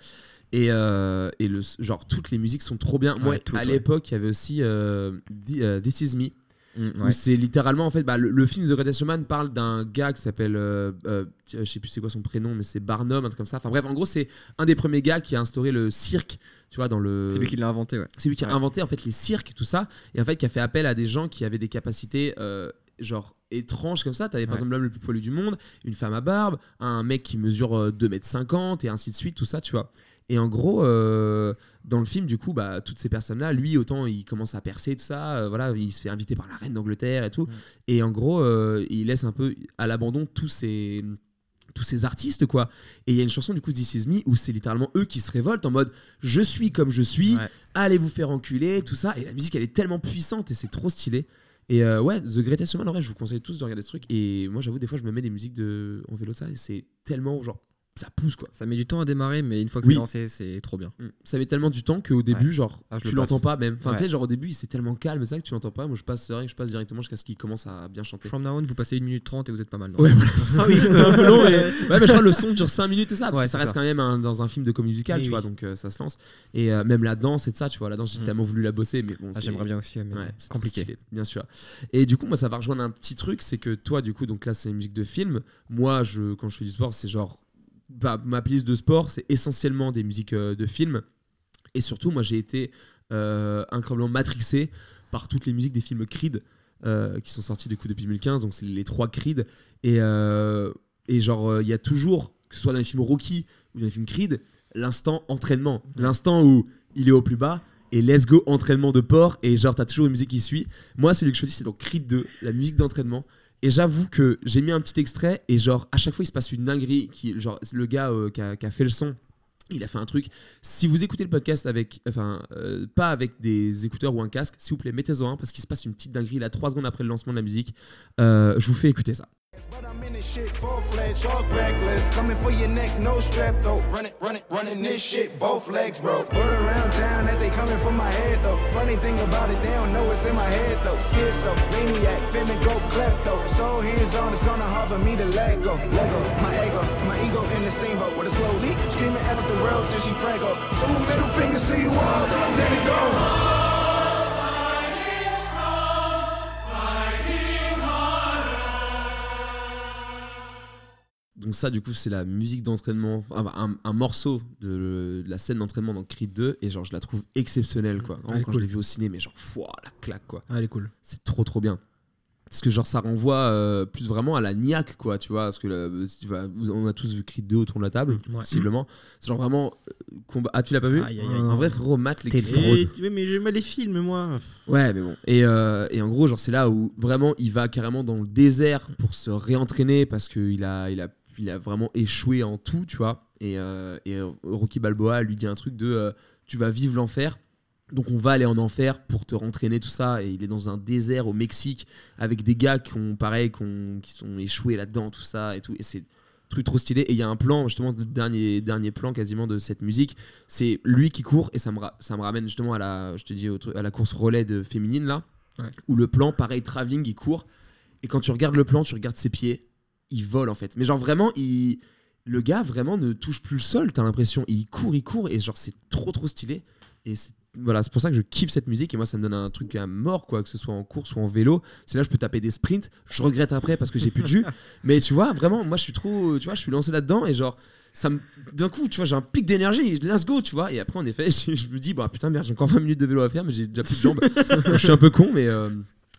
S3: Et, euh, et le genre toutes les musiques sont trop bien. Moi
S5: Ouais, toutes,
S3: à
S5: ouais.
S3: l'époque il y avait aussi euh, Thi- euh, This Is Me
S5: Mm,
S3: où
S5: ouais.
S3: c'est littéralement en fait bah, le, le film The Greatest Showman parle d'un gars qui s'appelle euh, euh, tiens, je sais plus c'est quoi son prénom mais c'est Barnum un truc comme ça. Enfin bref en gros c'est un des premiers gars qui a instauré le cirque tu vois dans le
S5: C'est lui qui l'a inventé, ouais.
S3: c'est lui qui a
S5: Ouais.
S3: inventé en fait les cirques et tout ça, et en fait qui a fait appel à des gens qui avaient des capacités euh, genre étranges comme ça. T'avais par
S5: Ouais.
S3: exemple l'homme le plus poilu du monde, une femme à barbe, un mec qui mesure euh, 2m50 et ainsi de suite, tout ça, tu vois. Et en gros, euh, dans le film, du coup, bah, toutes ces personnes-là, lui, autant il commence à percer, tout ça, euh, voilà, il se fait inviter par la reine d'Angleterre et tout.
S5: Mm.
S3: Et en gros, euh, il laisse un peu à l'abandon tous ces tous ces artistes quoi et il y a une chanson du coup This Is Me où c'est littéralement eux qui se révoltent en mode je suis comme je suis
S5: Ouais.
S3: allez vous faire enculer tout ça et la musique elle est tellement puissante et c'est trop stylé et euh, ouais The Greatest Showman en vrai je vous conseille tous de regarder ce truc et moi j'avoue des fois je me mets des musiques de en vélo ça et c'est tellement genre ça pousse quoi
S5: Ça met du temps à démarrer, mais une fois que
S3: Oui.
S5: c'est lancé, c'est trop bien.
S3: Mm. ça met tellement du temps qu'au début genre
S5: Ah, je
S3: tu
S5: le
S3: l'entends
S5: passe.
S3: pas même enfin tu
S5: Ouais.
S3: sais genre au début c'est tellement calme et ça que tu l'entends pas moi je passe c'est vrai que je passe directement jusqu'à ce qu'il commence à bien chanter
S5: From now on, vous passez 1 minute 30 et vous êtes pas mal. non Ah,
S3: Ouais, voilà, c'est ça. c'est un peu long, mais, ouais, mais je crois que le son dure 5 minutes et ça, parce
S5: Ouais,
S3: que ça
S5: c'est
S3: reste
S5: ça.
S3: quand même un- dans un film de comédie musicale,
S5: Oui,
S3: tu
S5: oui.
S3: vois, donc euh, ça se lance. Et euh, même la danse et de ça, tu vois, la danse, j'ai
S5: Mm.
S3: tellement voulu la bosser, mais bon,
S5: Ah,
S3: c'est-
S5: J'aimerais bien aussi, mais
S3: Ouais, c'est trop
S5: compliqué.
S3: stylé, bien sûr. Et du coup, moi, ça va rejoindre un petit truc, c'est que toi, du coup, donc là, c'est une musique de film. Moi, je, quand je fais du sport, c'est genre. bah, ma playlist de sport, c'est essentiellement des musiques euh, de film. Et surtout, moi, j'ai été euh, incroyablement matrixé par toutes les musiques des films Creed euh, qui sont sortis du coup depuis 2015. Donc, c'est les trois Creed. Et, euh, et genre, euh, il y a toujours, que ce soit dans les films Rocky ou dans les films Creed, l'instant entraînement. L'instant où il est au plus bas et let's go entraînement de porc et genre t'as toujours une musique qui suit. Moi celui que je choisis c'est donc Creed 2, la musique d'entraînement. Et j'avoue que j'ai mis un petit extrait et genre à chaque fois il se passe une dinguerie qui genre le gars euh, qui, a, qui a fait le son il a fait un truc. Si vous écoutez le podcast avec, enfin, euh, pas avec des écouteurs ou un casque, s'il vous plaît, mettez-en un parce qu'il se passe une petite dinguerie là, trois secondes après le lancement de la musique. Euh, je vous fais écouter ça.
S9: But I'm in this shit full fledged, all reckless. Coming for your neck, no strap though. Run it, run it, running this shit, both legs, bro. Word around town that they coming for my head though. Funny thing about it, they don't know what's in my head though. Schizo, maniac, finna go klepto. So hands on, it's gonna hard for me to let go. Let go, my ego, my ego in the same boat with a slow leak. Screaming out at the world till she prego. Two middle fingers to you all till I'm dead and gone.
S3: Donc ça, du coup, c'est la musique d'entraînement, enfin, un, un morceau de, de la scène d'entraînement dans Creed 2, et genre je la trouve exceptionnelle, quoi. Vraiment,
S6: Elle est
S3: quand
S6: cool.
S3: je l'ai vue au ciné, mais genre, fouah, la claque, quoi.
S6: Ah, elle est cool.
S3: C'est trop, trop bien. Parce que genre ça renvoie euh, plus vraiment à la niaque, quoi, tu vois. Parce que euh, si tu vas- vous- on a tous vu Creed 2 autour de la table,
S5: Ouais.
S3: possiblement. C'est genre vraiment... euh, combat... Ah, tu l'as pas vu
S6: Mm, Aïe, aïe, aïe.
S3: En vrai, frérot, mate les
S4: T'es
S3: Creed.
S4: le fraude.
S6: Et- oui, mais j'aime les films, moi.
S3: Ouais, mais bon. Et, euh, et en gros, genre, c'est là où vraiment il va carrément dans le désert pour se réentraîner parce qu'il a, il a, il a vraiment échoué en tout, tu vois. Et, euh, et Rocky Balboa lui dit un truc de euh, Tu vas vivre l'enfer. Donc on va aller en enfer pour te rentraîner tout ça et il est dans un désert au Mexique avec des gars qui ont pareil qui, ont- qui sont échoués là-dedans tout ça et tout et c'est truc trop stylé et il y a un plan justement le dernier dernier plan quasiment de cette musique c'est lui qui court et ça me, ra- ça me ramène justement à la je te dis au truc- à la course relais de féminine là
S5: Ouais.
S3: où le plan pareil travelling il court et quand tu regardes le plan tu regardes ses pieds il vole en fait mais genre vraiment il le gars vraiment ne touche plus le sol t'as l'impression il court il court et genre c'est trop trop stylé Et c'est- voilà, c'est pour ça que je kiffe cette musique et moi ça me donne un truc à mort quoi, que ce soit en course ou en vélo. C'est là que je peux taper des sprints. Je regrette après parce que j'ai plus de jus. Mais tu vois, vraiment, moi je suis trop, tu vois, je suis lancé là-dedans et genre ça me d'un coup, tu vois, j'ai un pic d'énergie, et let's go, tu vois. Et après en effet, je, je me dis bah putain merde, j'ai encore 20 minutes de vélo à faire mais j'ai déjà plus de jambes. je suis un peu con mais, euh,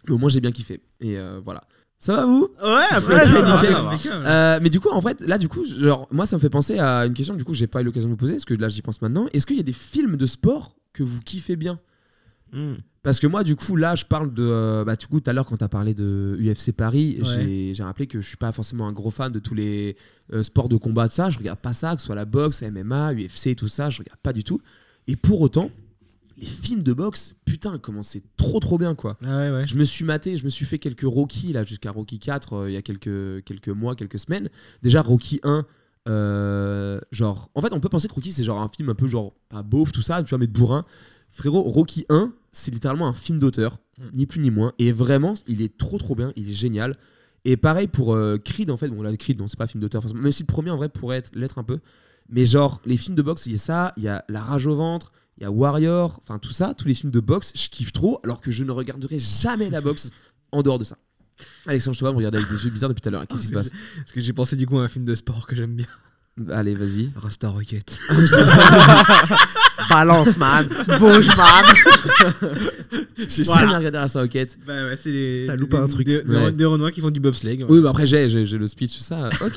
S3: mais au moins j'ai bien kiffé. Et euh, voilà. Ça va vous
S6: Ouais,
S3: Ouais, ça
S6: c'est
S3: va,
S6: nickel.
S3: ça va. Euh, mais du coup, en fait, là, du coup, genre, moi, ça me fait penser à une question. Du coup, j'ai pas eu l'occasion de vous poser, parce que là, j'y pense maintenant. Est-ce qu'il y a des films de sport que vous kiffez bien
S6: Mm.
S3: Parce que moi, du coup, là, je parle de. euh, Bah, du coup, tout à l'heure, quand t'as parlé de UFC Paris,
S6: Ouais.
S3: j'ai- j'ai rappelé que je suis pas forcément un gros fan de tous les euh, sports de combat, de ça. Je regarde pas ça, que ce soit la boxe, MMA, UFC, tout ça. Je regarde pas du tout. Et pour autant, les films de boxe, putain, comment c'est trop, trop bien, quoi.
S6: Ah ouais, ouais.
S3: Je me suis maté, je me suis fait quelques Rocky là jusqu'à Rocky 4 il y a quelques, quelques mois, quelques semaines. Déjà Rocky 1 euh, genre en fait on peut penser que Rocky c'est genre un film un peu genre pas beauf tout ça, tu vois mais de bourrin. Frérot, Rocky 1, c'est littéralement un film d'auteur, ni plus ni moins et vraiment il est trop trop bien, il est génial. Et pareil pour euh, Creed en fait, bon là Creed non, c'est pas un film d'auteur forcément, même si le premier en vrai pourrait être- l'être un peu. Mais genre les films de boxe, il y a ça, il y a La rage au ventre, il y a Warrior, enfin tout ça, tous les films de boxe, je kiffe trop, alors que je ne regarderai jamais la boxe en dehors de ça. Alexandre, je te vois me regarder avec des yeux bizarres depuis tout à l'heure. Qu'est-ce qui se passe
S6: Parce que j'ai pensé du coup à un film de sport que j'aime bien.
S3: Allez, vas-y.
S6: Rasta Rocket.
S4: Balance, man. Bouge, man.
S3: J'ai
S6: Voilà.
S3: jamais regardé à sa enquête.
S6: Bah ouais, c'est les.
S4: T'as loupé
S6: des-
S4: un truc.
S6: Des, des-
S3: Ouais.
S6: des Renois qui font du bobsleigh.
S3: Oui, bah après, j'ai, j'ai, j'ai le speech, tout ça. Ok.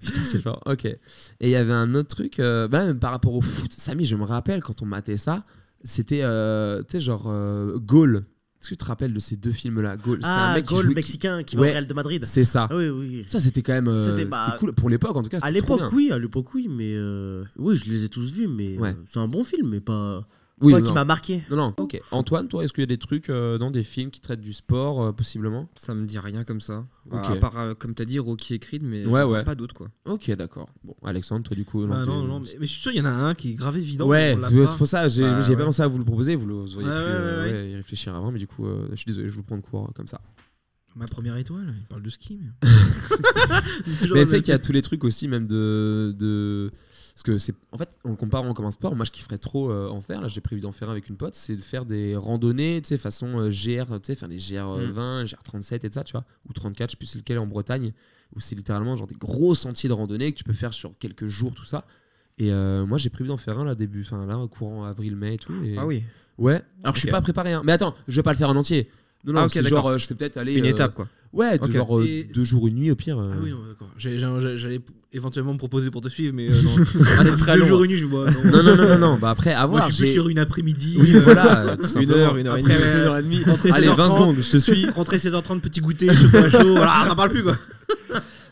S3: Putain, c'est fort. Ok. Et il y avait un autre truc, euh, bah là, même par rapport au foot. Samy, je me rappelle quand on matait ça, c'était, euh, tu sais, genre euh, Goal. Est-ce que tu te rappelles de ces deux films-là Goal. C'était
S4: Ah,
S3: un mec qui
S4: goal
S3: jouait-
S4: mexicain qui
S3: Ouais.
S4: va au Real de Madrid.
S3: C'est ça.
S4: Ah oui, oui.
S3: Ça, c'était quand même euh,
S4: C'était,
S3: c'était,
S4: bah,
S3: cool. Pour l'époque, en tout cas.
S4: À
S3: c'était trop
S4: l'époque,
S3: bien.
S4: oui, à l'époque, oui, mais euh, oui, je les ai tous vus, mais
S3: Ouais.
S4: euh, c'est un bon film, mais pas,
S3: Oui,
S4: pas
S3: non,
S4: qui m'a marqué.
S3: Non, non, ok. Antoine, toi, est-ce qu'il y a des trucs euh, dans des films qui traitent du sport, euh, possiblement
S5: Ça me dit rien comme ça.
S3: Ok.
S5: À part, euh, comme t'as dit, Rocky et Creed, mais
S3: Ouais,
S5: j'en vois
S3: ouais.
S5: pas d'autres quoi.
S3: Ok, d'accord. Bon, Alexandre, toi, du coup.
S6: Ah
S3: t'es-
S6: non, non, mais, mais je suis sûr, il y en a un qui est grave évident.
S3: Ouais,
S6: on l'a
S3: c'est
S6: pas.
S3: c'est pour ça, j'ai
S5: Bah,
S3: j'ai pas
S5: ouais.
S3: pensé à vous le proposer, vous, le- vous auriez
S6: Ouais,
S3: pu
S6: ouais,
S3: euh,
S6: ouais,
S3: ouais, y réfléchir avant, mais du coup, euh, je suis désolé, je vous prends de cours euh, comme ça.
S6: Ma première étoile, il parle de ski. Mais,
S3: Mais tu sais qu'il y a tous les trucs aussi, même de. de... Parce que c'est. En fait, en le comparant comme un sport, moi je kifferais trop euh, en faire, là j'ai prévu d'en faire un avec une pote, c'est de faire des randonnées, tu sais, façon euh, GR, tu sais, faire des euh, GR20, GR37 et tout ça, tu vois, ou 34, je sais plus c'est lequel en Bretagne, où c'est littéralement genre des gros sentiers de randonnée que tu peux faire sur quelques jours, tout ça. Et euh, moi j'ai prévu d'en faire un là début, enfin là courant avril-mai et tout. et-
S5: Ah oui.
S3: Ouais. Alors je suis
S5: Ok.
S3: pas préparé. Hein. Mais attends, je vais pas le faire en entier. Non, non,
S5: Ah, ok,
S3: c'est
S5: d'accord.
S3: genre, euh, je fais peut-être aller.
S5: Une
S3: euh,
S5: étape quoi.
S3: Ouais, de
S5: Ok.
S3: genre euh,
S6: Et-
S3: deux jours, une nuit au pire. euh.
S6: Ah oui, non, d'accord. J'ai- j'ai- J'allais p- éventuellement me proposer pour te suivre, mais euh, non. Ah, c'est
S5: très
S6: deux
S5: long,
S6: jours et une nuit, je vois. Non,
S3: hein. non, non, non, non, non. Bah après, à
S6: Moi,
S3: voir.
S6: je suis plus
S3: j'ai-
S6: sur une après-midi.
S3: Oui,
S6: euh,
S3: voilà. euh, tout
S5: Une
S3: simplement.
S5: heure, une heure et demie.
S6: après, euh, rentrer
S3: Allez, 20
S6: 16h30,
S3: secondes, je te suis.
S6: Rentrer 16h30, petit goûter, chocolat chaud. Voilà, on n'en parle plus, quoi.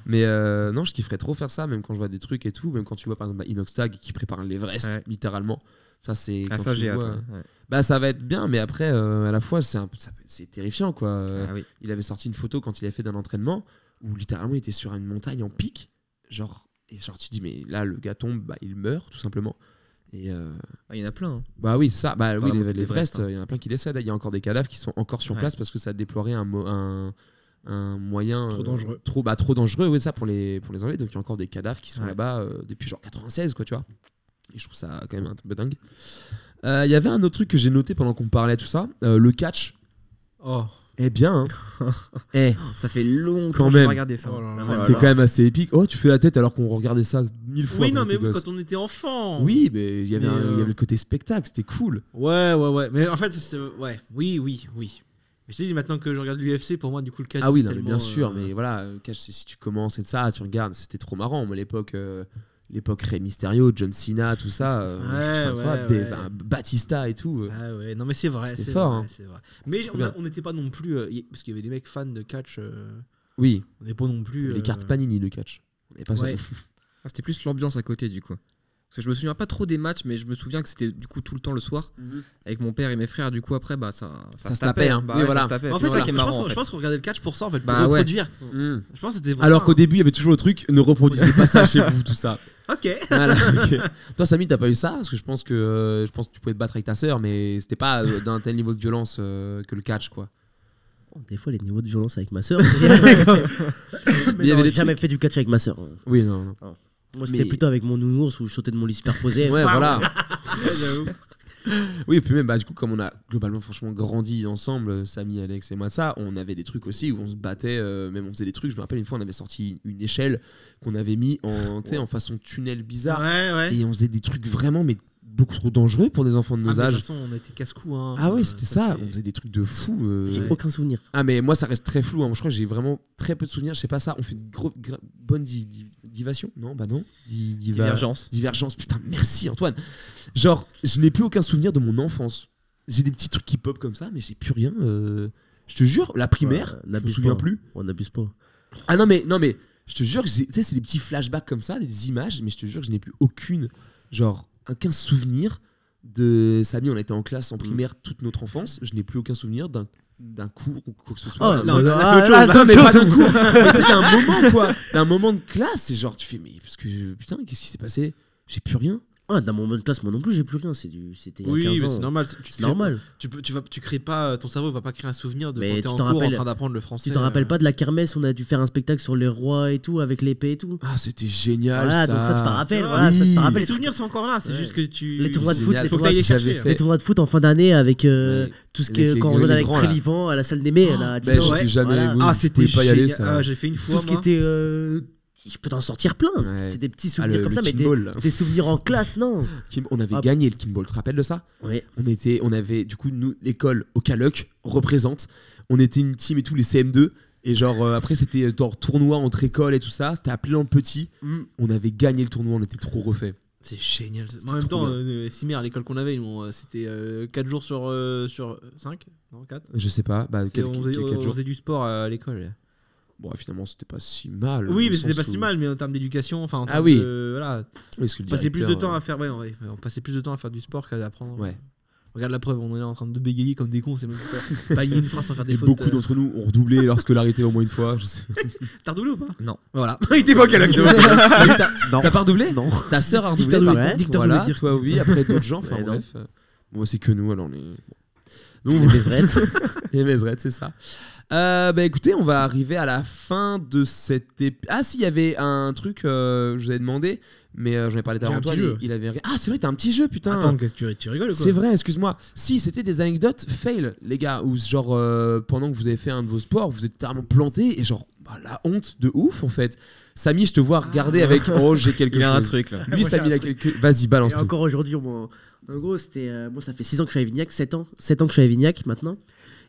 S3: Mais euh, non, je kifferais trop faire ça, même quand je vois des trucs et tout. Même quand tu vois, par exemple, bah, Inox Tag qui prépare l'Everest,
S5: Ouais.
S3: littéralement. Ça, c'est.
S5: Ah,
S3: quand
S5: ça
S3: tu
S5: j'ai hâte.
S3: vois-
S5: ouais. Ouais.
S3: Bah, ça va être bien, mais après, euh, à la fois, c'est un peu- ça peut- c'est terrifiant, quoi. Euh,
S5: Ah oui.
S3: il avait sorti une photo quand il a fait d'un entraînement où littéralement il était sur une montagne en pic genre et genre tu te dis mais là le gars tombe bah il meurt tout simplement et euh,
S5: Ah, Il y en a plein. hein.
S3: bah oui ça bah oui
S5: la
S3: les,
S5: montée de
S3: l'Everest,
S5: l'Everest, hein.
S3: euh, il y en a plein qui décèdent il y a encore des cadavres qui sont encore sur
S5: Ouais.
S3: place parce que ça a déploré un, mo- un un moyen
S6: Trop
S3: euh,
S6: dangereux.
S3: trop bah trop dangereux oui ça pour les pour les enlever donc il y a encore des cadavres qui sont
S5: Ouais.
S3: là-bas euh, depuis genre 96 quoi tu vois et je trouve ça quand même un peu dingue Euh, il y avait un autre truc que j'ai noté pendant qu'on parlait de tout ça euh, le catch
S6: Oh,
S3: eh bien hein. eh
S5: Ça fait longtemps
S3: Quand
S5: que j'ai
S3: même.
S5: pas regardé ça.
S6: Oh là là.
S5: Ah,
S3: C'était quand même assez épique. Oh, tu fais la tête alors qu'on regardait ça mille fois.
S6: Oui, non,
S3: quand
S6: mais
S3: on était
S6: oui,
S3: gosse.
S6: quand on était enfant.
S3: Oui, mais il y avait
S6: Mais,
S3: un- il y
S6: euh,
S3: avait le côté spectacle, c'était cool.
S6: Ouais, ouais, ouais. Mais en fait, c'est- ouais. Oui, oui, oui. Mais je te dis, maintenant que je regarde l'UFC, pour moi, du coup, le catch.
S3: Ah oui,
S6: c'est
S3: non, mais
S6: tellement,
S3: bien sûr,
S6: euh,
S3: mais voilà, euh, Cash, si si tu commences et de ça, tu regardes, c'était trop marrant. Moi, à l'époque, euh, l'époque Rey Mysterio, John Cena, tout ça, euh, je trouve ça
S6: Ouais,
S3: incroyable.
S6: ouais,
S3: Des-
S6: ouais.
S3: enfin, Batista et tout. euh.
S6: Ah ouais, non, mais c'est vrai.
S3: C'était
S6: c'est
S3: fort,
S6: vrai,
S3: hein.
S6: c'est vrai. Mais
S3: trop
S6: on a-
S3: bien.
S6: on n'était pas non plus. euh, y- Parce qu'il y avait des mecs fans de catch. euh,
S3: Oui,
S6: On n'est pas non plus.
S3: les
S6: euh,
S3: cartes Panini de catch. On n'est pas
S6: ouais.
S3: sur-
S5: Ah, C'était plus l'ambiance à côté du coup. Parce que je me souviens pas trop des matchs, mais je me souviens que c'était du coup tout le temps le soir avec mon père et mes frères. Du coup après, bah ça,
S3: Ça se tapait, hein.
S5: Bah,
S3: Oui,
S5: ouais,
S3: voilà.
S5: ça se tapait.
S6: En
S5: C'est
S6: fait,
S5: ça
S6: ça-
S5: qui est
S6: je
S5: marrant.
S6: pense,
S5: en
S6: je
S5: fait.
S6: pense qu'on regardait le catch pour ça, en fait, pour
S5: Bah ouais.
S6: reproduire.
S3: Mhm.
S6: Je pense que c'était. pour
S3: Alors
S6: ça,
S3: qu'au début, il y avait toujours le truc, ne reproduisez pas ça chez vous, tout ça.
S6: hein. Ok.
S3: Voilà, ok. Toi, Samy, t'as pas eu ça Parce que je pense que euh, je pense que tu pouvais te battre avec ta sœur, mais c'était pas euh, d'un tel niveau de violence euh, que le catch, quoi.
S4: Des fois, les niveaux de violence avec ma sœur. mais
S3: il y avait
S4: non,
S3: des
S4: j'ai jamais fait du catch avec ma sœur.
S3: Oui, non, non.
S4: Moi, c'était
S3: Mais-
S4: plutôt avec mon nounours où je sautais de mon lit superposé.
S3: Ouais, voilà. Oui, et puis même, bah, du coup, comme on a globalement, franchement, grandi ensemble, Samy, Alex et moi, ça, on avait des trucs aussi où on se battait, euh, même on faisait des trucs. Je me rappelle une fois, on avait sorti une échelle qu'on avait mis en, tu sais, en façon tunnel bizarre.
S6: Ouais, ouais.
S3: Et on faisait des trucs vraiment, mais beaucoup trop dangereux pour des enfants de
S6: Ah, mais
S3: nos
S6: de toute
S3: âges.
S6: façon, on était casse-cou. Hein.
S3: Ah
S6: Euh,
S3: ouais, c'était ça.
S6: c'est-
S3: On faisait des trucs de fou. euh.
S4: J'ai aucun souvenir.
S3: Ah, mais moi, ça reste très flou. hein. Je crois que j'ai vraiment très peu de souvenirs. Je sais pas ça. On fait de gros, gra- bonnes di- di- divations Non, bah non. Di- diva-
S5: Divergence.
S3: Divergence. Putain, merci Antoine. Genre, je n'ai plus aucun souvenir de mon enfance. J'ai des petits trucs qui pop comme ça, mais j'ai plus rien. euh. Je te jure, la primaire,
S4: Ouais,
S3: je me
S4: n'abuse
S3: souviens
S4: pas.
S3: plus.
S4: On n'abuse pas.
S3: Ah non, mais non, mais je te jure, j'ai- tu sais, c'est des petits flashbacks comme ça, des images, mais je te jure, je n'ai plus aucune, genre, aucun souvenir de Samy. On était en classe en
S4: Mm.
S3: primaire toute notre enfance. Je n'ai plus aucun souvenir d'un d'un cours ou quoi que ce soit.
S4: Ah,
S3: Euh,
S4: non,
S3: d'un-
S6: là,
S4: là, ah,
S6: c'est autre
S4: là,
S6: chose,
S4: c'est
S6: là,
S4: autre
S6: mais pas
S4: chose.
S6: d'un coup.
S3: Mais tu sais, d'un moment quoi, d'un moment de classe, c'est genre tu fais mais parce que putain qu'est-ce qui s'est passé J'ai plus rien.
S4: Ah, dans mon moment de classe, moi non plus, j'ai plus rien. C'est du... C'était il y a
S6: Oui,
S4: 15
S6: mais
S4: ans.
S6: c'est normal. c'est- Tu te
S4: C'est
S6: crées-
S4: normal.
S6: Tu, peux, tu, vas, tu crées pas, ton cerveau va pas créer un souvenir de
S4: Mais
S6: quand
S4: tu
S6: t'es en
S4: t'en
S6: cours en
S4: rappelles-
S6: train d'apprendre le français. euh,
S4: Tu t'en rappelles pas de la kermesse, on a dû faire un spectacle sur les rois et tout, avec l'épée et tout.
S3: Ah c'était génial
S4: Voilà,
S3: ça.
S4: donc ça, tu t'en rappelles.
S6: Oui.
S4: Voilà, ça, tu t'en
S6: euh,
S4: rappelles.
S6: Les souvenirs sont encore là, c'est
S4: Ouais.
S6: juste que tu.
S4: Les tournois de foot,
S3: Génial.
S4: les
S6: Faut que
S4: tournois,
S6: t'ailles les
S3: J'avais
S6: chercher. hein.
S3: fait-
S4: les tournois de foot en fin d'année avec euh,
S3: Ouais.
S4: tout ce
S3: Avec
S4: que
S3: les
S4: quand on
S3: gros,
S4: jouait
S3: les
S4: avec
S3: grands, là.
S4: Trélivan à la salle des mets,
S6: Oh,
S4: là, à
S3: Ben,
S4: Dijon.
S6: ouais.
S3: j'étais jamais.
S4: Voilà.
S3: oui,
S6: Ah,
S3: je pouvais
S6: c'était Ah,
S3: pas y aller ça.
S6: J'ai fait une
S4: tout
S6: fois.
S4: ce qui
S6: moi.
S4: était. euh, je peux t'en sortir plein.
S3: Ouais.
S4: C'est des petits
S3: Ah,
S4: souvenirs
S3: le,
S4: comme
S3: le
S4: ça, mais des,
S3: Kinball, là.
S4: des souvenirs en classe, non
S3: Kim- on avait
S4: Hop.
S3: gagné le Kinball, tu te rappelles de ça
S4: Ouais.
S3: On était, on avait du coup nous l'école au Caloc représente. On était une team et tout les CM2 et genre euh, après c'était euh, genre tournoi entre écoles et tout ça. C'était à plein petit.
S6: Mm.
S3: On avait gagné le tournoi, on était trop refait.
S6: C'est génial.
S3: C'était
S6: En même
S3: trop
S6: temps,
S3: bien.
S6: euh, Cimer, à l'école qu'on avait, ils m'ont, euh, c'était 4 jours sur, euh, sur 5 Non, 4
S3: Je sais pas, bah quel,
S6: on,
S3: quel-
S6: faisait,
S3: quel
S6: on
S3: jour.
S6: faisait du sport euh, à l'école.
S3: Bon, finalement c'était pas si mal.
S6: Oui,
S3: dans
S6: mais
S3: le
S6: c'était
S3: sens
S6: pas si
S3: où-
S6: mal, mais en termes d'éducation, enfin, en
S3: Ah
S6: termes
S3: oui.
S6: de- voilà,
S3: Parce que le
S6: on passait plus de
S3: directeur, euh,
S6: temps à faire, ouais, ouais, on passait plus de temps à faire du sport qu'à apprendre.
S3: Ouais.
S6: Regarde la preuve, on est là en train de bégayer comme des cons, c'est même pas pas lier une phrase sans faire des
S3: Et
S6: fautes.
S3: beaucoup d'entre nous ont redoublé leur scolarité au moins une fois. Je sais.
S6: euh, T'as redoulé ou pas
S5: Non.
S6: Voilà. Il était pas calme.
S3: T'as pas redoublé Non. Ta sœur a redoublé. par
S4: double-
S3: contre.
S4: dictateur
S3: Voilà,
S4: double-
S3: toi oui, après d'autres gens. Enfin
S4: Ouais, non.
S3: bref. Bon, c'est que nous alors on est.
S4: Les
S3: Donc,
S4: Bézerettes.
S3: les Mézerettes, c'est ça. Euh, bah écoutez, on va arriver à la fin de cette ép- Ah si, il y avait un truc, euh, je vous avais demandé, mais euh, j'en ai parlé tout à
S6: J'ai
S3: l'heure.
S6: un petit
S3: Antoine,
S6: jeu.
S3: il, il avait... ri- Ah c'est vrai, t'as un petit jeu, putain.
S6: Attends, qu'est-ce que tu, tu rigoles ou quoi
S3: C'est vrai, excuse-moi. Si, c'était des anecdotes fail, les gars, où genre euh, pendant que vous avez fait un de vos sports, vous êtes totalement planté et genre bah, la honte de ouf en fait. Samy, je te vois regarder avec oh j'ai quelque
S5: Il y
S3: chose.
S5: a un truc là.
S3: Lui,
S6: Moi,
S3: Samy,
S6: j'ai
S3: il
S6: un
S3: a quelque. Vas-y, balance
S4: Et
S3: tout.
S4: encore aujourd'hui, moi. En gros, c'était. euh, moi, ça fait 6 ans que je suis à Évignac, 7 ans. 7 ans que je suis à Évignac maintenant.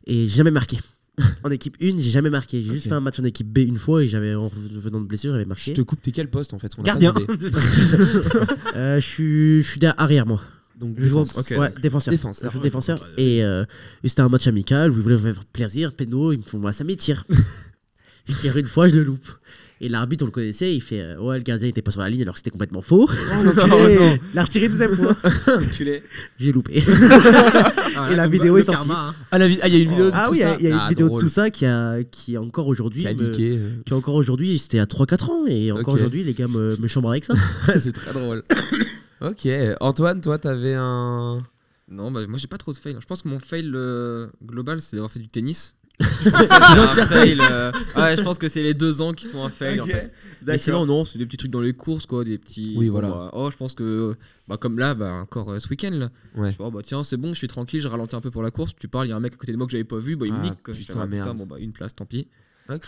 S4: Et j'ai jamais marqué. En équipe 1, j'ai jamais marqué. J'ai juste
S3: Ok.
S4: fait un match en équipe B une fois et j'avais, en revenant de blessure, j'avais marqué.
S3: Je te coupe. T'es quel poste en fait On l'a pas
S6: Gardien.
S3: demandé.
S4: Euh, je suis, je suis derrière arrière, moi.
S3: Donc
S4: Je joue en-
S3: défense.
S4: ouais, défenseur.
S3: Défenseur,
S4: Je joue
S3: ouais,
S4: défenseur. Et, euh, et c'était un match amical où ils voulaient me faire plaisir. Péno, ils me font moi, ça m'étire. je tire une fois, je le loupe. Et l'arbitre, on le connaissait, il fait euh, Ouais, le gardien était pas sur la ligne alors que c'était complètement faux. l'a retiré deuxième fois. J'ai loupé. Et la vidéo est sortie.
S6: hein.
S3: Ah la vi- ah, il y a une vidéo. de
S4: ah
S3: tout
S4: oui, il y a-
S3: ça.
S4: il y a une
S3: Ah,
S4: vidéo
S3: drôle.
S4: de tout ça qui, a, qui encore aujourd'hui.
S3: Qui a
S4: me-
S3: niqué, euh.
S4: Qui encore aujourd'hui, c'était à 3-4 ans. Et encore
S3: Ok.
S4: aujourd'hui, les gars me, me chambrent avec ça.
S3: C'est très drôle. ok, Antoine, toi, t'avais un.
S5: Non, bah, moi j'ai pas trop de fail. Je pense que mon fail euh, global, c'est d'avoir fait du tennis. Un fail, euh, ouais, je pense que c'est les deux ans qui sont un fail. en fait. Mais sinon, non, c'est des petits trucs dans les courses, quoi. Des petits.
S3: Oui,
S5: bon,
S3: voilà.
S5: bah, oh, je pense que. Bah, comme là, bah, encore euh, ce week-end, là.
S3: Ouais.
S5: Je fais, oh, bah, tiens, c'est bon, je suis tranquille, je ralentis un peu pour la course. Tu parles, il y a un mec à côté de moi que j'avais pas vu, bah, il
S3: Ah,
S5: me nique. quoi. Je
S3: putain,
S5: fais, ah,
S3: merde.
S5: bon, bah, une place, tant pis.
S3: Ok.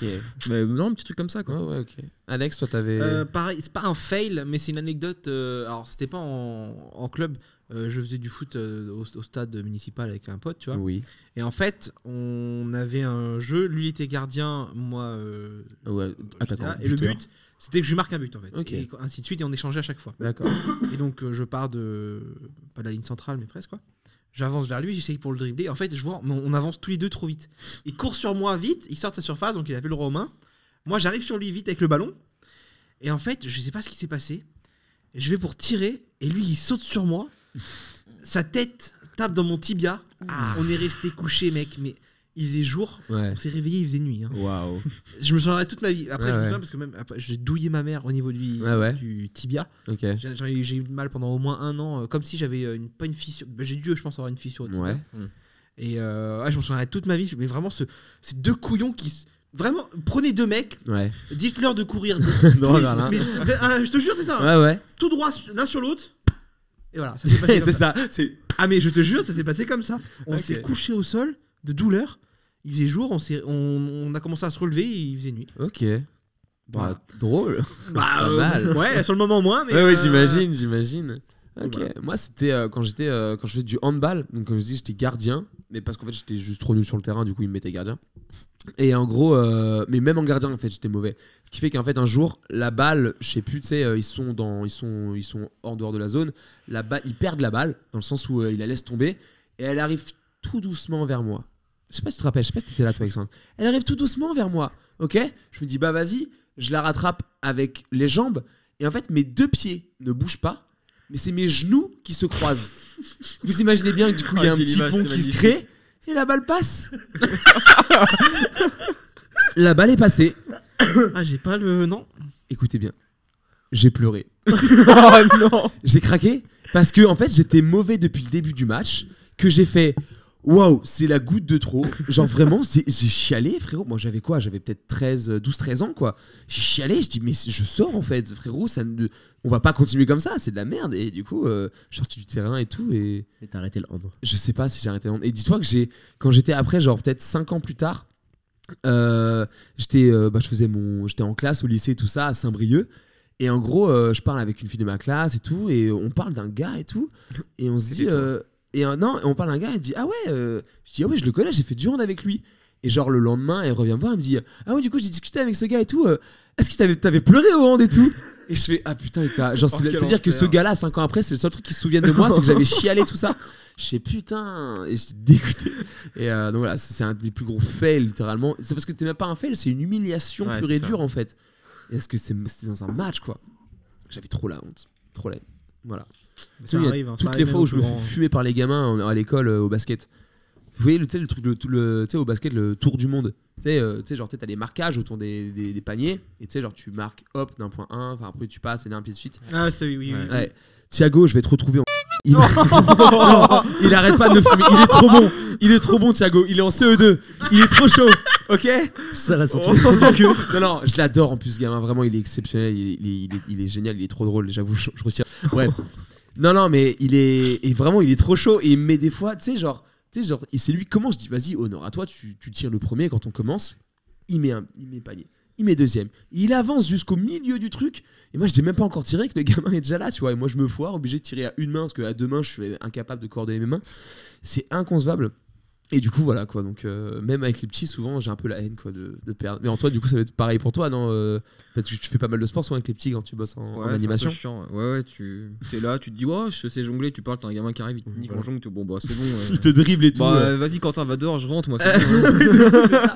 S5: Mais euh, non, un petit truc comme ça,
S3: Ouais,
S5: quoi.
S3: ouais, ok. Alex, toi, t'avais.
S6: Euh, pareil, c'est pas un fail, mais c'est une anecdote. euh, alors, c'était pas en, en club. euh, je faisais du foot euh, au, au stade municipal avec un pote, tu vois.
S3: Oui.
S6: Et en fait, on avait un jeu. Lui il était gardien, moi. euh,
S3: Ouais,
S6: j'étais
S3: attaquant,
S6: là, Ah, Et le
S3: buteur.
S6: but, c'était que je marque un but, en fait.
S3: Ok.
S6: Et ainsi de suite, et on échangeait à chaque fois.
S3: D'accord.
S6: Et donc, euh, je pars de. Pas de la ligne centrale, mais presque, quoi. J'avance vers lui, j'essaye pour le dribbler. En fait, je vois, on, on avance tous les deux trop vite. Il court sur moi vite, il sort de sa surface, donc il avait le roi aux mains. Moi, j'arrive sur lui vite avec le ballon. Et en fait, je sais pas ce qui s'est passé. Je vais pour tirer, et lui, il saute sur moi. Sa tête tape dans mon tibia. On est resté couché, mec, mais il faisait jour.
S3: Ouais.
S6: On s'est réveillé, il faisait nuit. hein.
S3: Waouh.
S6: Je me souviendrai toute ma vie. Après,
S3: Ouais,
S6: je me
S3: ouais.
S6: souviens parce que même après, j'ai douillé ma mère au niveau du,
S3: Ouais, Ah, ouais.
S6: du tibia.
S3: Ok.
S6: J'ai- J'ai eu- j'ai eu mal pendant au moins un an, euh, comme si j'avais euh, une, pas une fissure. bah, J'ai dû, je pense, avoir une fissure. au tibia.
S3: Ouais.
S6: Et euh, ouais, je m'en souviendrai toute ma vie. Mais vraiment, ce, ces deux couillons qui. s- Vraiment, prenez deux mecs,
S3: Ouais.
S6: dites-leur de courir.
S3: Droit vers l'un.
S6: Mais- mais- ah, je te jure, c'est ça.
S3: Ouais, ouais.
S6: Tout droit l'un sur l'autre. Et voilà, ça s'est passé
S3: Et
S6: comme
S3: c'est
S6: ça.
S3: ça. C'est.
S6: Ah mais je te jure, ça s'est passé comme ça. On
S3: Ok.
S6: s'est couché au sol de douleur. Il faisait jour, on, s'est- on, on a commencé à se relever et il faisait nuit.
S3: Ok. Bah, drôle.
S6: Bah,
S3: Pas mal.
S6: Ouais, sur le moment moins, mais.
S3: Ouais, ouais,
S6: euh, bah.
S3: j'imagine, j'imagine.
S6: donc
S3: Ok.
S6: voilà.
S3: Moi, c'était euh, quand j'étais euh, quand je faisais du handball. Donc, comme je dis, j'étais gardien, mais parce qu'en fait, j'étais juste trop nul sur le terrain, du coup, ils me mettaient gardien. Et en gros, euh, mais même en gardien, en fait, j'étais mauvais. Ce qui fait qu'en fait, un jour, la balle, je sais plus, tu sais, euh, ils sont dans, ils sont, ils sont hors dehors de la zone. La balle, ils perdent la balle dans le sens où euh, ils la laissent tomber et elle arrive tout doucement vers moi. Je sais pas si tu te rappelles, je sais pas si t'étais là, toi, Alexandre. Elle arrive tout doucement vers moi. Ok, je me dis bah vas-y, je la rattrape avec les jambes et en fait, mes deux pieds ne bougent pas, mais c'est mes genoux qui se croisent. Vous imaginez bien que du coup, il y a
S2: Ah,
S3: un
S2: c'est
S3: petit
S2: l'image,
S3: pont
S2: c'est
S3: qui se
S2: magnifique.
S3: crée et la balle passe. la balle est passée.
S6: Ah, j'ai pas le. Non.
S3: Écoutez bien, j'ai pleuré.
S2: Oh non
S3: J'ai craqué parce que en fait, j'étais mauvais depuis le début du match, que j'ai fait. Waouh, c'est la goutte de trop. Genre vraiment, c'est- j'ai chialé, frérot. Moi, j'avais quoi J'avais peut-être 13, euh, 12, 13 ans, quoi. J'ai chialé, je dis, mais je sors en fait, frérot, ça ne... on va pas continuer comme ça, c'est de la merde. Et du coup, euh, je suis sorti du terrain et tout, et,
S4: Et t'as arrêté le hand.
S3: je sais pas si j'ai arrêté. Et dis-toi que j'ai, quand j'étais après, genre peut-être 5 ans plus tard, euh, j'étais, euh, bah, je faisais mon, j'étais en classe au lycée tout ça à Saint-Brieuc. Et en gros, euh, je parle avec une fille de ma classe et tout, et on parle d'un gars et tout, et on se dit, euh, et un, non, on parle d'un gars, elle dit ah ouais, euh, je dis ah ouais, je le connais, j'ai fait du hand avec lui. Et genre le lendemain, elle revient me voir, elle me dit ah ouais, du coup j'ai discuté avec ce gars et tout. euh, Est-ce que t'avais, t'avais pleuré au hand et tout Et je fais ah putain, et t'as- genre
S6: Oh,
S3: c'est,
S6: quel
S3: à dire que ce
S6: enfer.
S3: gars-là, 5 ans après, c'est le seul truc qui se souvienne de moi, c'est que j'avais chialé tout ça. Je sais putain, et j'étais dégoûté. Et euh, donc voilà, c'est c'est un des plus gros fails littéralement. C'est parce que t'es même pas un fail, c'est une humiliation
S5: Ouais,
S3: pure
S5: c'est
S3: et
S5: ça.
S3: dure en fait. Et Est-ce que c'est- c'était dans un match quoi J'avais trop la honte, trop la. Voilà.
S6: Ça
S3: Tu sais, il y a
S6: arrive, hein, ça
S3: toutes les
S6: arrive
S3: fois
S6: même
S3: où je
S6: au
S3: me
S6: plus grand.
S3: fais fumer par les gamins en- à l'école euh, au basket. Vous voyez le, tu sais, le truc le, tout le, tu sais, au basket le tour du monde. Tu sais, euh, tu sais genre tu as des marquages autour des, des- des paniers et tu sais genre tu marques hop d'un point 1, enfin après tu passes et d'un pied de suite.
S6: Ah, c'est oui, oui. oui.
S3: Ouais. Thiago, je vais te retrouver en. Il... Non, il arrête pas de me fumer. Il est trop bon. Il est trop bon, Thiago. Il est en CE2. Il est trop chaud. Ok Oh.
S4: Ça l'a senti.
S3: Non, non, je l'adore en plus, ce gamin. Vraiment, il est exceptionnel. Il est, il est- il est- il est génial. Il est trop drôle. J'avoue, je, je retire. Bref. Non, non, mais il est. Et vraiment, il est trop chaud. Et il me met des fois, tu sais, genre. Tu sais, genre. Et c'est lui qui commence. Je dis, vas-y, honneur à toi. Tu, tu tires le premier quand on commence. Il met un il met panier. Il met deuxième. Il avance jusqu'au milieu du truc. Et moi, je n'ai même pas encore tiré que le gamin est déjà là, tu vois. Et moi, je me foire, obligé de tirer à une main, parce qu'à deux mains, je suis incapable de coordonner mes mains. C'est inconcevable. Et du coup, voilà quoi. Donc, euh, même avec les petits, souvent, j'ai un peu la haine quoi de, de perdre. Mais Antoine, du coup, ça va être pareil pour toi, non euh, enfin, tu, tu fais pas mal de sport souvent avec les petits quand tu bosses en,
S5: Ouais,
S3: en
S5: c'est un peu
S3: animation.
S5: chiant. Ouais, ouais, tu t'es là, tu te dis, oh, je sais jongler, tu parles, t'as un gamin qui arrive,
S3: Mmh,
S5: il te nique en jongle, tu- bon, bah, c'est bon. euh.
S3: Il te dribble et tout.
S5: Bah,
S3: euh.
S5: euh, vas-y, Quentin, va dehors, je rentre, moi. c'est bon, hein.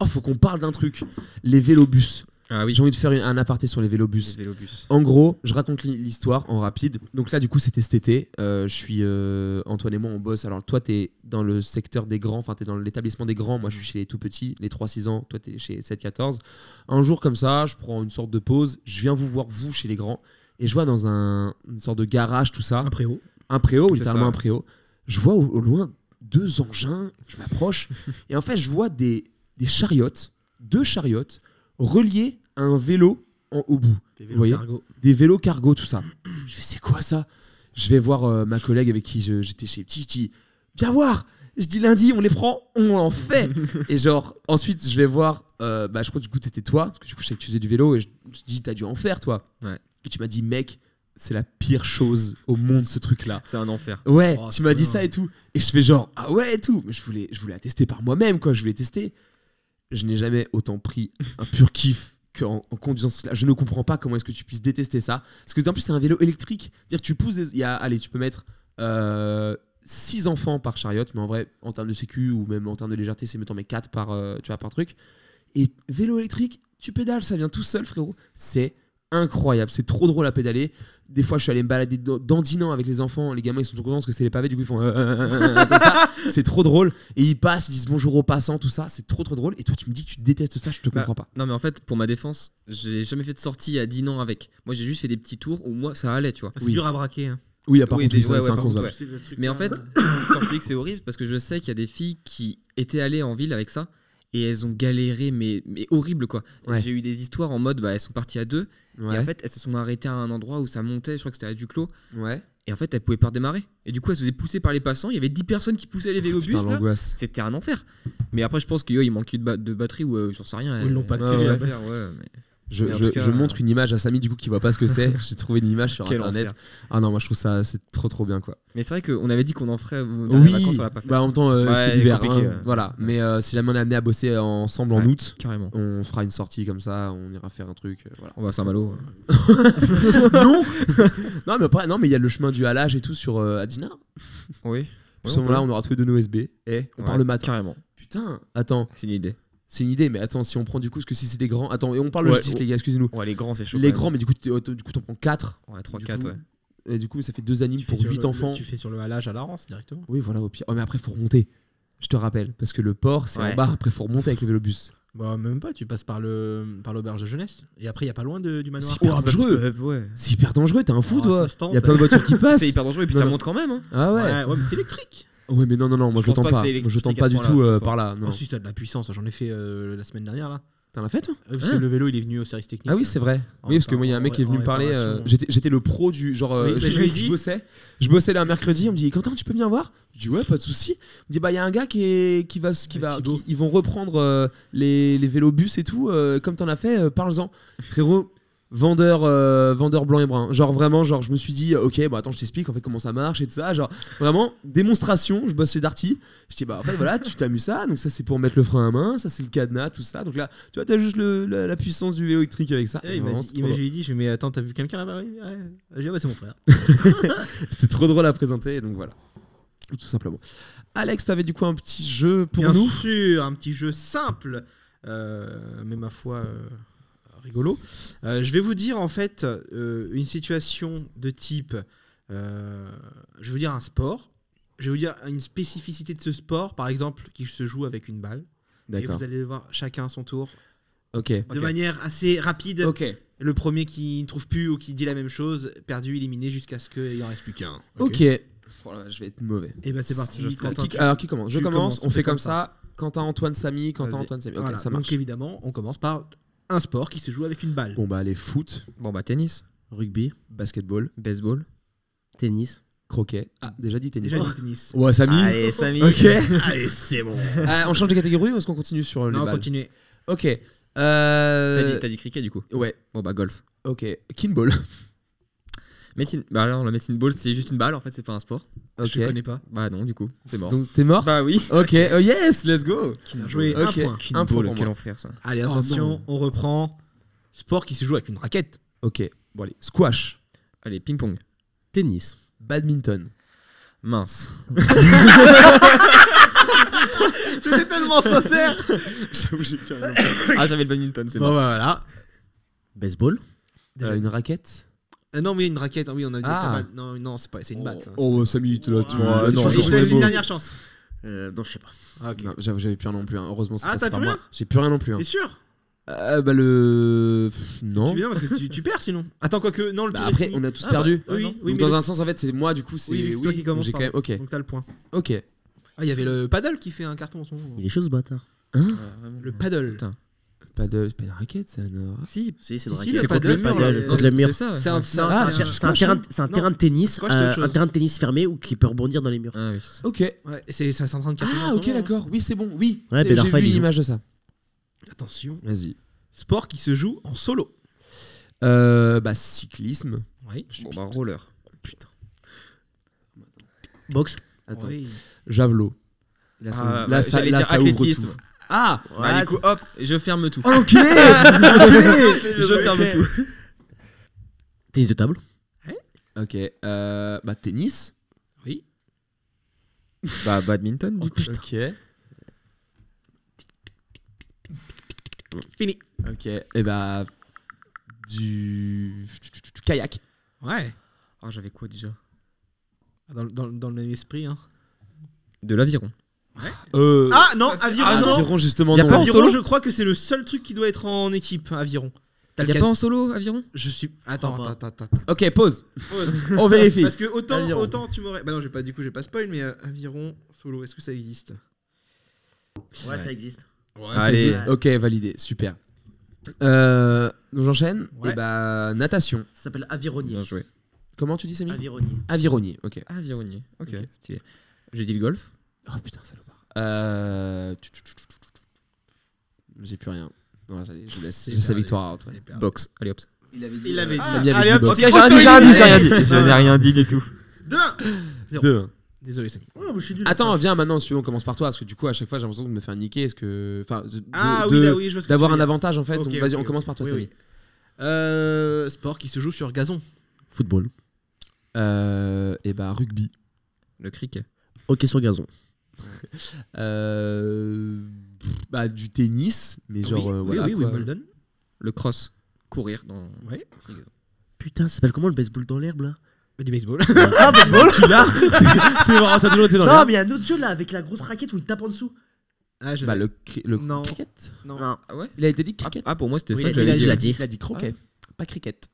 S3: Oh, faut qu'on parle d'un truc. Les vélobus.
S5: Ah oui,
S3: J'ai envie de faire une- un aparté sur les vélobus.
S5: Vélobus.
S3: En gros, je raconte l'hi- l'histoire en rapide. Donc là, du coup, c'était cet été. Euh, je suis euh, Antoine et moi, on bosse. Alors toi, t'es dans le secteur des grands, enfin t'es dans l'établissement des grands. Moi, je suis chez les tout petits, les 3-6 ans. Toi, t'es chez 7-14. Un jour comme ça, je prends une sorte de pause. Je viens vous voir vous chez les grands et je vois dans un, une sorte de garage tout ça,
S6: Un préau.
S3: un préau,
S5: C'est
S3: littéralement
S5: ça.
S3: un préau. Je vois au, au loin deux engins. Je m'approche et en fait, je vois des des chariotes, deux chariotes reliés à un vélo en, au bout
S6: Vous
S3: voyez
S6: cargo.
S3: des vélos cargo, tout ça. Je fais, c'est quoi ça Je vais voir euh, ma collègue avec qui je- j'étais chez Petit, je dis, viens voir Je dis, lundi, on les prend, on en fait Et genre, ensuite, je vais voir, euh, bah, je crois que du coup, t'étais toi, parce que du coup, je sais que tu faisais du vélo, et je, je dis, t'as dû en faire, toi.
S5: Ouais.
S3: Et tu m'as dit, mec, c'est la pire chose au monde, ce truc-là.
S5: C'est un enfer.
S3: Ouais,
S6: Oh,
S3: tu m'as dit
S6: putain.
S3: ça et tout. Et je fais genre, ah ouais et tout. Mais je voulais, je voulais la tester par moi-même, quoi. Je voulais tester. Je n'ai jamais autant pris un pur kiff qu'en en conduisant ce truc-là. Je ne comprends pas comment est-ce que tu puisses détester ça. Parce que en plus, c'est un vélo électrique. Dire tu pousses. des- Il y a, allez, tu peux mettre 6 enfants par chariot, mais en vrai, en termes de sécu ou même en termes de légèreté, c'est mettons mais 4 par, euh, tu vois, par truc. Et vélo électrique, tu pédales, ça vient tout seul, frérot. C'est incroyable. C'est trop drôle à pédaler des fois je suis allé me balader dan- dandinant avec les enfants les gamins ils sont trop contents parce que c'est les pavés du coup ils font euh, euh, euh, euh, comme ça. c'est trop drôle et ils passent ils disent bonjour aux passants tout ça c'est trop trop drôle et toi tu me dis que tu détestes ça je te
S5: Bah,
S3: comprends pas
S5: Non, mais en fait, pour ma défense, j'ai jamais fait de sortie à 10 ans avec. Moi, j'ai juste fait des petits tours où moi, ça allait, tu vois.
S6: C'est
S3: Oui.
S6: dur à braquer. hein.
S3: oui à part
S5: oui,
S3: contre
S5: des-
S3: ça,
S5: ouais,
S3: c'est
S5: ouais, par contre,
S3: inconcevable
S5: ouais. Mais en fait, quand je dis que c'est horrible, c'est parce que je sais qu'il y a des filles qui étaient allées en ville avec ça et elles ont galéré, mais, mais horrible quoi.
S3: Ouais.
S5: J'ai eu des histoires en mode, bah, elles sont parties à deux
S3: ouais,
S5: et en fait, elles se sont arrêtées à un endroit où ça montait, je crois que c'était à Duclos,
S3: ouais.
S5: Et en fait, elle pouvait pas redémarrer. Et du coup, elle se faisait pousser par les passants. Il y avait 10 personnes qui poussaient les vélobus.
S3: Oh, Putain,
S5: là.
S3: l'angoisse.
S5: C'était un enfer. Mais après, je pense qu'il manquait de, ba- de batterie ou euh, j'en sais rien.
S6: Ou ils l'ont pas accéléré,
S5: ouais,
S6: la
S5: l'affaire, ouais, mais-
S3: Je,
S5: Mais en
S3: je-
S5: tout cas,
S3: je montre une image à Samy du coup qui voit pas ce que c'est. J'ai trouvé une image sur
S5: Quel
S3: internet.
S5: enfer.
S3: Ah non, moi je trouve ça c'est trop trop bien quoi.
S5: Mais c'est vrai qu'on avait dit qu'on en ferait. euh, dans les
S3: Oui.
S5: vacances, on l'a pas fait.
S3: Bah en même temps euh,
S5: Ouais,
S3: c'était l'hiver.
S5: compliqué,
S3: hein.
S5: ouais.
S3: Voilà. Mais euh, si jamais on est amené à bosser euh, ensemble en
S5: Ouais.
S3: août,
S5: Carrément.
S3: on fera une sortie comme ça. On ira faire un truc. euh, voilà.
S5: On va à Saint-Malo.
S3: non. non mais après non mais il y a le chemin du halage et tout sur euh, Adina.
S5: Oui.
S3: À ce moment-là on aura trouvé de nos SB. Et on
S5: Ouais,
S3: parle maths.
S5: Carrément.
S3: Putain. Attends.
S5: C'est une idée.
S3: C'est une idée. Mais attends si on prend du coup parce que si c'est des grands. Attends et on parle
S5: Ouais,
S3: logistique
S5: on-
S3: les gars. Excusez-nous.
S5: Ouais, les grands, c'est chaud.
S3: Les
S5: quand
S3: grands mais du coup t- euh, t- du coup t'en prends 4
S5: même. Ouais, 3,
S3: Du
S5: 4,
S3: coup,
S5: ouais.
S3: et du coup ça fait deux animes
S6: Tu fais
S3: pour
S6: sur
S3: 8
S6: le-
S3: enfants.
S6: Tu fais sur le halage à la rance directement.
S3: Oui, voilà, au pire. Oh, mais après, faut remonter. Je te rappelle, parce que le port, c'est
S5: Ouais.
S3: en bas. Après, faut remonter avec le vélobus.
S6: Bah, même pas, tu passes par le par l'auberge de jeunesse. Et après, il y a pas loin de- du manoir.
S3: hyper
S5: Ouais,
S3: dangereux.
S5: ouais.
S3: C'est hyper dangereux, t'es un fou,
S6: Oh,
S3: toi.
S6: ça se tente.
S3: Il y a plein de voitures qui passent.
S5: C'est hyper dangereux et puis
S3: Non,
S5: ça
S3: non.
S5: monte quand même. hein.
S3: Ah ouais.
S6: ouais, mais c'est électrique.
S3: Ouais, mais non, non, non, moi
S5: Je
S3: je
S5: pense
S3: le tends
S5: pas que
S3: pas.
S5: c'est
S3: Moi, je le tends
S5: électrifié à ce
S3: pas du
S5: point-là,
S3: tout
S5: je
S3: euh,
S5: pense
S3: par là. non.
S6: Oh, si, t'as de la puissance, j'en ai fait euh, la semaine dernière là.
S3: T'en as fait, toi
S6: Ouais, Parce
S5: Hein
S6: que le vélo il est venu au service technique. hein.
S3: Ah oui, c'est vrai. Oui, parce que moi, il y a un mec
S6: en-
S3: qui est venu
S6: en
S3: me parler. euh,
S6: réparation.
S3: J'étais j'étais le pro du genre. euh,
S6: Oui, mais
S3: je,
S6: je lui ai
S3: je
S6: dit-
S3: bossais. Je bossais là un mercredi. On me dit Quentin, tu peux venir voir Je dis ouais, pas de souci. Il me dit bah, il y a un gars qui, est, qui va. Qui
S6: Ouais,
S3: va
S6: Thibaut.
S3: qui- ils vont reprendre euh, les, les vélos bus et tout. euh, comme t'en as fait, euh, parle-en. Frérot. Vendeur, euh, vendeur blanc et brun. Genre vraiment, genre je me suis dit, euh, ok, bah attends, je t'explique en fait comment ça marche et tout ça. Genre vraiment démonstration. Je bosse chez Darty. Je dis bah en fait voilà, tu t'as mis ça. Donc ça c'est pour mettre le frein à main. Ça c'est le cadenas, tout ça. Donc là, tu vois, t'as juste le- la, la puissance du vélo électrique avec ça.
S6: Eh, il m'a
S3: Vraiment,
S6: dit,
S3: c'est
S6: il
S3: trop
S6: m'a-
S3: drôle.
S6: je lui ai dit, je lui ai dit, mais attends, t'as vu quelqu'un là-bas Oui, ouais. Je lui ai dit, ah, bah, c'est mon frère.
S3: C'était trop drôle à présenter, donc voilà. Tout simplement. Alex, t'avais du coup un petit jeu pour
S6: Bien
S3: nous
S6: sûr, un petit jeu simple, euh, mais ma foi euh, rigolo. Euh, je vais vous dire en fait euh, une situation de type, euh, je vais vous dire un sport, je vais vous dire une spécificité de ce sport, par exemple, qui se joue avec une balle. Et vous allez voir chacun son tour,
S3: Ok.
S6: de manière assez rapide.
S3: Ok.
S6: Le premier qui ne trouve plus ou qui dit la même chose, perdu, éliminé, jusqu'à ce qu'il en reste plus qu'un.
S3: Ok. Ah, Oh là, je vais être mauvais.
S6: Et ben c'est parti.
S3: Je ferai-
S6: Quentin,
S3: qui-
S6: tu-
S3: Alors qui commence Je
S6: tu
S3: commence,
S6: commences,
S3: on fait comme ça. Quentin, Antoine, Samy, Quentin,
S5: Vas-y.
S3: Antoine, Samy. Ok,
S6: Voilà,
S3: ça marche.
S6: Donc évidemment, on commence par un sport qui se joue avec une balle.
S3: Bon bah allez, foot,
S5: Bon, bah, tennis,
S4: Rugby,
S3: basketball,
S5: baseball.
S4: tennis.
S3: croquet. Ah, déjà dit tennis. Oh,
S6: Déjà dit tennis.
S3: Ouais, Samy.
S4: Allez, Samy.
S3: Ok.
S6: Allez, c'est bon.
S3: Ah, on change de catégorie ou est-ce qu'on continue sur euh, les
S6: Non,
S3: balles
S6: continuez.
S3: Ok.
S5: T'as
S3: Euh...
S5: dit- T'as dit cricket du coup
S3: Ouais,
S5: Bon, bah, golf.
S3: ok. Kinball.
S5: Médecine. Bah, alors, la médecine ball, c'est juste une balle en fait, c'est pas un sport.
S3: Ok.
S6: Je connais pas.
S5: Bah, non, du coup, c'est mort.
S3: Donc t'es mort
S5: Bah, oui.
S3: Ok, oh yes, let's go
S6: Bien joué.
S3: Ok.
S6: Un point.
S3: Un point
S5: Ball,
S3: pour
S5: quel
S3: moi.
S5: enfer ça.
S6: Allez,
S3: Oh,
S6: attention,
S3: non.
S6: on reprend. Sport qui se joue avec une raquette.
S3: Ok, bon allez. Squash,
S5: Allez, ping-pong.
S4: Tennis.
S3: badminton,
S5: Mince.
S6: C'était tellement sincère.
S5: Ah, j'avais le badminton, c'est
S6: bon,
S5: bon.
S6: bah, voilà.
S4: Baseball.
S3: euh, une raquette.
S6: Euh, non, mais une raquette. Oui, on a dit.
S3: Ah.
S6: pas mal. Non, non, c'est pas. C'est une batte. hein.
S3: Oh, Samy, tu là, tu vois.
S6: Ah,
S3: non,
S6: c'est-
S3: je
S6: c'est
S3: change de
S6: une
S3: mot.
S6: dernière chance.
S4: Euh, non, je sais pas.
S3: Non, J'avoue, j'avais plus rien non plus. hein. Heureusement, c'est
S6: Ah,
S3: passé
S6: t'as
S3: par
S6: plus
S3: moi.
S6: rien
S3: J'ai plus rien non plus. hein.
S6: T'es sûr
S3: Euh, bah, le. Pff, Non.
S6: Tu viens parce que tu, tu perds sinon. Attends, quoique. Non, le
S3: Bah,
S6: tour est
S3: après,
S6: fini.
S3: on a tous
S5: Ah,
S3: perdu.
S5: bah, ouais,
S6: Oui,
S5: non.
S6: oui,
S3: Donc,
S6: mais
S3: dans
S6: le-
S3: un sens, en fait, c'est moi, du coup, c'est.
S6: Oui, vu que c'est toi qui commence,
S3: j'ai quand même. Ok,
S6: Donc t'as le point.
S3: ok.
S6: Ah, il y avait le paddle qui fait un carton en ce moment.
S4: Il est chaud ce bâtard.
S6: Le paddle.
S3: Pas de. c'est Pas une raquette, ça, non.
S5: Si,
S4: Si, c'est
S6: Si,
S4: vrai.
S6: si, le
S5: c'est contre le
S6: paddle,
S5: mur. là,
S4: paddle, contre le mur.
S5: C'est ça.
S6: C'est un, c'est un-
S3: Ah,
S6: c'est un-
S4: C'est un terrain, c'est un
S6: Non.
S4: terrain de tennis,
S6: Squash, c'est autre
S4: euh, un
S6: chose.
S4: terrain de tennis fermé où qui peut rebondir dans les murs.
S5: Ah, oui, c'est ça.
S3: Ok.
S6: Ouais, c'est ça, c'est en train de cartonner en
S3: Ah,
S6: ce
S3: ok,
S6: moment,
S3: d'accord. Oui, c'est bon. Oui.
S4: Ouais,
S3: C'est-
S4: Ben
S3: J'ai
S4: Arfa,
S3: vu
S4: il joue.
S3: l'image de ça.
S6: hein. Attention.
S3: Vas-y.
S6: Sport qui se joue en solo.
S3: Euh, bah, cyclisme.
S6: Oui.
S5: Bon, bah, roller.
S4: Box.
S3: Attends. Javelot. Là, ça,
S5: Ah,
S3: ouvre- là,
S5: bah,
S3: ça,
S5: j'allais
S3: là,
S5: dire
S3: ça ouvre
S5: athlétisme.
S3: tout. Ah
S5: Bah, du coup, hop, je ferme tout.
S3: Ok
S5: Je ferme tout.
S4: Tennis de table.
S3: Ok, euh, bah tennis.
S5: Bah, badminton, du coup.
S3: Ok.
S6: Fini.
S3: Ok. Et bah du du kayak.
S6: Ouais.
S5: Ah, j'avais quoi déjà
S6: Dans, dans- dans le même esprit. Hein.
S5: De l'aviron.
S3: Euh,
S6: Ah non, aviron.
S3: ah,
S6: non.
S3: aviron, justement.
S5: Y a
S3: non.
S5: pas en
S6: Aviron,
S5: solo
S6: je crois que c'est le seul truc qui doit être en équipe. Aviron. T'as
S5: Il y
S6: le
S5: a
S6: can-
S5: pas en solo, aviron
S6: Je suis. Attends,
S4: crois pas.
S6: Oh, attends, attends, attends.
S3: Ok, pause.
S6: Pause.
S3: On vérifie.
S6: Parce que autant,
S3: Aviron.
S6: autant tu m'aurais. Bah non, j'ai pas. Du coup, j'ai pas spoil, mais euh, aviron solo. Est-ce que ça existe
S4: Ouais, ça existe.
S3: Ça
S5: Allez.
S3: existe. Ok, validé. Super. Euh, donc j'enchaîne.
S6: Ouais.
S3: Et bah natation.
S4: Ça s'appelle avironier.
S5: Bien joué.
S3: Comment tu dis, Samy
S4: Avironi.
S3: Avironi, ok.
S5: Ah, Vironi. Ok,
S3: Ok.
S5: stylé. J'ai dit le golf.
S3: Oh putain, salopard.
S5: Euh, tu- tu- tu- tu-
S3: J'ai plus rien. Ouais, j'allais- je vous laisse,
S5: C'est
S3: je laisse la
S5: perdu.
S3: victoire.
S5: tu- Box. Allez hop.
S6: Il avait dit. Il avait dit.
S3: Samy Ah, avait
S6: Ah, allez
S3: dit
S6: hop,
S3: box.
S6: c'est
S1: j'ai rien dit, j'ai rien dit, j'ai rien dit.
S2: Je n'ai rien dit du tout.
S6: Deux, un.
S3: Deux.
S6: Désolé, Samy. Oh, mais je suis nul.
S3: Attends, viens maintenant, si tu veux, on commence par toi, parce que du coup, à chaque fois, j'ai l'impression de me faire niquer. Est-ce que. Enfin, de-
S6: Ah
S3: de-
S6: oui, là, oui, je vois ce que tu
S3: D'avoir
S6: veux
S3: un
S6: dire.
S3: avantage, en fait.
S6: Ok,
S3: Donc, vas-y,
S6: ok,
S3: on
S6: ok.
S3: commence par toi,
S6: Oui,
S3: Samy.
S6: oui. Euh, sport qui se joue sur gazon.
S4: Football.
S3: Euh, et bah, rugby.
S5: Le cricket.
S4: Hockey sur gazon.
S3: Euh, pff, bah, du tennis, mais genre. euh, voilà,
S6: oui, oui,
S3: quoi.
S6: Wimbledon.
S5: Le cross. Courir dans.
S6: Ouais.
S4: Putain, ça s'appelle comment le baseball dans l'herbe là
S6: Euh, Du baseball.
S4: Ah, baseball Ah,
S3: Tu l'as C'est marrant, ça a toujours été dans
S4: Non,
S3: le.
S4: mais il y a un autre jeu là avec la grosse raquette où il tape en dessous.
S6: Ah, je
S3: Bah, le, cri- le
S6: Non.
S3: cricket
S6: Non.
S4: Non.
S5: Ah ouais
S3: Il a été dit
S5: ah,
S3: cricket
S5: ah, pour moi c'était
S6: Oui,
S5: ça
S6: il
S5: que
S6: a- il
S5: j'avais
S6: a-
S5: dit.
S4: il a dit.
S3: dit croquet. Pas cricket.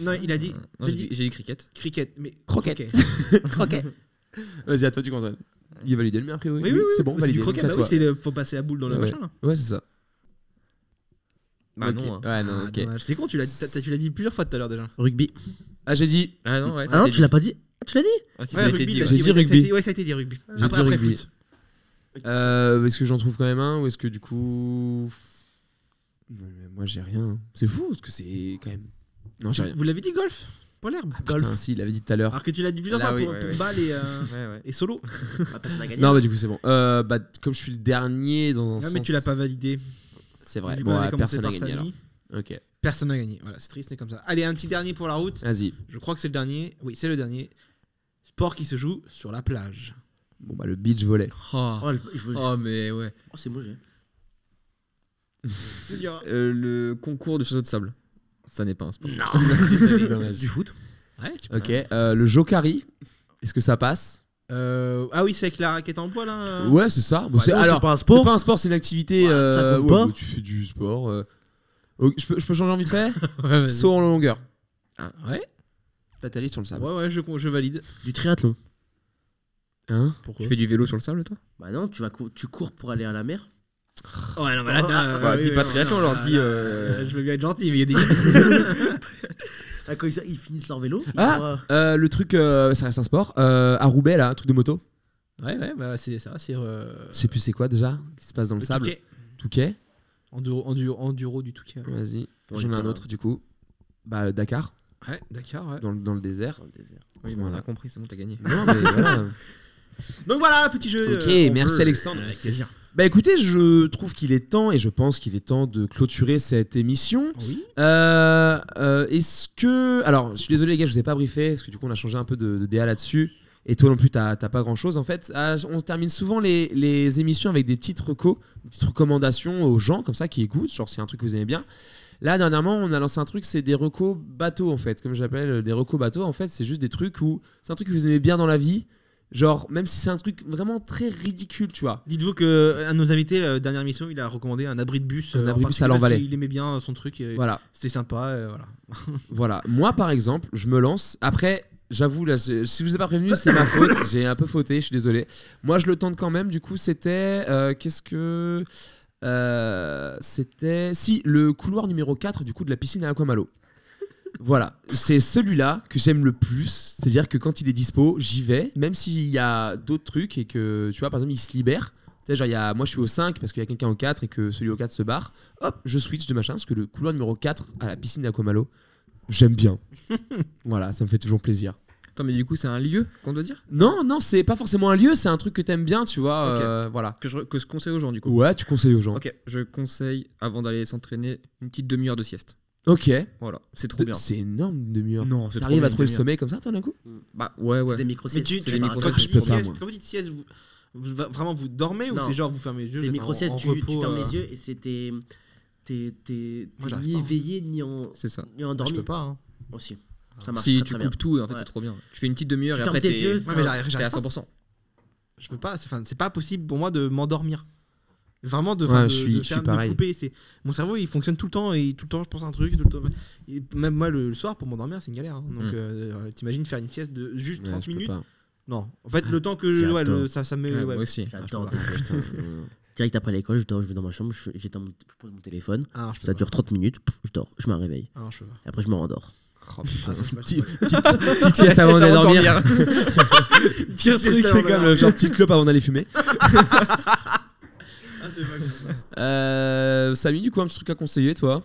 S6: Non, il a dit
S5: Non,
S6: t'as
S5: j'ai dit,
S6: dit-
S5: j'ai dit cricket.
S6: cricket, mais
S3: Croquet.
S6: croquet.
S4: Croquet.
S3: Vas-y, à toi, tu comprends. Il a validé le mien, a priori.
S6: Oui, oui, oui.
S3: C'est bon,
S6: bah, C'est
S3: validé.
S6: du croquet,
S3: Donc,
S6: bah
S3: à
S6: oui,
S3: toi.
S6: c'est le- faut passer la boule dans le machin là.
S3: Ouais, c'est ça.
S5: Bah
S3: Ok.
S5: non. hein.
S3: Ouais, non,
S6: Ah,
S3: ok.
S6: dommage. C'est con, tu l'as dit- t'as- t'as- tu l'as dit plusieurs fois tout à l'heure déjà.
S4: Rugby.
S3: Ah, j'ai dit.
S5: Ah non, ouais.
S4: Ah non, tu l'as pas dit Ah, Tu l'as dit
S5: Ah si,
S6: Ouais,
S5: ça a été
S6: rugby,
S5: dit.
S6: il a
S5: ouais.
S3: J'ai dit
S6: oui, ça a
S3: rugby.
S6: été- Ouais, ça a été dit rugby.
S3: J'ai
S6: Après,
S3: dit
S6: après,
S3: rugby.
S6: foot.
S3: Euh, est-ce que j'en trouve quand même un ou est-ce que du coup. Non, mais Moi j'ai rien. C'est fou parce que c'est quand même. Non, j'ai rien. Ah,
S6: Vous l'avez dit golf Pas l'herbe.
S3: Putain, si, il avait dit tout à l'heure.
S6: Alors que tu l'as dit plusieurs
S5: Là,
S6: fois
S5: oui,
S6: pour,
S5: ouais,
S6: pour
S5: ouais.
S6: balle et, euh,
S5: Ouais, ouais.
S6: et solo.
S4: Ah,
S3: Non, bah du coup, c'est bon. Euh, bah, comme je suis le dernier dans un
S6: Non,
S3: sens.
S6: mais tu l'as pas validé.
S3: C'est vrai.
S6: Vu
S3: Bon,
S6: qu'on
S3: ouais,
S6: avait commencé
S3: personne n'a
S6: par
S3: gagné alors.
S6: Samy,
S3: Ok,
S6: Personne n'a gagné. Voilà, c'est triste, mais comme ça. Allez, un petit dernier pour la route.
S3: vas-y.
S6: Je crois que c'est le dernier. Oui, c'est le dernier. Sport qui se joue sur la plage.
S3: Bon, bah le beach volley.
S5: Oh,
S4: Oh, le- je veux-
S5: oh, mais ouais.
S4: Oh, c'est moi, j'ai.
S6: C'est dur.
S5: Euh, le concours de château de sable. Ça n'est pas un sport.
S3: Dommage.
S4: Du foot
S5: Ouais, tu peux-
S3: Ok, euh, le jokari. Est-ce que ça passe
S6: Euh, ah oui, c'est avec la raquette en bois là.
S3: Ouais, c'est ça. Bon, c'est
S4: non,
S3: alors,
S4: c'est pas un
S3: C'est
S4: sport.
S3: pas un sport, c'est une activité.
S4: Ouais, ça
S3: euh,
S4: compte pas.
S3: bah, tu fais du sport. euh. Ok, je, peux, je peux changer en vite fait
S6: Ouais, vas-y.
S3: Saut en longueur.
S6: ouais.
S3: T'atterris sur le sable.
S6: Ouais, ouais, je, je valide.
S4: Du triathlon.
S3: Hein
S5: Tu fais du vélo sur le sable, toi
S4: Bah non, tu, vas cou- tu cours pour aller à la mer.
S6: Oh, Ouais, non, mais là, euh,
S5: Bah, dis pas triathlon, alors dis, euh,
S6: Je veux bien être gentil, mais il y a des.
S4: Ah, quand ils, ils finissent leur vélo, ils
S3: Ah.
S4: vont, euh,
S3: Euh, le truc, euh, ça reste un sport. Euh, à Roubaix, là, un truc de moto.
S6: ouais, ouais, bah c'est ça, c'est. euh,
S3: Je sais plus c'est quoi déjà, qui se passe dans le,
S6: le
S3: sable.
S6: touquet.
S3: Touquet.
S6: Enduro, enduro, enduro du Touquet. Ouais,
S3: Vas-y.
S5: Bon,
S3: J'en ai un
S5: Dakar.
S3: autre du coup. Bah, le Dakar,
S6: Dakar, ouais.
S3: dans, le- dans le désert.
S4: dans le désert.
S5: Oui,
S3: Voilà.
S5: on a compris, c'est bon, t'as gagné.
S3: Non, mais voilà.
S6: Donc voilà, petit jeu.
S3: Ok,
S6: euh, on
S3: merci
S6: veut-
S3: Alexandre.
S6: Avec plaisir.
S3: Bah écoutez, je trouve qu'il est temps et je pense qu'il est temps de clôturer cette émission.
S6: Oui.
S3: Euh, euh, Est-ce que. Alors, je suis désolé les gars, je vous ai pas briefé parce que du coup on a changé un peu de, de DA là-dessus. Et toi non plus, t'as t'as pas grand chose en fait. Ah, on termine souvent les, les émissions avec des petites recos, des petites recommandations aux gens comme ça qui écoutent, genre c'est un truc que vous aimez bien. Là, dernièrement, on a lancé un truc, c'est des recos bateaux en fait, comme j'appelle euh, des recos bateaux. En fait, c'est juste des trucs où c'est un truc que vous aimez bien dans la vie, genre même si c'est un truc vraiment très ridicule, tu vois.
S6: Dites-vous que euh, un de nos invités, la dernière mission, il a recommandé un abri de bus.
S3: Un
S6: euh, en
S3: abri de bus
S6: particulier
S3: à
S6: parce
S3: Lambalet.
S6: qu'il aimait bien son truc. et
S3: Voilà,
S6: C'était sympa. euh, voilà.
S3: voilà. Moi, par exemple, je me lance. Après, j'avoue, là, je- si je vous ai pas prévenu, c'est ma faute. J'ai un peu fauté, je suis désolé. Moi, je le tente quand même. Du coup, c'était. euh, Qu'est-ce que. euh, c'était. Si, le couloir numéro 4 du coup de la piscine à Aquamalo. Voilà, c'est celui-là que j'aime le plus. C'est-à-dire que quand il est dispo, j'y vais, même s'il y a d'autres trucs et que, tu vois, par exemple, il se libère. Tu sais, genre, il y a, moi je suis au 5 parce qu'il y a quelqu'un au 4 et que celui au 4 se barre. Hop, je switch de machin parce que le couloir numéro 4 à la piscine d'Aquamalo, j'aime bien. voilà, ça me fait toujours plaisir.
S5: Attends, mais du coup, c'est un lieu qu'on doit dire
S3: Non, non, c'est pas forcément un lieu, c'est un truc que t'aimes bien, tu vois.
S5: Ok.
S3: euh, voilà.
S5: que je, que je conseille aux gens, du coup.
S3: Ouais, tu conseilles aux gens.
S5: Ok, je conseille, avant d'aller s'entraîner, une petite demi-heure de sieste.
S3: Ok.
S5: Voilà, c'est trop
S3: De-
S5: bien.
S3: C'est énorme une demi-heure.
S5: Non, c'est trop
S3: T'arrives
S5: bien,
S3: à trouver le
S5: une
S3: sommet comme ça, toi, d'un coup
S5: demi-heure. Bah, ouais,
S4: C'est des
S5: ouais.
S4: micro
S6: Mais tu,
S5: c'est
S6: tu
S5: des
S6: quand
S5: micro-siestes,
S6: tu
S5: je
S6: dis
S3: peux pas,
S6: sieste,
S3: moi.
S6: Quand vous dites sieste, vous, vous- vraiment vous dormez ou
S4: Non.
S6: c'est genre vous fermez les yeux
S4: Les
S6: vous êtes
S4: micro
S6: en- en
S4: tu, tu
S6: repos,
S4: fermes
S6: euh,
S3: Ah,
S4: les yeux et c'est t'es. T'es, t'es,
S6: Moi,
S4: t'es
S6: j'arrive
S4: ni
S6: pas, hein.
S4: éveillé ni, en,
S5: C'est ça.
S4: ni
S6: Je
S4: endormi.
S6: peux pas. hein.
S4: Aussi. Ça marche
S5: si
S4: très,
S5: tu
S4: très
S5: coupes
S4: bien.
S5: tout, en fait,
S4: Ouais.
S5: c'est trop bien. Tu fais une petite demi-heure
S4: Tu
S5: et après,
S4: fermes tes
S5: t'es
S4: yeux,
S5: t'es
S6: Ouais, mais
S4: un-
S6: j'arrive- j'arrive
S5: à
S6: pas.
S5: 100%.
S6: Je peux pas. C'est enfin, c'est pas possible pour moi de m'endormir. Vraiment de,
S3: Ouais,
S6: enfin, de,
S3: je suis- je
S6: de
S3: suis
S6: faire- de
S3: pareil.
S6: couper. c'est- Mon cerveau il fonctionne tout le temps et tout le temps je pense à un truc. tout le temps- et même moi le, le soir pour m'endormir c'est une galère. hein. Donc
S5: Mm.
S6: euh, t'imagines faire une sieste de juste 30
S3: Ouais, je peux
S6: minutes
S3: pas.
S6: Non. En fait le temps que je,
S4: J'adore.
S6: ouais, le- ça ça me met.
S5: Ouais,
S6: ouais.
S5: Moi aussi.
S4: J'adore
S6: Ah, je
S4: des siestes. Direct après l'école, je dors, je vais dans ma chambre, je, fais- j'éteins mon- je pose mon téléphone.
S6: Ah, non, je peux
S4: Ça
S6: pas.
S4: dure 30 minutes, pff, je dors, je me réveille.
S6: Ah, non, je peux pas. Ah,
S4: Et après, je me rendors.
S5: Oh, putain.
S3: Petit- Petite petite sieste avant d'aller dormir. Pire
S4: Petite
S3: truc,
S4: sieste
S3: c'est
S4: avant
S3: comme le genre petite clope avant d'aller fumer. Euh, Samy, du coup, un petit truc à conseiller, toi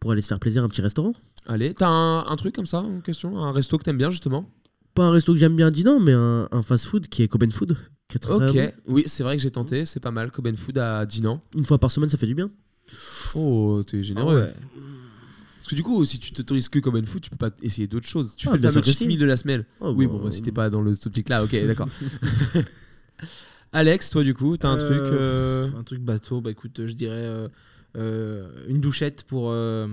S4: Pour aller se faire plaisir, un petit restaurant.
S3: Allez, t'as un, un truc comme ça, une question Un resto que t'aimes bien, justement
S4: Pas un resto que j'aime bien, dis non, mais un, un fast-food qui est Coben Food. qui est très
S3: Ok,
S4: bon.
S3: oui, c'est vrai que j'ai tenté, c'est pas mal. Koben Food à Dinan.
S4: Une fois par semaine, ça fait du bien.
S3: Oh, t'es généreux.
S5: Ah ouais.
S3: Parce que du coup, si tu t'autorises que Koben Food, tu peux pas essayer d'autres choses. Tu
S4: Ah,
S3: fais le
S4: bien
S3: fameux
S4: sûr
S3: cheat
S4: que si.
S3: meal de la semaine.
S4: Oh,
S3: oui,
S4: bah,
S3: bon, bah, si t'es pas dans le optique là, ok, d'accord. Alex, toi, du coup, t'as un
S6: Euh,
S3: truc. euh,
S6: Un truc bateau, bah écoute, je dirais euh, euh, une douchette pour, euh,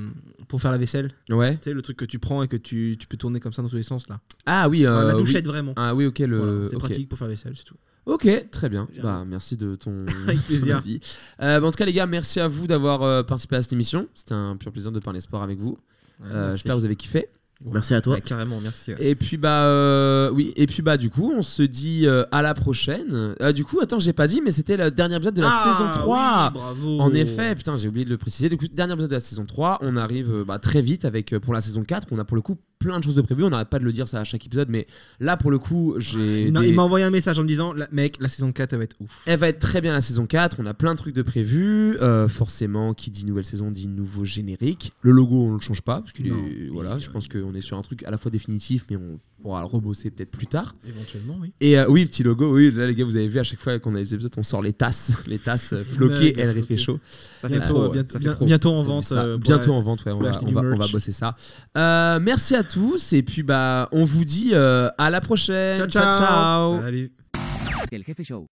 S6: pour faire la vaisselle.
S3: Ouais.
S6: Tu sais, le truc que tu prends et que tu, tu peux tourner comme ça dans tous les sens là.
S3: Ah oui,
S6: Ah,
S3: euh,
S6: la
S3: oui.
S6: douchette vraiment.
S3: Ah oui, ok, le.
S6: Voilà, c'est
S3: ok.
S6: pratique pour faire la vaisselle, c'est tout.
S3: Ok, très bien. Bah, merci de ton
S6: Avec
S3: ton
S6: plaisir.
S3: avis. Euh, bah, en tout cas, les gars, merci à vous d'avoir euh, participé à cette émission. C'était un pur plaisir de parler sport avec vous.
S5: Ouais,
S3: Euh,
S5: merci.
S3: J'espère que vous avez kiffé.
S4: Merci à toi.
S5: Ouais, carrément, merci. ouais.
S3: Et puis bah euh, oui, et puis bah du coup, on se dit euh, à la prochaine. Euh, du coup, attends, j'ai pas dit mais c'était le dernier épisode de la
S6: Ah,
S3: saison 3.
S6: bravo.
S3: En effet, putain, j'ai oublié de le préciser. Du coup, dernier épisode de la saison 3, on arrive euh, bah, très vite avec euh, pour la saison 4, on a pour le coup plein de choses de prévues, on n'arrête pas de le dire ça à chaque épisode mais là pour le coup, j'ai
S6: Non,
S3: des-
S6: Ah, Il m'a envoyé un message en me disant la- Mec, la saison 4 elle va être ouf.
S3: elle va être très bien la saison 4, on a plein de trucs de prévus. Euh, forcément, qui dit nouvelle saison dit nouveau générique. Le logo, on le change pas, parce qu'il
S6: Non.
S3: est. Voilà, je pense qu'on est sur un truc à la fois définitif, mais on pourra le rebosser peut-être plus tard.
S6: Éventuellement, oui.
S3: Et euh, oui, petit logo, oui, là les gars, vous avez vu à chaque fois qu'on a des épisodes, on sort les tasses, les tasses euh, floquées,
S6: Ouais,
S3: elles
S6: floquées.
S3: réfléchissent.
S6: Ça
S3: fait
S6: fait
S3: pro,
S6: trop,
S3: ouais.
S6: bientôt,
S3: Ça fait
S6: bien-
S3: pro.
S6: bientôt en vente. euh, pour
S3: Bientôt
S6: la-
S3: en vente, ouais, on,
S6: pour
S3: va,
S6: acheter
S3: on,
S6: du
S3: va, on
S6: merch.
S3: va bosser ça. Euh, merci à tous, et puis bah, on vous dit euh, à la prochaine.
S6: Ciao, ciao.
S3: ciao.
S5: Salut.
S10: El Jefe Show.